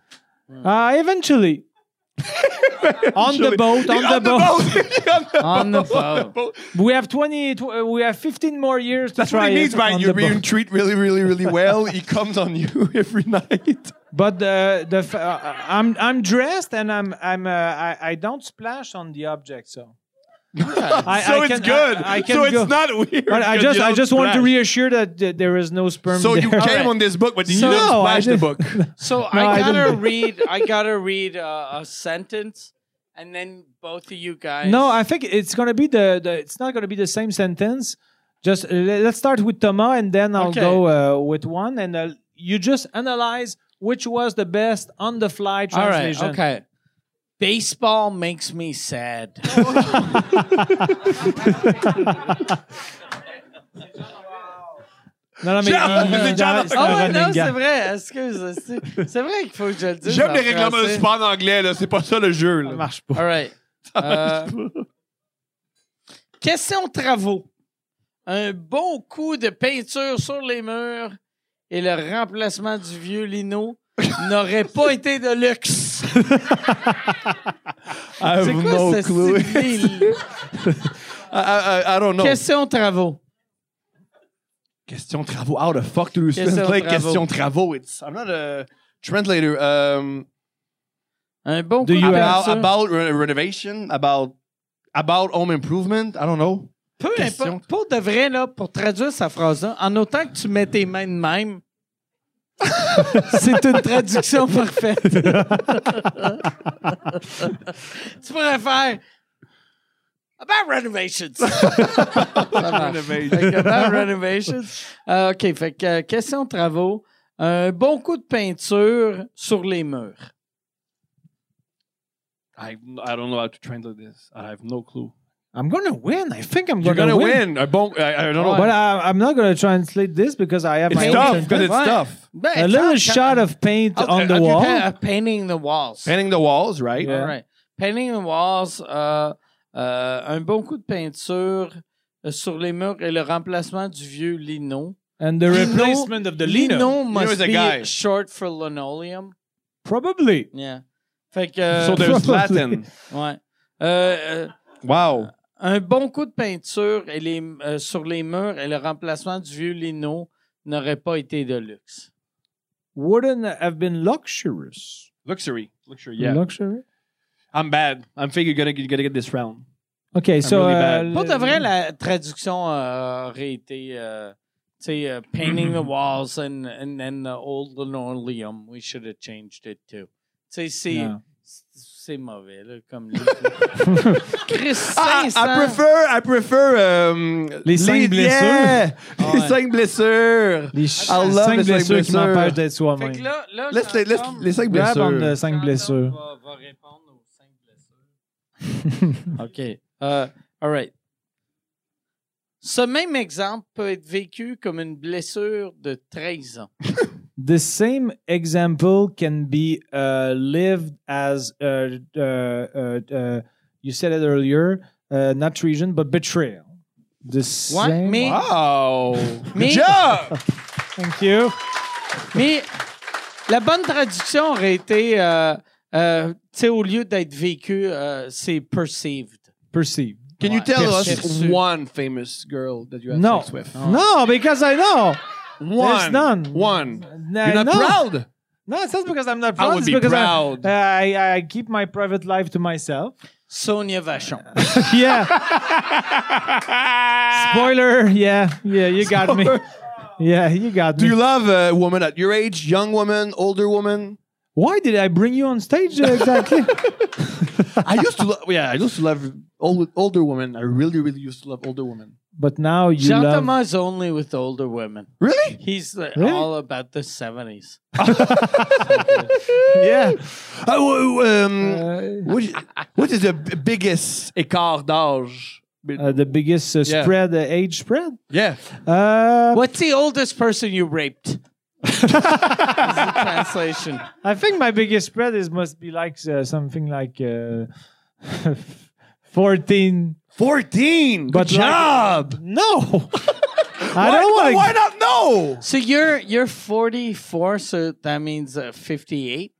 Speaker 1: uh, eventually. on the boat, on, the, boat.
Speaker 2: On the boat.
Speaker 1: We have twenty. Tw- uh, we have fifteen more years to
Speaker 4: That's
Speaker 1: try
Speaker 4: what he means
Speaker 1: it
Speaker 4: by
Speaker 1: on
Speaker 4: you
Speaker 1: the
Speaker 4: being
Speaker 1: boat.
Speaker 4: treat really, really, really well. he comes on you every night.
Speaker 1: But uh, the f- uh, I'm I'm dressed and I'm I'm uh, I, I don't splash on the object, so I,
Speaker 4: so
Speaker 1: I
Speaker 4: it's
Speaker 1: can-
Speaker 4: good.
Speaker 1: I, I can
Speaker 4: so it's
Speaker 1: go.
Speaker 4: not weird.
Speaker 1: But I
Speaker 4: because
Speaker 1: just
Speaker 4: you
Speaker 1: I
Speaker 4: don't
Speaker 1: just want to
Speaker 4: splash.
Speaker 1: reassure that th- there is no sperm.
Speaker 4: So
Speaker 1: there.
Speaker 4: you came on this book, but you
Speaker 1: So-
Speaker 4: didn't
Speaker 1: No, I
Speaker 4: splash the
Speaker 1: didn't.
Speaker 4: book.
Speaker 2: So
Speaker 1: I
Speaker 2: I gotta
Speaker 1: didn't.
Speaker 2: read. I gotta read uh, a sentence, and then both of you guys.
Speaker 1: No, I think it's gonna be the, the it's not gonna be the same sentence. Just uh, le- let's start with Thomas and then I'll
Speaker 2: Okay.
Speaker 1: go uh, with one, and uh, you just analyze which was the best on the fly
Speaker 2: All right.
Speaker 1: translation.
Speaker 2: Okay. Baseball makes me sad.
Speaker 1: Non, non, mais,
Speaker 4: Yeah,
Speaker 1: il-
Speaker 4: c'est
Speaker 1: il-
Speaker 4: déjà
Speaker 1: c'est
Speaker 4: dans-
Speaker 1: un
Speaker 2: oh ouais,
Speaker 1: running
Speaker 2: non, c'est
Speaker 1: gag.
Speaker 2: vrai. Excuse. c'est- C'est vrai qu'il faut que je le dise.
Speaker 4: J'aime
Speaker 2: en
Speaker 4: les règlements de
Speaker 2: français.
Speaker 4: sport en anglais, là. C'est pas ça le jeu, là.
Speaker 1: Ça marche pas.
Speaker 2: All right.
Speaker 1: Uh,
Speaker 2: Euh, question travaux. Un bon coup de peinture sur les murs et le remplacement du vieux lino n'aurait pas été de luxe.
Speaker 4: I
Speaker 2: C'est quoi ce style de-
Speaker 4: I, I, I don't know.
Speaker 2: Question travaux.
Speaker 4: Question travaux. How the fuck do you
Speaker 2: Question
Speaker 4: translate
Speaker 2: travaux.
Speaker 4: question travaux? It's, I'm not a translator. Um,
Speaker 2: Un bon
Speaker 1: Do
Speaker 2: coup
Speaker 1: you
Speaker 2: de
Speaker 1: have-
Speaker 4: about
Speaker 2: peinture.
Speaker 4: about re- renovation, about about home improvement. I don't know.
Speaker 2: Peu
Speaker 4: Question.
Speaker 2: importe. Pour de vrai, là, pour traduire sa phrase-là, en autant que tu mets tes mains de même, c'est une traduction parfaite. tu pourrais faire About renovations. Ça marche. Fait que about renovations. Euh, OK, fait que euh, question de travaux. Un bon coup de peinture sur les murs.
Speaker 4: I I don't know how to translate this. I have no clue.
Speaker 1: I'm gonna win. I think I'm
Speaker 4: You're
Speaker 1: gonna,
Speaker 4: gonna win. I, bon- I, I don't know.
Speaker 1: But I, I'm not gonna translate this because I have
Speaker 4: It's
Speaker 1: my own
Speaker 4: tough
Speaker 1: sentence.
Speaker 4: because it's
Speaker 2: Ouais.
Speaker 4: tough.
Speaker 2: Ben,
Speaker 1: A
Speaker 2: attends,
Speaker 1: little
Speaker 2: quand-
Speaker 1: shot of paint
Speaker 4: Okay,
Speaker 1: on the
Speaker 4: okay,
Speaker 1: wall.
Speaker 2: Pa- painting the walls.
Speaker 4: Painting the walls, right?
Speaker 1: Yeah.
Speaker 2: All right. Painting the walls, euh, euh, un bon coup de peinture euh, sur les murs et le remplacement du vieux lino.
Speaker 1: And the
Speaker 2: Lino-
Speaker 1: replacement of the lino.
Speaker 2: Lino
Speaker 4: is
Speaker 2: must
Speaker 4: a
Speaker 2: be
Speaker 4: guy.
Speaker 2: short for linoleum.
Speaker 1: Probably.
Speaker 2: Yeah. Fait que, euh,
Speaker 4: So there's
Speaker 1: Probably.
Speaker 4: Latin.
Speaker 2: ouais. Euh, euh,
Speaker 4: Wow.
Speaker 2: un bon coup de peinture et les, euh, sur les murs et le remplacement du vieux lino n'aurait pas été de luxe.
Speaker 1: Wouldn't have been luxurious.
Speaker 4: Luxury. Luxury. Yeah.
Speaker 1: Luxury.
Speaker 4: I'm bad. I'm figure gonna you're gonna get this round.
Speaker 1: Okay, so
Speaker 4: really bad.
Speaker 1: uh,
Speaker 2: Pour de vrai, la traduction euh, aurait été euh, tu sais, euh, painting the walls and, and then the old linoleum. We should have changed it too. Tu sais, c'est
Speaker 1: No.
Speaker 2: c'est mauvais, là, comme Ah, livre. Chris,
Speaker 4: I,
Speaker 2: 500.
Speaker 4: I prefer I prefer um,
Speaker 1: Les cinq
Speaker 4: Yeah.
Speaker 2: Ah
Speaker 4: les
Speaker 2: ouais.
Speaker 4: cinq blessures.
Speaker 1: les
Speaker 4: I love
Speaker 1: cinq
Speaker 4: les cinq
Speaker 1: blessures qui
Speaker 4: blessures.
Speaker 1: m'empêchent d'être
Speaker 2: Fait que
Speaker 1: soi-même.
Speaker 2: là, là,
Speaker 4: Laisse les, laisse
Speaker 2: Jean-Tom-
Speaker 4: les cinq
Speaker 1: Grab on the
Speaker 4: blessures.
Speaker 1: cinq
Speaker 2: Jean-Tom
Speaker 1: blessures.
Speaker 2: Va, va répondre aux cinq blessures. OK. Euh, all right. Ce même exemple peut être vécu comme une blessure de trahison.
Speaker 1: The same example can be uh, lived as uh, uh, uh, uh, you said it earlier, uh, not treason but betrayal. The
Speaker 2: Ouais,
Speaker 1: same.
Speaker 2: mais-
Speaker 4: Wow.
Speaker 2: Mais-
Speaker 4: Good job.
Speaker 1: Thank you.
Speaker 2: Mais la bonne traduction aurait été, euh, euh, tu sais, au lieu d'être vécu, euh, c'est perceived.
Speaker 1: Perceived.
Speaker 4: Can you tell us
Speaker 2: Perçu.
Speaker 4: one famous girl that you had
Speaker 1: No.
Speaker 4: sex with?
Speaker 1: No, because I know.
Speaker 4: One.
Speaker 1: There's none.
Speaker 4: One.
Speaker 1: N-
Speaker 4: You're not
Speaker 1: no.
Speaker 4: proud.
Speaker 1: No, it's not because I'm not
Speaker 4: I
Speaker 1: proud.
Speaker 4: would
Speaker 1: it's
Speaker 4: be
Speaker 1: because I- uh,
Speaker 4: proud.
Speaker 1: I, I keep my private life to myself.
Speaker 2: Sonia Vachon.
Speaker 1: Yeah. Spoiler. Yeah. Yeah. You got me. Yeah. You got
Speaker 4: Do
Speaker 1: me.
Speaker 4: you love a woman at your age, young woman, older woman?
Speaker 1: Why did I bring you on stage uh, exactly?
Speaker 4: I used to, lo- yeah, I used to love old, older women. I really, really used to love older women.
Speaker 1: but now you
Speaker 2: Jean
Speaker 1: love.
Speaker 2: Thomas only with older women.
Speaker 4: Really?
Speaker 2: He's like,
Speaker 1: Really?
Speaker 2: all about the 70s.
Speaker 1: Yeah.
Speaker 4: Ah, ou- ou, Uh, um,
Speaker 1: Uh,
Speaker 4: what, is, what is the b- biggest écart d'âge?
Speaker 1: uh, the biggest uh,
Speaker 4: Yeah.
Speaker 1: spread, uh, age spread.
Speaker 4: Yeah.
Speaker 1: Uh,
Speaker 2: What's the oldest person you raped? Is the translation.
Speaker 1: I think my biggest spread is must be like uh, something like uh, 14.
Speaker 4: 14.
Speaker 1: But
Speaker 4: Good job.
Speaker 1: No. I
Speaker 4: Why-
Speaker 1: don't Oh,
Speaker 4: why,
Speaker 1: want
Speaker 4: why not? No.
Speaker 2: So you're you're 44, so that means uh, 58.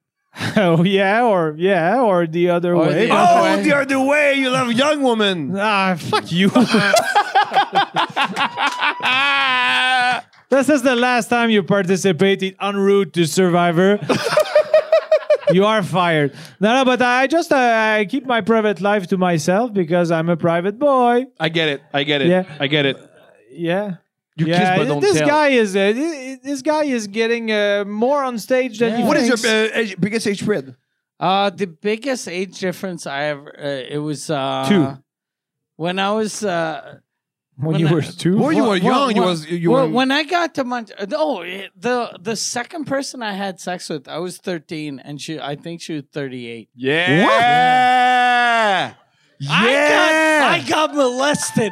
Speaker 1: Oh yeah, or yeah, or the other
Speaker 2: Or
Speaker 1: way.
Speaker 2: the other-
Speaker 4: Oh,
Speaker 2: way.
Speaker 4: the other way. You love young women.
Speaker 1: Ah, fuck you. this is the last time you participated en route to Survivor. you are fired. No, no, but I just uh, I keep my private life to myself because I'm a private boy.
Speaker 4: I get it. I get it.
Speaker 1: Yeah.
Speaker 4: I get it.
Speaker 1: Yeah.
Speaker 4: You
Speaker 1: yeah,
Speaker 4: kiss, but don't
Speaker 1: this
Speaker 4: tell.
Speaker 1: guy is uh, thi- this guy is getting uh, more on stage than
Speaker 2: Yeah.
Speaker 1: he
Speaker 4: What is
Speaker 1: thinks.
Speaker 4: your uh, age- biggest age spread?
Speaker 2: Uh, the biggest age difference I ever, uh, it was uh,
Speaker 1: Two.
Speaker 2: When I was, uh,
Speaker 1: when
Speaker 2: when
Speaker 1: you
Speaker 2: I-
Speaker 1: were two?
Speaker 4: Well, you were
Speaker 2: well,
Speaker 4: young. You
Speaker 2: well,
Speaker 4: was you
Speaker 2: well,
Speaker 4: were.
Speaker 2: when I got to Montreal, oh, it- the the second person I had sex with, I was 13, and she, I think she was 38.
Speaker 4: yeah.
Speaker 1: What?
Speaker 4: Yeah.
Speaker 2: I got, I got molested.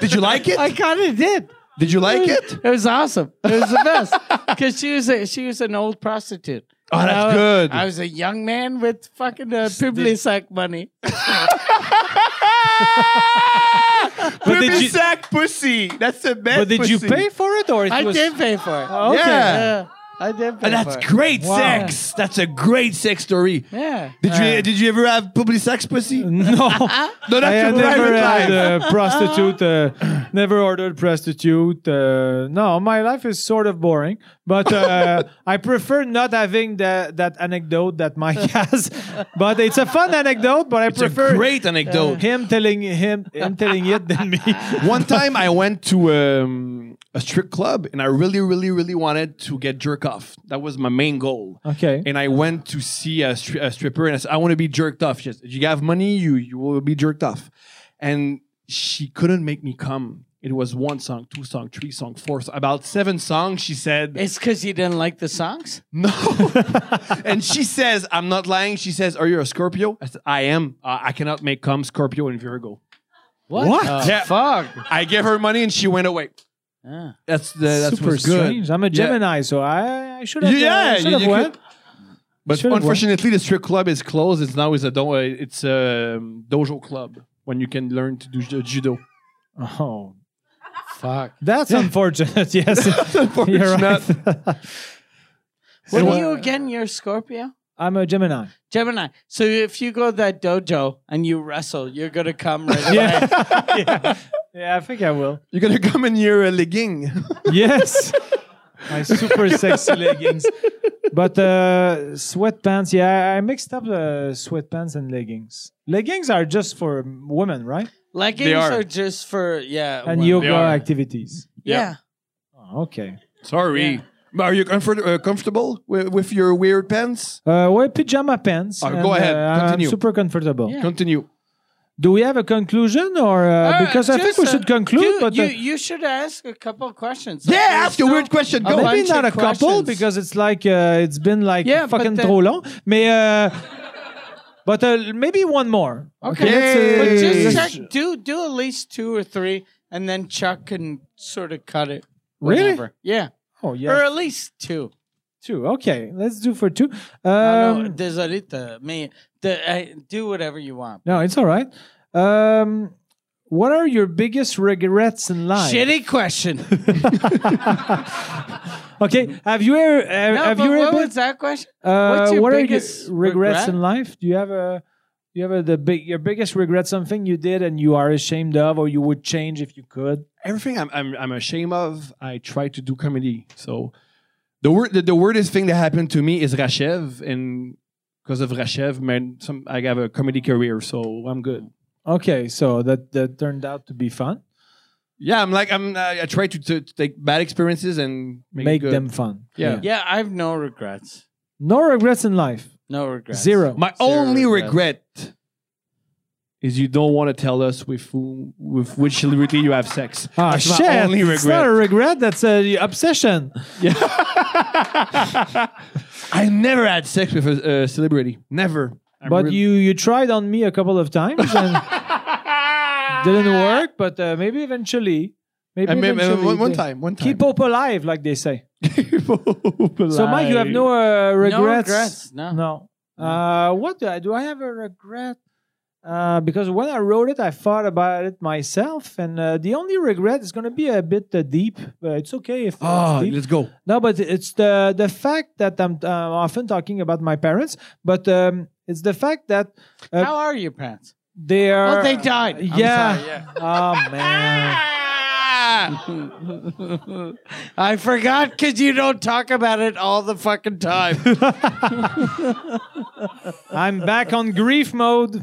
Speaker 4: Did you like it?
Speaker 1: I kind of did.
Speaker 4: Did you like it?
Speaker 2: It was awesome. It was the best because she was a, she was an old prostitute.
Speaker 4: Oh,
Speaker 2: And I
Speaker 4: that's
Speaker 2: was-
Speaker 4: good.
Speaker 2: I was a young man with fucking uh, Publisac money.
Speaker 1: But did you,
Speaker 4: sack pussy. That's the best.
Speaker 1: but did you pay for it or it
Speaker 2: I
Speaker 1: was
Speaker 2: did pay for it.
Speaker 1: Okay.
Speaker 4: Yeah.
Speaker 2: Yeah, I did. Pay
Speaker 4: And that's
Speaker 2: for it.
Speaker 4: great
Speaker 1: Wow.
Speaker 4: sex. That's a great sex story.
Speaker 2: Yeah.
Speaker 4: Did you did you ever have public sex pussy? No,
Speaker 1: No.
Speaker 4: that's
Speaker 1: I
Speaker 4: your
Speaker 1: had never had
Speaker 4: private life.
Speaker 1: a prostitute, uh, never ordered prostitute. Uh, no, my life is sort of boring, but uh, I prefer not having that that anecdote that Mike has. but it's a fun anecdote, but I
Speaker 4: It's
Speaker 1: prefer
Speaker 4: a great anecdote.
Speaker 1: him telling him him telling it than me.
Speaker 4: One time I went to um, a strip club and I really, really, really wanted to get jerk off. That was my main goal.
Speaker 1: Okay.
Speaker 4: And I went to see a, stri- a stripper and I said, I want to be jerked off. She said, You have money, you, you will be jerked off. And she couldn't make me come. It was one song, two song, three song, four song, about seven songs. She said,
Speaker 2: It's because you didn't like the songs?
Speaker 4: No. and she says, I'm not lying. She says, Are you a Scorpio? I said, I am. Uh, I cannot make come Scorpio and Virgo.
Speaker 2: What?
Speaker 1: What?
Speaker 2: the
Speaker 4: Yeah.
Speaker 2: Fuck.
Speaker 4: I gave her money and she went away.
Speaker 2: Yeah.
Speaker 4: That's the, that's
Speaker 1: Super
Speaker 4: what's good.
Speaker 1: strange. I'm a
Speaker 4: Yeah.
Speaker 1: Gemini, so I, I should have.
Speaker 4: Yeah,
Speaker 1: uh, I should
Speaker 4: you-
Speaker 1: have
Speaker 4: you
Speaker 1: went.
Speaker 4: could- But
Speaker 1: Should've
Speaker 4: unfortunately, the strip club is closed. It's now is a do- uh, it's a um, dojo club when you can learn to do ju- judo.
Speaker 1: Oh,
Speaker 2: Fuck.
Speaker 1: that's unfortunate. Yes, you're
Speaker 4: Unfortunate.
Speaker 1: right. So,
Speaker 2: What are you
Speaker 1: uh,
Speaker 2: again? You're Scorpio?
Speaker 1: I'm a Gemini.
Speaker 2: Gemini. So if you go to that dojo and you wrestle, you're going to come right away.
Speaker 1: yeah. yeah. Yeah, I think I will.
Speaker 4: You're gonna come in your uh, legging.
Speaker 1: Yes. My super sexy leggings. But uh, sweatpants, yeah, I mixed up uh, sweatpants and leggings. Leggings are just for women, right?
Speaker 2: Leggings
Speaker 4: They
Speaker 2: are.
Speaker 4: are.
Speaker 2: just for, yeah.
Speaker 1: And
Speaker 2: women.
Speaker 1: yoga
Speaker 4: are.
Speaker 1: activities.
Speaker 2: Yeah.
Speaker 1: Oh, okay.
Speaker 4: Sorry.
Speaker 2: Yeah.
Speaker 4: But Are you comfort- uh, comfortable with, with your weird pants?
Speaker 1: Uh, wear pajama pants.
Speaker 4: Oh, go ahead.
Speaker 1: uh,
Speaker 4: Continue.
Speaker 1: I'm super comfortable.
Speaker 2: Yeah.
Speaker 4: Continue.
Speaker 1: Do we have a conclusion or uh,
Speaker 2: All right,
Speaker 1: because I think
Speaker 2: just,
Speaker 1: we
Speaker 2: uh,
Speaker 1: should conclude?
Speaker 2: You,
Speaker 1: but
Speaker 2: you,
Speaker 1: uh,
Speaker 2: you should ask a couple of questions.
Speaker 4: Yeah,
Speaker 2: Like,
Speaker 4: ask a
Speaker 2: there's
Speaker 4: weird
Speaker 2: no-
Speaker 4: question.
Speaker 2: a
Speaker 4: Go.
Speaker 2: bunch
Speaker 1: Oh, Maybe not a
Speaker 2: of
Speaker 1: couple
Speaker 2: questions.
Speaker 1: because it's like uh, it's been like
Speaker 2: Yeah, but
Speaker 1: fucking
Speaker 2: then-
Speaker 1: trop long. Mais euh, but uh, maybe one more.
Speaker 2: Okay. But
Speaker 1: let's, uh,
Speaker 4: Yay.
Speaker 2: just
Speaker 1: let's-
Speaker 2: check, do, do at least two or three, and then Chuck can sort of cut it.
Speaker 1: Really?
Speaker 2: whenever. Yeah.
Speaker 1: Oh
Speaker 2: Or
Speaker 1: yeah,
Speaker 2: at least two.
Speaker 1: two. Okay, let's do for two. Um,
Speaker 2: No,
Speaker 1: no,
Speaker 2: no, Desarita, me, the, I, do whatever you want.
Speaker 1: it's all right. Um, what are your biggest regrets in life?
Speaker 2: Shitty question.
Speaker 1: Okay, have you ever uh,
Speaker 2: no,
Speaker 1: have
Speaker 2: but
Speaker 1: you
Speaker 2: what
Speaker 1: ever
Speaker 2: was that question?
Speaker 1: uh,
Speaker 2: what's your
Speaker 1: what are your
Speaker 2: biggest
Speaker 1: regrets
Speaker 2: regret?
Speaker 1: in life? Do you have a do you have a, the big your biggest regret something you did and you are ashamed of or you would change if you could?
Speaker 4: Everything I'm, I'm I'm ashamed of. I try to do comedy, so The word the, the weirdest thing that happened to me is Rachev, and because of Rachev, man, some I have a comedy career, so I'm good.
Speaker 1: Okay, so that that turned out to be fun.
Speaker 4: Yeah, I'm like I'm. I I try to, to, to take bad experiences and make,
Speaker 1: Make,
Speaker 4: it good.
Speaker 1: them fun.
Speaker 4: Yeah.
Speaker 2: Yeah, I have no regrets.
Speaker 1: No regrets in life.
Speaker 2: No regrets.
Speaker 1: Zero.
Speaker 4: My
Speaker 2: Zero
Speaker 4: only
Speaker 2: regret.
Speaker 4: regret. is you don't want to tell us with whom, with which celebrity you have sex.
Speaker 1: Ah,
Speaker 4: That's
Speaker 1: shit.
Speaker 4: my only
Speaker 1: It's not a
Speaker 4: regret.
Speaker 1: regret. That's a obsession.
Speaker 4: I never had sex with a, a celebrity. Never. I'm
Speaker 1: but
Speaker 4: really-
Speaker 1: you you tried on me a couple of times and didn't work. But uh, maybe eventually, maybe
Speaker 4: I mean, uh,
Speaker 1: eventually
Speaker 4: one, one
Speaker 1: they-
Speaker 4: time, one time.
Speaker 1: Keep hope alive, like they say. So, Mike, you have no uh,
Speaker 2: No
Speaker 1: regrets.
Speaker 2: regrets. No.
Speaker 1: No. Uh, what do I do? I have a regret uh, because when I wrote it, I thought about it myself, and uh, the only regret is going to be a bit uh, deep. But it's okay if
Speaker 4: Oh,
Speaker 1: it's deep.
Speaker 4: let's go.
Speaker 1: No, but it's the the fact that I'm uh, often talking about my parents, but um, it's the fact that Uh,
Speaker 2: How are your parents?
Speaker 1: they are.
Speaker 2: Well, they died. I'm
Speaker 1: yeah.
Speaker 2: sorry, yeah.
Speaker 1: Oh man.
Speaker 2: I forgot because you don't talk about it all the fucking time.
Speaker 1: I'm back on grief mode.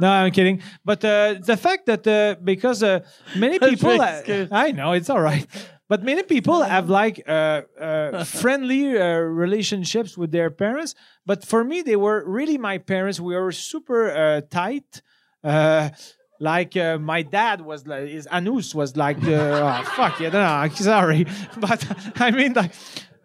Speaker 1: No, I'm kidding. But uh, the fact that uh, because uh, many people,
Speaker 2: makes good.
Speaker 1: I know it's all right. But many people have like uh, uh, friendly uh, relationships with their parents. But for me, they were really my parents. We were super uh, tight. Uh, like uh, my dad was like his anus was like uh, oh, fuck yeah no, no I'm sorry but I mean like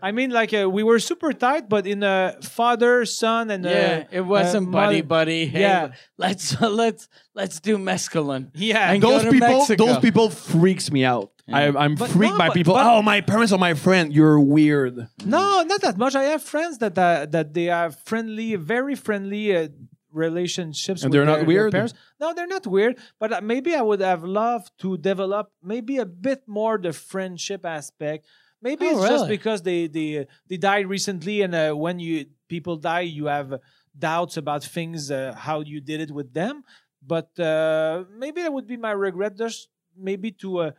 Speaker 1: I mean like uh, we were super tight but in a father son and uh,
Speaker 2: yeah, it wasn't
Speaker 1: uh,
Speaker 2: buddy
Speaker 1: mother-
Speaker 2: buddy. Hey,
Speaker 1: Yeah.
Speaker 2: let's let's let's do mescaline.
Speaker 1: yeah
Speaker 2: And
Speaker 4: Those
Speaker 2: to
Speaker 4: people,
Speaker 2: Mexico.
Speaker 4: those people freaks me out. I, I'm
Speaker 1: But
Speaker 4: freaked
Speaker 1: no,
Speaker 4: by
Speaker 1: but-
Speaker 4: people.
Speaker 1: but-
Speaker 4: oh, my parents are my friend. You're weird.
Speaker 1: No, not that much. I have friends that uh, that they are friendly, very friendly uh, relationships.
Speaker 4: And
Speaker 1: with
Speaker 4: they're not
Speaker 1: their- their
Speaker 4: weird?
Speaker 1: parents. No, they're not weird. But uh, maybe I would have loved to develop maybe a bit more the friendship aspect. Maybe
Speaker 2: Oh,
Speaker 1: it's just
Speaker 2: really?
Speaker 1: because they they uh, they died recently, and uh, when you people die, you have doubts about things uh, how you did it with them. But uh, maybe that would be my regret. Just maybe to uh,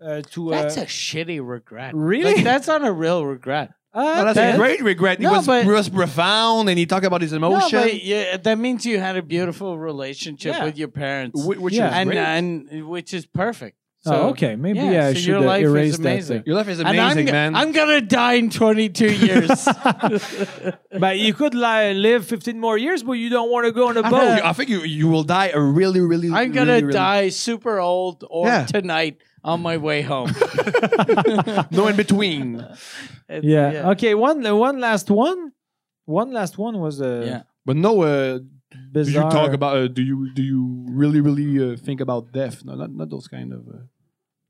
Speaker 1: uh, to uh,
Speaker 2: That's a shitty regret.
Speaker 1: Really?
Speaker 2: Like, that's not a real regret.
Speaker 1: uh,
Speaker 4: Well, that's
Speaker 1: that-
Speaker 4: a great regret. He
Speaker 2: No,
Speaker 4: was,
Speaker 2: but-
Speaker 4: he was profound and he talked about his emotion.
Speaker 2: No, but yeah, that means you had a beautiful relationship
Speaker 1: Yeah.
Speaker 2: with your parents,
Speaker 4: Wh- which
Speaker 1: Yeah.
Speaker 4: is
Speaker 2: and uh,
Speaker 4: great.
Speaker 2: and which is perfect. So,
Speaker 1: oh, okay. Maybe
Speaker 2: yeah,
Speaker 1: I
Speaker 2: so
Speaker 1: should
Speaker 2: your
Speaker 1: uh,
Speaker 2: life is
Speaker 1: erase that.
Speaker 2: amazing.
Speaker 1: thing.
Speaker 4: Your life is
Speaker 2: And
Speaker 4: amazing,
Speaker 2: I'm,
Speaker 4: man.
Speaker 2: I'm gonna die in 22 years.
Speaker 1: But you could li- live 15 more years, but you don't want to go on a
Speaker 4: I
Speaker 1: boat.
Speaker 4: know, I think you, you will die a really, really.
Speaker 2: I'm gonna
Speaker 4: really, really-
Speaker 2: die super old or
Speaker 4: Yeah.
Speaker 2: tonight on my way home.
Speaker 4: No in between.
Speaker 2: It's-
Speaker 1: yeah. Okay. One uh, one last one. One last one was a
Speaker 2: Yeah.
Speaker 4: But no, uh, did you
Speaker 1: bizarre.
Speaker 4: talk about? Uh, do you do you really really uh, think about death? No, not not those kind of. Uh,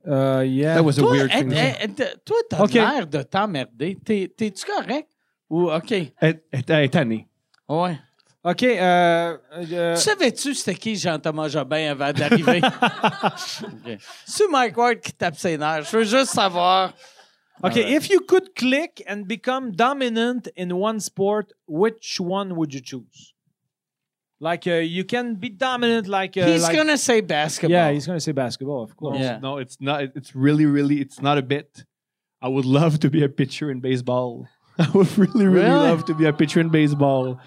Speaker 1: Uh, yeah.
Speaker 4: that was a
Speaker 2: Toi,
Speaker 4: weird
Speaker 2: eh,
Speaker 4: thing.
Speaker 2: eh, eh, t- toi, t'as
Speaker 1: Ok.
Speaker 2: l'air de t'emmerder. T'es- T'es-tu correct? Ou, OK.
Speaker 4: Eh, eh, eh, Tani.
Speaker 2: Ouais.
Speaker 1: okay. Uh, uh,
Speaker 2: Tu savais-tu c'était qui Jean-Thomas Jobin avant d'arriver? Ok. C'est Mike Ward qui tape ses nerfs. Je veux juste savoir.
Speaker 1: okay.
Speaker 2: Alright.
Speaker 1: If you could click and become dominant in one sport, which one would you choose? Like uh, you can be dominant, like uh,
Speaker 2: he's
Speaker 1: like-
Speaker 2: gonna say basketball.
Speaker 1: yeah, he's gonna say basketball, of course.
Speaker 2: Yeah.
Speaker 4: No, it's not. it- It's really, really. It's not a bit. I would love to be a pitcher in baseball. I would really, really,
Speaker 2: Really?
Speaker 4: love to be a pitcher in baseball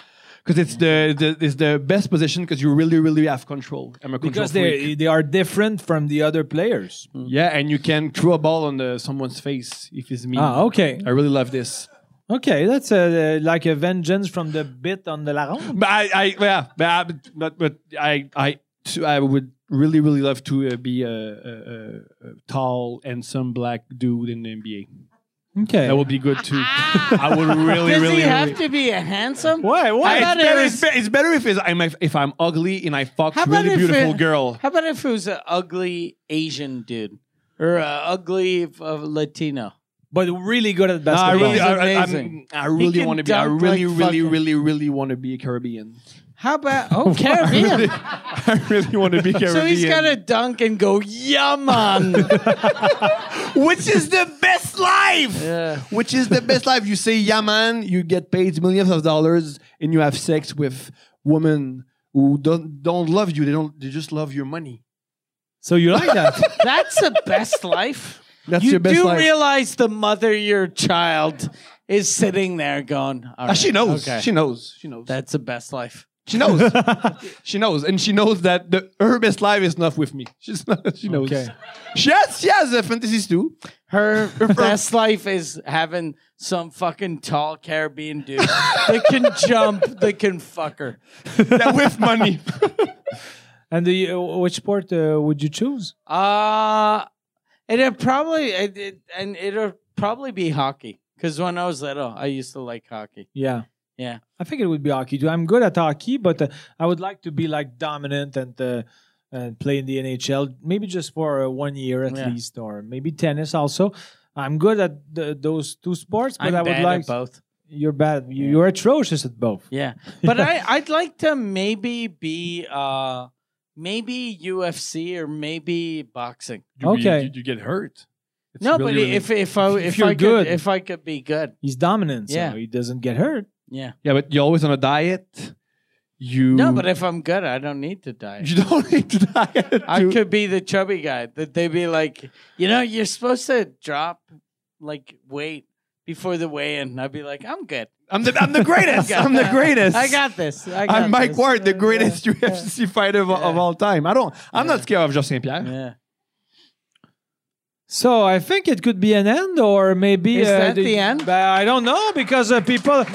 Speaker 4: because it's the, the it's the best position because you really, really have control. I'm a control
Speaker 1: Because they
Speaker 4: freak.
Speaker 1: they are different from the other players.
Speaker 4: Yeah, and you can throw a ball on the, someone's face if it's me.
Speaker 1: Ah, okay.
Speaker 4: I really love this.
Speaker 1: Okay, that's uh, like a vengeance from the bit on the la ronde.
Speaker 4: But I, I yeah, but, I, but, but I, I, t- I would really, really love to uh, be a, a, a, a tall and some black dude in the NBA.
Speaker 1: Okay.
Speaker 4: That would be good too. I would really,
Speaker 2: Does
Speaker 4: really.
Speaker 2: he have
Speaker 4: really-
Speaker 2: to be a handsome?
Speaker 1: Why? Why?
Speaker 2: How about
Speaker 4: It's better,
Speaker 2: it was-
Speaker 4: it's, be- it's better if it's, I'm if I'm ugly and I fuck
Speaker 2: How about
Speaker 4: really
Speaker 2: if
Speaker 4: beautiful
Speaker 2: it-
Speaker 4: girl.
Speaker 2: How about if it was an ugly Asian dude or an ugly uh, Latino?
Speaker 1: but really good at
Speaker 4: No, I
Speaker 1: basketball.
Speaker 4: really, I, I,
Speaker 2: amazing.
Speaker 4: I'm- I really
Speaker 2: can
Speaker 4: want to be. I
Speaker 2: dunk
Speaker 4: really,
Speaker 2: like
Speaker 4: really,
Speaker 2: fucking-
Speaker 4: really, really want to be a Caribbean.
Speaker 2: How about oh Caribbean?
Speaker 4: I really want to be
Speaker 2: so
Speaker 4: Caribbean.
Speaker 2: he's got to dunk and go yeah man.
Speaker 4: Which is the best life?
Speaker 2: Yeah.
Speaker 4: Which is the best life? You say, yeah, man, you get paid millions of dollars and you have sex with women who don't don't love you. They don't. They just love your money.
Speaker 1: so you like that?
Speaker 2: That's the best life.
Speaker 4: That's
Speaker 2: you
Speaker 4: your best
Speaker 2: do
Speaker 4: life.
Speaker 2: realize the mother of your child is sitting there going, "All
Speaker 4: Ah, she
Speaker 2: right,
Speaker 4: knows.
Speaker 2: okay,
Speaker 4: She knows. She knows.
Speaker 2: that's the best life.
Speaker 4: She knows. she knows, and she knows that the her best life is not with me. She's not. She knows.
Speaker 1: Okay.
Speaker 4: She has. She has a fantasies too.
Speaker 2: Her best life is having some fucking tall Caribbean dude that can jump, that can fuck her.
Speaker 4: That with money.
Speaker 1: And the, uh, which sport uh, would you choose?
Speaker 2: Uh it'd probably it, it, and it'll probably be hockey because when I was little, I used to like hockey.
Speaker 1: Yeah.
Speaker 2: Yeah.
Speaker 1: I think it would be hockey too. I'm good at hockey, but uh, I would like to be like dominant and uh, and play in the NHL. Maybe just for uh, one year at
Speaker 2: Yeah.
Speaker 1: least, or maybe tennis also. I'm good at the, those two sports, but
Speaker 2: I'm
Speaker 1: I would
Speaker 2: bad
Speaker 1: like
Speaker 2: at both.
Speaker 1: you're bad. You, You're atrocious at both.
Speaker 2: Yeah, but I I'd like to maybe be uh maybe UFC or maybe boxing.
Speaker 1: You- Okay. you-
Speaker 4: get hurt.
Speaker 2: no, but if if I
Speaker 1: If
Speaker 2: if,
Speaker 1: you're
Speaker 2: I
Speaker 1: good.
Speaker 2: could if I could be good,
Speaker 1: He's dominant, so
Speaker 2: Yeah.
Speaker 1: he doesn't get hurt.
Speaker 2: yeah.
Speaker 4: yeah, but you're always on a diet. You
Speaker 2: No, but if I'm good, I don't need to die.
Speaker 4: you don't need to diet.
Speaker 2: I
Speaker 4: to-
Speaker 2: could be the chubby guy that they'd be like, you know, you're supposed to drop like weight before the weigh in. I'd be like, I'm good.
Speaker 4: I'm the I'm the greatest.
Speaker 2: got
Speaker 4: I'm the
Speaker 2: that.
Speaker 4: greatest.
Speaker 2: I got this. I got
Speaker 4: I'm Mike
Speaker 2: this.
Speaker 4: Ward, the
Speaker 2: Yeah,
Speaker 4: greatest UFC fighter of, of
Speaker 2: Yeah.
Speaker 4: all time. I don't. I'm not
Speaker 2: Yeah.
Speaker 4: scared of Jean Saint Pierre.
Speaker 2: Yeah.
Speaker 1: So I think it could be an end, or maybe
Speaker 2: Is
Speaker 1: uh,
Speaker 2: that the end?
Speaker 1: but I don't know because uh, people,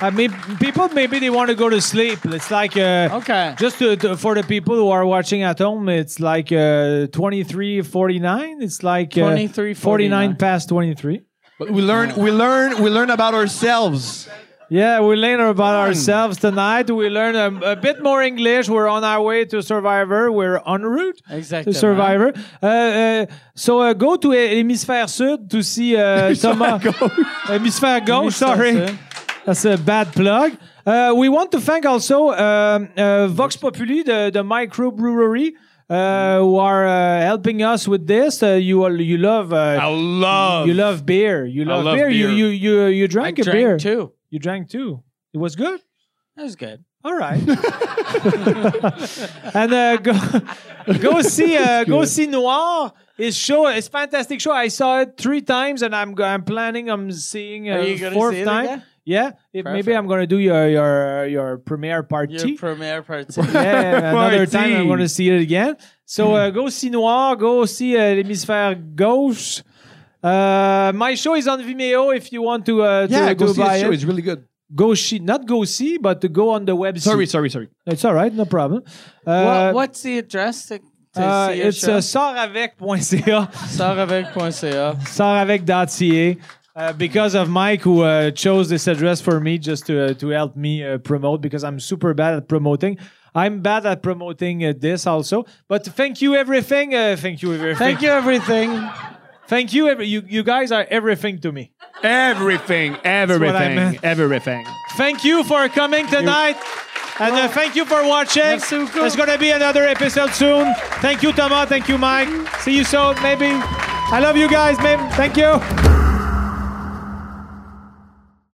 Speaker 1: I mean, people maybe they want to go to sleep. It's like uh,
Speaker 2: Okay.
Speaker 1: Just to, to- for the people who are watching at home, it's like uh, 23.49. It's like uh,
Speaker 2: 23.49.
Speaker 1: 49 past 23.
Speaker 4: But we learn. We learn. We learn about ourselves.
Speaker 1: Yeah, we learn about ourselves tonight. We learn a, a bit more English. We're on our way to Survivor. We're en route
Speaker 2: Exactly.
Speaker 1: to Survivor. Uh, uh, so uh, go to Hémisphère Sud to see uh, Thomas. Hémisphère Gauche, sorry. That's a bad plug. Uh, we want to thank also um, uh, Vox Populi, the, the microbrewery, uh, who are uh, helping us with this. Uh, you all, you love uh,
Speaker 4: love.
Speaker 1: you love beer. You love,
Speaker 4: love
Speaker 1: beer. You
Speaker 4: beer.
Speaker 1: you you you drank a
Speaker 2: Drank
Speaker 1: beer.
Speaker 2: too.
Speaker 1: You drank too. It was good.
Speaker 2: That was good.
Speaker 1: All right. and uh, go go see uh, go see Noir. His show It's fantastic show. I saw it three times, and I'm go- I'm planning on seeing uh,
Speaker 2: Are you gonna
Speaker 1: fourth
Speaker 2: see it
Speaker 1: time.
Speaker 2: again?
Speaker 1: Yeah, if maybe
Speaker 2: Perfect.
Speaker 1: I'm gonna do your your your premiere party.
Speaker 2: Your premiere party.
Speaker 1: yeah, another
Speaker 4: Party.
Speaker 1: time I'm gonna see it again. So uh, go see Noir. Go see uh, l'hémisphère gauche. Uh, my show is on Vimeo. If you want to, uh,
Speaker 4: Yeah,
Speaker 1: to,
Speaker 4: go
Speaker 1: to
Speaker 4: see
Speaker 1: buy
Speaker 4: his show.
Speaker 1: it.
Speaker 4: It's really good.
Speaker 1: go see, not go see, but to go on the website.
Speaker 4: Sorry, sorry, sorry.
Speaker 1: It's all right, no problem. Uh,
Speaker 2: what, what's the address to, to
Speaker 1: uh,
Speaker 2: see your
Speaker 1: it's
Speaker 2: show?
Speaker 1: uh, sortavec.ca,
Speaker 2: Sarevec.ca.
Speaker 1: sortavec.ca. Uh, because of Mike, who uh, chose this address for me just to uh, to help me uh, promote, because I'm super bad at promoting. I'm bad at promoting uh, this also. But thank you, everything. Uh, thank you, everything.
Speaker 2: Thank you, everything.
Speaker 1: Thank you, every, you. You guys are everything to me.
Speaker 4: Everything,
Speaker 1: what I meant.
Speaker 4: everything, everything.
Speaker 1: Thank you for coming tonight. And uh, thank you for watching.
Speaker 2: Merci beaucoup.
Speaker 1: There's going to be another episode soon. Thank you, Thomas. Thank you, Mike. See you soon, maybe. I love you guys, man. Thank you.